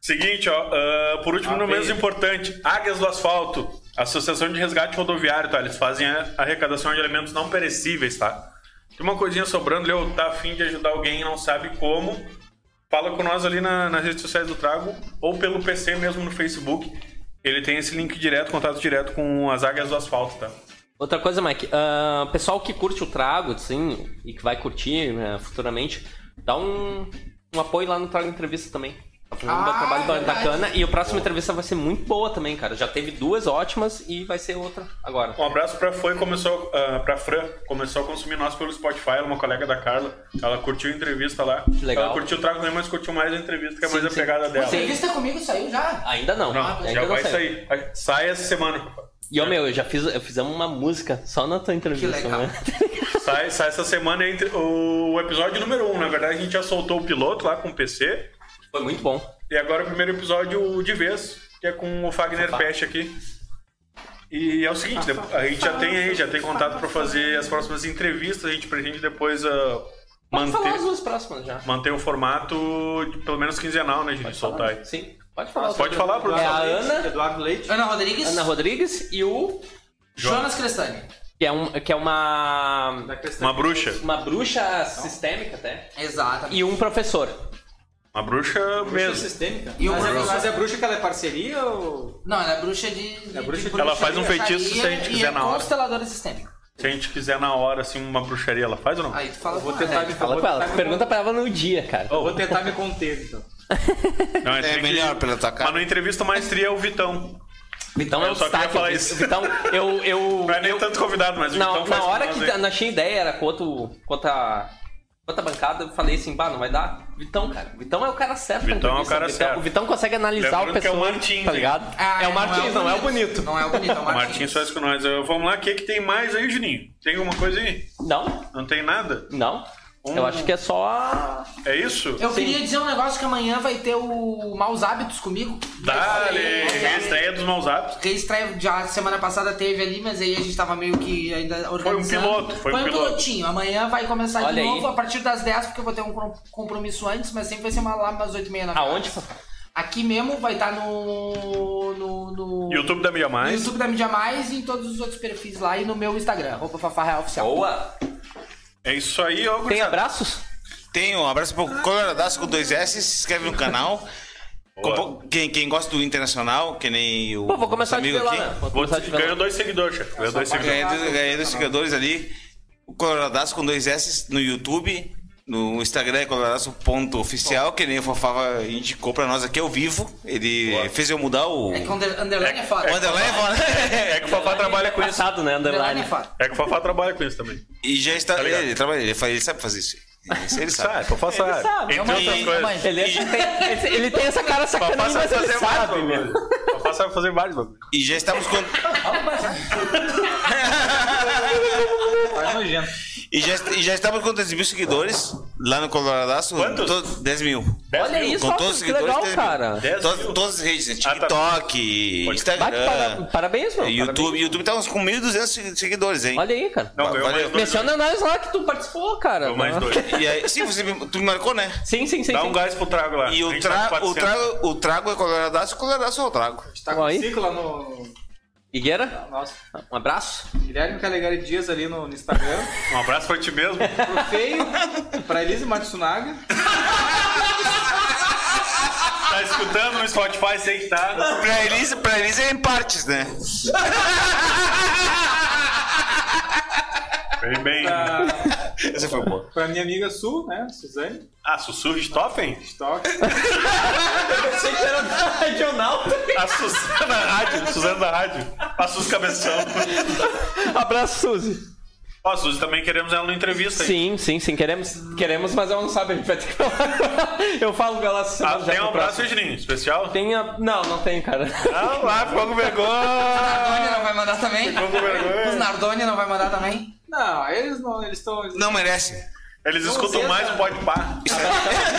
S2: Seguinte, ó, ah, por último, não menos importante, Águias do Asfalto, Associação de Resgate Rodoviário, tá? Eles fazem a arrecadação de alimentos não perecíveis, tá? Tem uma coisinha sobrando, Leo, tá afim de ajudar alguém e não sabe como, fala com nós ali na- nas redes sociais do Trago ou pelo PC mesmo no Facebook. Ele tem esse link direto, contato direto com as Águias do Asfalto, tá?
S1: Outra coisa, Mike, ah, pessoal que curte o trago, assim, e que vai curtir né, futuramente, dá um, um apoio lá no Trago Entrevista também. Tá fazendo um
S5: Ah,
S1: trabalho ba-
S5: verdade.
S1: bacana e a próxima entrevista vai ser muito boa também, cara. Já teve duas ótimas e vai ser outra agora.
S2: Um abraço pra Foi, começou, ah, pra Fran, começou a consumir nós pelo Spotify, ela é uma colega da Carla. Ela curtiu a entrevista lá.
S1: legal.
S2: Ela curtiu o trago também, mas curtiu mais a entrevista, que é
S1: Sim,
S2: mais a
S1: sim. Ah, então tá
S2: pegada dela.
S5: A entrevista comigo saiu já.
S1: Ainda não.
S2: Não,
S1: ainda
S2: já
S1: não
S2: vai
S1: saiu.
S2: sair. Sai essa semana. papai.
S1: E ó, meu, eu já fiz, eu fizemos uma música só na tua entrevista,
S5: Que legal.
S1: né?
S2: Sai, sai essa semana entre o episódio número 1. Um. Na verdade, a gente já soltou o piloto lá com o PC.
S1: Foi muito bom.
S2: E agora o primeiro episódio de vez, que é com o Fagner Pest aqui. E é o seguinte, de- a gente já tem aí, já tem contato pra fazer as próximas entrevistas, a gente pretende depois ah,
S1: Pode falar
S2: manter.
S1: as duas próximas já.
S2: manter o formato de pelo menos quinzenal, né, gente? Soltar aí.
S1: Sim, pode falar. as
S2: Pode
S1: duas.
S2: falar,
S1: É
S2: produção.
S1: a Ana,
S3: Eduardo Leite.
S5: Ana Rodrigues.
S1: Ana Rodrigues e o...
S5: Jonas Crestani.
S1: Que é, um, que é uma...
S3: Da Cristã.
S2: Uma bruxa.
S1: Uma bruxa sistêmica até.
S5: Exatamente.
S1: E um professor.
S2: Uma bruxa
S3: Bruxa
S2: mesmo.
S3: sistêmica.
S5: E o
S3: mas, é,
S5: Bruno-
S3: mas é bruxa que ela é parceria ou.
S5: Não, ela é bruxa de. de-
S3: É bruxa
S5: de
S3: de-
S2: Ela faz um
S5: bruxaria
S2: feitiço se a gente
S5: e
S2: quiser
S5: é
S2: na hora.
S5: Consteladora sistêmica.
S2: Se a gente quiser na hora, assim, uma bruxaria, ela faz ou não?
S5: Aí tu fala.
S3: Eu vou
S5: com
S3: tentar
S5: ela.
S3: me
S1: É, Fala
S3: eu
S1: com
S3: vou
S1: ela.
S3: tentar me-
S1: Pergunta pra ela no dia, cara.
S3: eu vou tentar me conter, então.
S2: Não,
S6: É
S2: tem
S6: melhor
S2: que...
S6: pela tua
S2: Mas
S6: cara.
S2: na entrevista o maestria é o Vitão.
S1: Vitão é
S2: Eu
S1: o
S2: só queria
S1: destaque.
S2: falar
S1: Vi-
S2: isso.
S1: Vitão, eu. eu,
S2: Não é nem
S1: eu
S2: tanto convidado, mas o
S1: na
S2: Vitão
S1: na
S2: faz
S1: hora
S2: com
S1: que
S2: nós, hein?
S1: nós tinha ideia era quanto, quanto a outra bancada, eu falei assim, bah, não vai dar. Vitão, cara. Vitão é o cara certo. pra
S2: Vitão é o
S1: entrevista.
S2: cara
S1: Vitão-
S2: certo.
S1: O Vitão consegue analisar
S2: Lembrando
S1: o pessoal.
S2: que é o Martins,
S1: tá
S2: hein?
S1: ligado?
S5: Ah,
S1: é o Martins, não é o bonito.
S5: Não é o bonito, é o
S2: Martins
S5: Martins.
S2: faz com nós. Eu- Vamos lá, o que, que tem mais aí, Juninho? Tem alguma coisa aí?
S1: Não,
S2: Não tem nada?
S1: não.
S2: Um
S1: Eu acho que é só a-
S2: É isso?
S5: Eu queria dizer um negócio que amanhã vai ter o Maus Hábitos comigo.
S2: Dale! Estreia dos maus hábitos.
S5: Que estreia já semana passada teve ali, mas aí a gente tava meio que ainda organizando.
S2: piloto, foi um piloto.
S5: pilotinho. Amanhã vai começar de
S1: Olha aí.
S5: novo a partir das 10, porque eu vou ter um com- compromisso antes, mas sempre vai ser uma lá umas 8h30 na
S1: Aonde?
S5: Aqui mesmo vai estar no. no, no...
S2: YouTube da Mídia
S5: no
S2: Mais.
S5: YouTube da Mídia Mais e em todos os outros perfis lá e no meu Instagram, roupa Fafá Real Oficial.
S1: Boa.
S2: É isso aí, ó.
S1: Tem
S2: gurizada.
S1: abraços?
S6: Tem um abraço pro Coloradaço com dois S, se inscreve no canal.
S2: Boa.
S6: Compo- Quem, quem gosta do internacional, que nem o
S1: Pô, vou começar a
S6: nosso
S1: te ver
S6: amigo
S1: lá,
S6: aqui.
S1: né?
S2: Vou-
S1: Vou começar a te ver
S2: Ganhou
S1: lá.
S2: dois seguidores, chefe. Ganhou dois seguidores.
S6: Ganhei dos, ganhei dos seguidores ali. O Coloradaço com dois S no YouTube. No Instagram é coloradaço.oficial, que nem o Fofava indicou pra nós aqui ao vivo. Ele fez eu mudar o.
S5: É que under, underline é, foda.
S6: o underline
S2: É que o Fafá trabalha com isso.
S1: Passado, né, underline.
S5: underline é foda.
S2: É que o Fafá trabalha com isso também.
S6: E já está.
S2: Tá ligado.
S6: ele, trabalha, ele, fa- ele sabe fazer isso. Isso ele sabe.
S2: Sabe, o Fafá sabe.
S1: sabe,
S2: Entre
S5: é uma
S2: outras
S5: mãe, é uma
S2: coisas.
S5: mãe.
S1: Ele, é- tem, ele- ele tem essa cara
S2: O Fafá
S1: sacanagem,
S2: sabe
S1: mas ele
S2: fazer vários
S1: sabe, meu.
S2: bagulhos. O Fafá sabe fazer vários bagulhos.
S6: E já estamos com.
S3: Tá nojento.
S6: E já, e já estamos com 10 mil seguidores lá no Coloradaço.
S2: Quantos?
S6: To- 10 mil.
S1: Olha isso,
S6: Com todos os
S1: ó, que
S6: seguidores.
S1: legal,
S6: 10 mil.
S1: cara.
S2: 10
S6: Todas,
S2: mil?
S6: todas as redes, né?
S2: Ah, tá.
S6: TikTok,
S2: Bate
S1: Bate,
S6: Instagram.
S1: para- parabéns, meu.
S6: É. YouTube, YouTube tá uns com 1.200 seguidores, hein?
S1: Parabéns. Olha aí, cara.
S2: Não, ganhou mais
S6: Valeu.
S2: dois.
S1: Menciona nós lá que tu participou, cara.
S2: Ganhou mais dois.
S6: E aí, sim, você me, tu me marcou, né?
S1: Sim, sim, sim.
S2: Dá
S1: sim.
S2: um gás pro trago lá.
S6: E
S2: A
S6: o,
S2: gente tá
S6: tra
S2: com
S6: o,
S2: 400.
S6: trago, o trago é coloradaço, o coloradaço é o trago.
S3: Tá com
S1: Aí.
S3: ciclo lá no.
S1: Higuera,
S3: Nossa.
S1: um abraço.
S3: Guilherme Calegari Dias ali no, no Instagram.
S2: Um abraço pra ti mesmo.
S3: Pro Feio, pra Elise Matsunaga.
S2: Tá escutando no Spotify, sei que tá.
S6: Pra Elisa, pra Elisa é em partes, né?
S2: Bem, bem.
S1: Tá.
S6: Essa foi boa.
S3: Pra minha amiga Su, né? Suzane.
S2: Ah, Sussu Richthofen?
S3: Toque.
S2: A Suzana da Rádio. Suzana da Rádio. A Suzy Cabeção.
S1: Abraço, Suzy.
S2: Ó, a Suzy também queremos ela na entrevista. hein?
S1: Sim, sim, sim. Queremos, queremos, mas ela não sabe. A gente vai ter que falar. Eu falo com ela essa
S2: Ah,
S1: semana já
S2: tem um
S1: pro
S2: abraço,
S1: próximo.
S2: Virgininho, especial?
S1: Tem a... Não, não tem, cara.
S2: Não, lá, ficou com vergonha.
S5: Nardoni não vai mandar também?
S2: Ficou com
S5: Os
S2: vergonha.
S5: Nardoni não vai mandar também?
S3: Não, eles não, eles estão.
S6: Não merece.
S2: Eles escutam mais o pode par.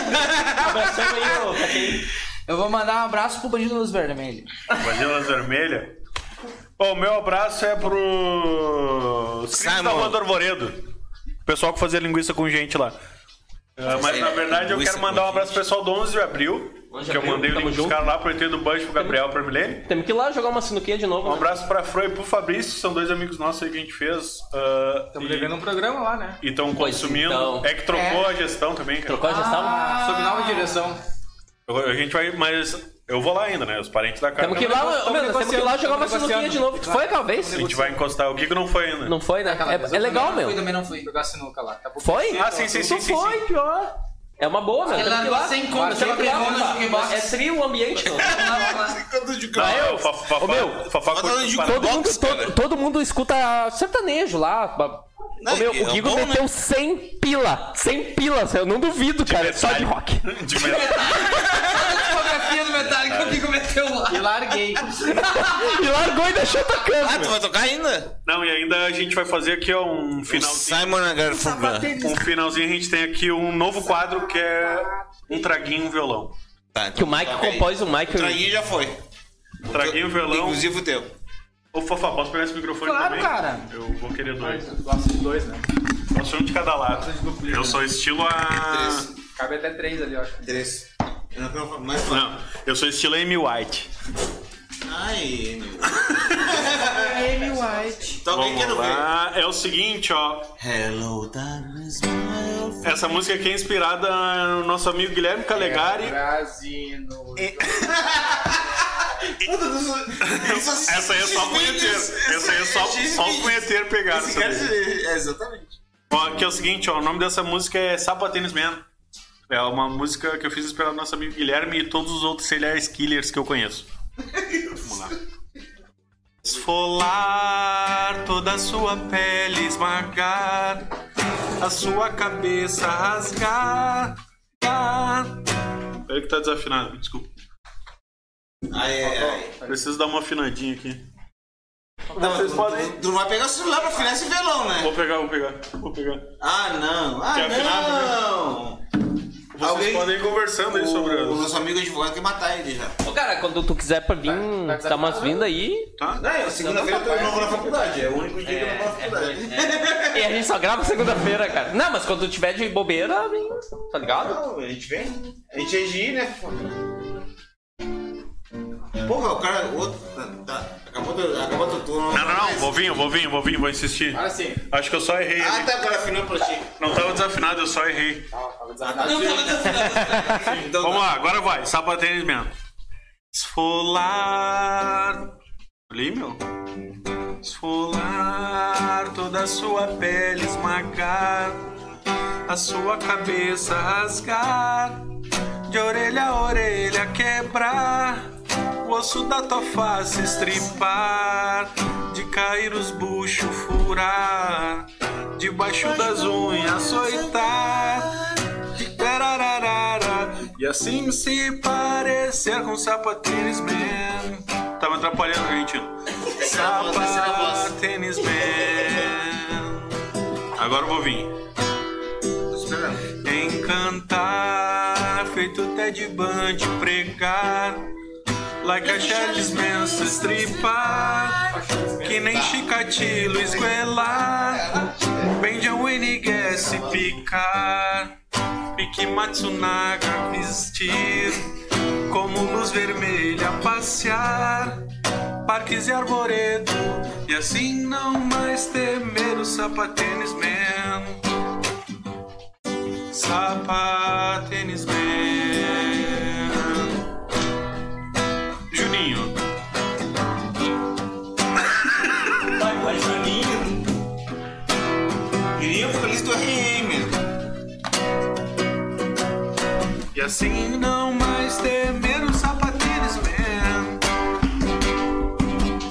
S1: Abração aí, ô. pra quem-
S5: Eu vou mandar um abraço pro Bandido Luz Vermelha.
S2: Vagilas vermelha. Bom, o meu abraço é pro. Cris da
S6: Simon.
S2: Rua do Arvoredo. O pessoal que fazia linguiça com gente lá. Ah, mas na verdade eu
S6: Linguiça
S2: quero mandar um
S6: com
S2: abraço pro pessoal do 11 de abril.
S1: de
S2: Que eu
S1: abril,
S2: mandei o
S1: tamo
S2: link dos
S1: junto.
S2: caras lá pro ET do Banjo pro Gabriel pra Milene.
S1: Temos que ir lá jogar uma sinuquinha de novo.
S2: Um
S1: né?
S2: abraço pra Fran e pro Fabrício, são dois amigos nossos aí que a gente fez. ah,
S3: Estamos
S2: e-
S3: devendo um programa lá, né?
S2: e estão
S1: Pois
S2: consumindo.
S1: então.
S2: É que trocou a gestão também, cara.
S1: Trocou é a gestão?
S6: Ah,
S3: Sob nova direção.
S2: Eu- a gente vai, mas eu vou lá ainda, né? Os parentes da cara.
S1: Temos que ir É lá, ô, meu, nós temos que ir lá jogar uma sinuquinha de novo. Tu foi aquela vez?
S2: A gente vai encostar. O Gigo não foi ainda.
S1: Não foi, né?
S5: Aquela vez.
S1: É, é
S5: Eu
S1: legal,
S5: também não fui,
S1: meu.
S5: também não fui.
S3: Jogar sinuca lá. Tá bom.
S1: Foi?
S2: Ah, sim, sim, sim.
S1: Tu
S2: sim, sim.
S1: foi, pior. É uma boa, meu.
S5: Ele
S1: Temos que ir
S5: largou
S1: lá.
S5: sem como,
S1: Mas
S5: sem
S1: temos que ir lá,
S5: problema,
S1: cara.
S5: joguei boxe.
S1: É trio o ambiente, meu.
S2: Não,
S1: Ah, eu?
S2: o Fa- Fafá-
S1: Ô, meu,
S2: Fafá
S6: tá
S2: curte
S6: falando de
S2: parar.
S6: co-
S1: Todo mundo,
S6: Box, cara.
S1: todo, todo mundo escuta sertanejo lá. ba-
S6: Não,
S1: Ô, meu,
S6: é
S1: o Guigo
S6: bom, né?
S1: meteu 100 pila. 100 pila, assim, eu não duvido, cara. É Só de rock.
S2: De metal.
S5: Fotografia do Metallica, o Kiko meteu lá.
S3: E larguei.
S1: E largou e deixou
S6: Ah,
S1: tocando.
S6: tu
S1: meu.
S6: vai tocar ainda?
S2: Não, e ainda a gente vai fazer aqui ó, um
S6: O
S2: finalzinho.
S6: Simon Garfunkel.
S2: Um finalzinho a gente tem aqui um novo quadro que é um traguinho um violão.
S6: Tá,
S1: Que o Mike
S6: toca aí.
S1: compôs o Mike.
S6: O traguinho já foi.
S2: Traguinho violão.
S6: Inclusive o teu.
S2: Ô Fafá, posso pegar esse microfone
S5: Claro,
S2: também?
S5: cara.
S2: Eu vou querer dois.
S3: Gosto de dois, né?
S2: Posso um de cada lado. Eu sou estilo a.
S6: Três.
S3: Cabe até três ali, eu acho.
S6: Três. Eu não quero mais falar.
S2: Não, eu sou estilo Amy White.
S6: Ai, meu.
S5: Amy White.
S6: Toca aí, quero
S2: Vamos
S6: ver.
S2: lá. É o seguinte, ó.
S6: Hello, darkness, my old friend.
S2: Essa música aqui é inspirada no nosso amigo Guilherme Calegari.
S3: É, Brasino.
S2: Essa aí é só punheteiro. Essa aí é só, só o punheteiro pegar.
S6: Esse
S2: essa
S6: cara,
S2: daí.
S6: é, exatamente.
S2: Ó, que é o seguinte, ó, o nome dessa música é Sapatênis Man. É uma música que eu fiz inspirada no nosso amigo Guilherme e todos os outros serial killers que eu conheço. Vamos lá. Esfolar toda a sua pele, esmagar
S3: a sua cabeça rasgar.
S2: Peraí que tá desafinado, desculpa.
S6: Ai, ai, ai.
S2: Preciso dar uma afinadinha aqui.
S6: Não,
S2: Vocês
S6: tu-
S2: podem-
S6: Tu vai pegar o celular pra afinar esse violão, né?
S2: Vou pegar, vou pegar, vou pegar.
S6: Ah, não. Ah,
S2: Quer afinar
S6: não.
S2: Vocês
S6: Alguém-
S2: podem ir conversando aí sobre
S6: O, o
S2: as...
S6: nosso amigo advogado quer matar ele já.
S1: Ô, cara, quando tu quiser pra vir,
S7: vai
S1: dar umas vindas aí.
S2: Tá?
S6: Não, eu segunda-feira eu tô novo na faculdade. É o único dia que eu não vou na faculdade.
S2: é,
S1: E a gente só grava segunda-feira, cara. Não, mas quando tu tiver de bobeira, vem, tá ligado?
S6: Não, a gente vem. A gente é de ir, né? Pô, mas o cara. O outro. Tá, tá. Acabou teu acabou teu turno.
S2: Não, não, não,
S6: Mas-
S2: vou vir, vou vir, vou vir, vou insistir.
S7: Agora
S3: Assim,
S7: sim.
S2: Acho que eu só errei
S6: Ah,
S2: ali.
S6: tá, agora afinou pra ti.
S2: Não tava desafinado, eu só errei.
S8: Não tava desafinado.
S6: Então,
S2: Vamos
S6: tá.
S2: lá, agora vai, sabatênis mesmo. Esfolar. Ali, meu?
S3: Esfolar toda a sua pele, esmagar a sua cabeça, rasgar de orelha a orelha, quebrar o osso da tua face, estripar de cair os buchos, furar debaixo das unhas, açoitar. de tarararara, E assim se parecer com sapatênis mesmo.
S2: Tá me atrapalhando, argentino.
S6: Terceira voz, terceira voz.
S3: Tênis Man
S2: Agora eu vou vir.
S6: Tô esperando.
S3: Encantar Feito Ted Bundy Pregar Like a Charles Manson Stripar Que nem Chicatilo Esguelar Benjamin Guess Picar Pique Matsunaga Vestir Como luz vermelha Passear Parques e arvoredo E assim não mais temer o sapatênis man Sapatênis Man.
S2: Juninho.
S6: Vai, vai, Juninho. Juninho, eu fico feliz do RM, meu.
S2: E assim.
S3: Não mais temer o Sapatênis Man.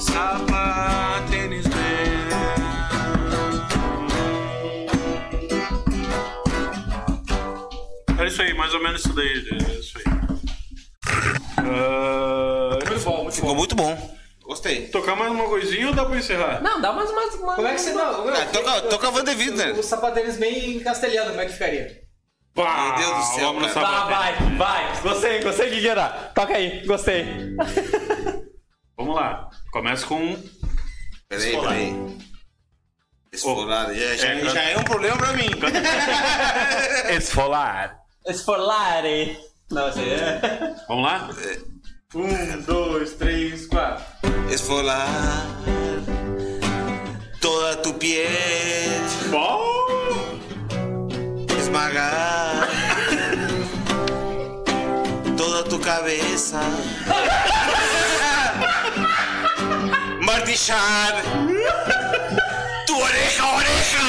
S3: Sapatênis Man.
S2: Era É isso aí, mais ou menos isso daí. É isso aí. Ah,
S7: Muito bom, muito
S6: Ficou
S7: bom.
S6: muito bom. Gostei.
S2: tocar mais uma coisinha ou dá pra encerrar?
S9: Não, dá mais umas. umas-
S7: Como é que você. Não,
S6: Ah, toca, toca Vandeville, né?
S7: O sapatênis bem em castelhano, como é que ficaria?
S2: Pá,
S6: Meu Deus do céu,
S2: Vamos no
S6: cara. Tá,
S2: sapatênis.
S1: vai. Tá Gostei, gostei, Guigueira. Toca aí, gostei.
S2: Vamos lá. Começa com.
S6: Peraí,
S2: Esfolar.
S6: peraí. Esfolar. Já, já,
S2: É,
S6: já é um problema pra mim.
S2: Esfolar.
S1: Esforlare. Não, essa aí é.
S2: Vamos lá?
S7: Um, dois, três, quatro.
S6: Esfolar toda tu piel.
S2: Bom!
S6: esmagar toda tu cabeza, martillar tu oreja a oreja,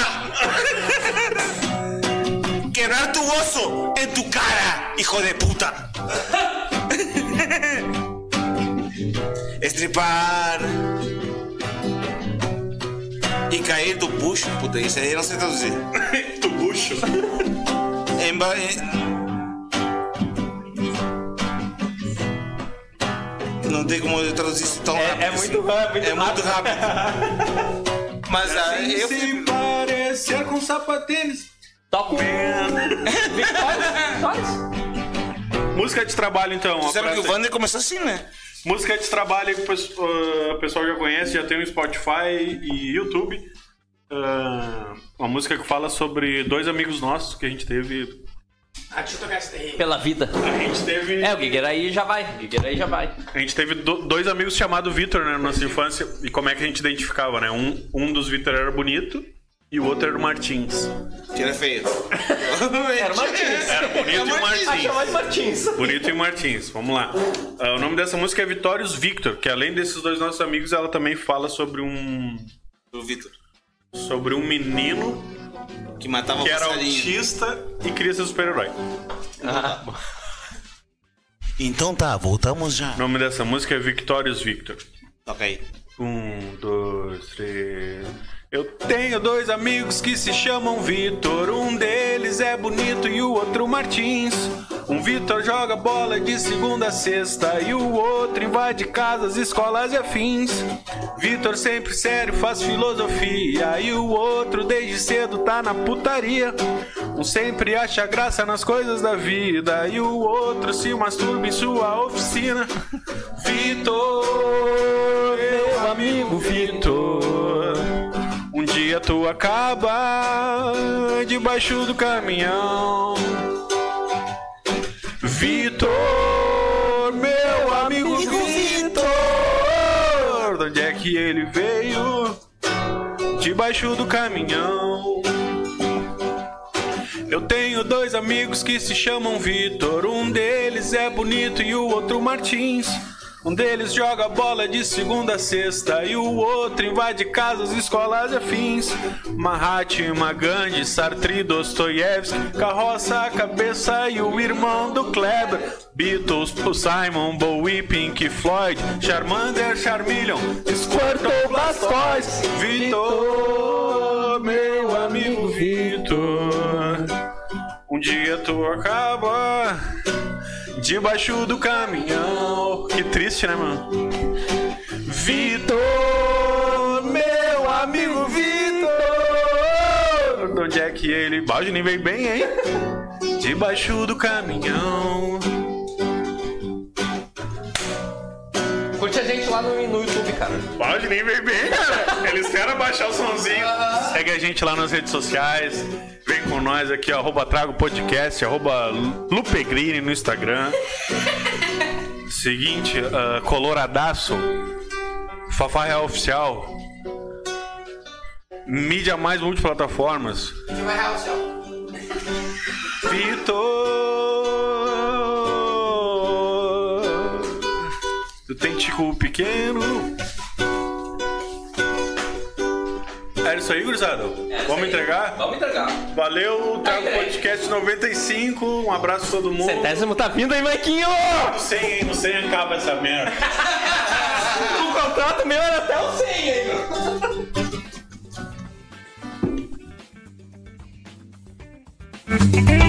S6: quebrar tu oso en tu cara, hijo de puta, estripar. Y caer tu push, puta, dice, ahí no sé traducir.
S2: Tu bucho.
S6: Emba- eh. Não tem como eu traduzir isso tão rápido.
S1: É, é
S6: assim.
S1: muito rápido.
S6: É muito rápido. Mas ah,
S3: Sem
S6: eu
S3: se
S6: fui.
S3: parecer com Sapatênis
S1: Toca o. Vitória, vitória.
S2: Música de trabalho, então.
S6: Tu sabe que o
S2: abraça aí.
S6: Wander começou assim, né?
S2: Música de trabalho que o pes- ah, o pessoal já conhece, já tem no Spotify e YouTube. Ah, uma música que fala sobre dois amigos nossos que a gente teve.
S7: Ah,
S1: Pela vida.
S2: A gente teve.
S1: É, o Guigueira aí já vai. O Guigueira aí já vai.
S2: A gente teve do- dois amigos chamados Vitor né, na nossa infância. E como é que a gente identificava, né? Um, um dos Vitor era bonito e o outro era o Martins.
S6: Que era feio.
S1: Era o Martins.
S2: Era bonito e o
S1: Ah,
S2: Martins.
S1: chamar de Martins.
S2: Bonito e Martins, vamos lá. Ah, o nome dessa música é Vitórios Victor, que além desses dois nossos amigos, ela também fala sobre um.
S6: Do Vitor.
S2: sobre um menino
S6: Que matava
S2: que era
S6: passarinho.
S2: autista e queria ser super-herói.
S6: Então tá, voltamos já.
S2: O nome dessa música é Victorious Victor.
S6: Toca aí.
S2: Um, dois, três. Eu tenho dois amigos que se chamam Vitor. Um deles é bonito e o outro Martins. Um Vitor joga bola de segunda a sexta e o outro invade casas, escolas e afins. Vitor sempre sério faz filosofia e o outro desde cedo tá na putaria. Um sempre acha graça nas coisas da vida e o outro se masturba em sua oficina. Vitor, meu amigo Vitor. Um dia tu acaba debaixo do caminhão. Vitor, meu amigo Vitor. De onde é que ele veio? Debaixo do caminhão. Eu tenho dois amigos que se chamam Vitor. Um deles é bonito e o outro Martins. Um deles joga bola de segunda a sexta e o outro invade casas, escolas e afins. Mahatma Gandhi, Sartre, Dostoiévski, carroça a cabeça e o irmão do Kleber. Beatles, Paul Simon, Bowie, Pink Floyd, Charmander, Charmeleon, Squirtle, Blastoise, Vitor, meu amigo Vitor. Um dia tu acaba debaixo do caminhão. Que triste, né, mano? Vitor, meu amigo Vitor. De onde é que ele? Balde nem veio bem, hein? Debaixo do caminhão.
S1: Curte a gente lá no, no YouTube, cara.
S2: Balde nem veio bem, cara. Eles querem abaixar o somzinho. Segue a gente lá nas redes sociais. Vem com nós aqui, ó, arroba Trago Podcast, arroba Lupegrini no Instagram. Seguinte, ah, Coloradaço, Fafá Real Oficial, Mídia Mais Multiplataformas. Vitor, do Tentico Pequeno. Era É isso aí, gurizada? Vamos entregar?
S1: É Vamos entregar.
S2: Valeu, Trago
S1: Aí, aí.
S2: Podcast 95. Um abraço a todo mundo.
S1: Centésimo tá vindo aí, Maiquinho!
S2: No 100, hein? No 100 acaba essa merda.
S1: O contrato meu era até o 100 aí, mano.
S10: Thank you.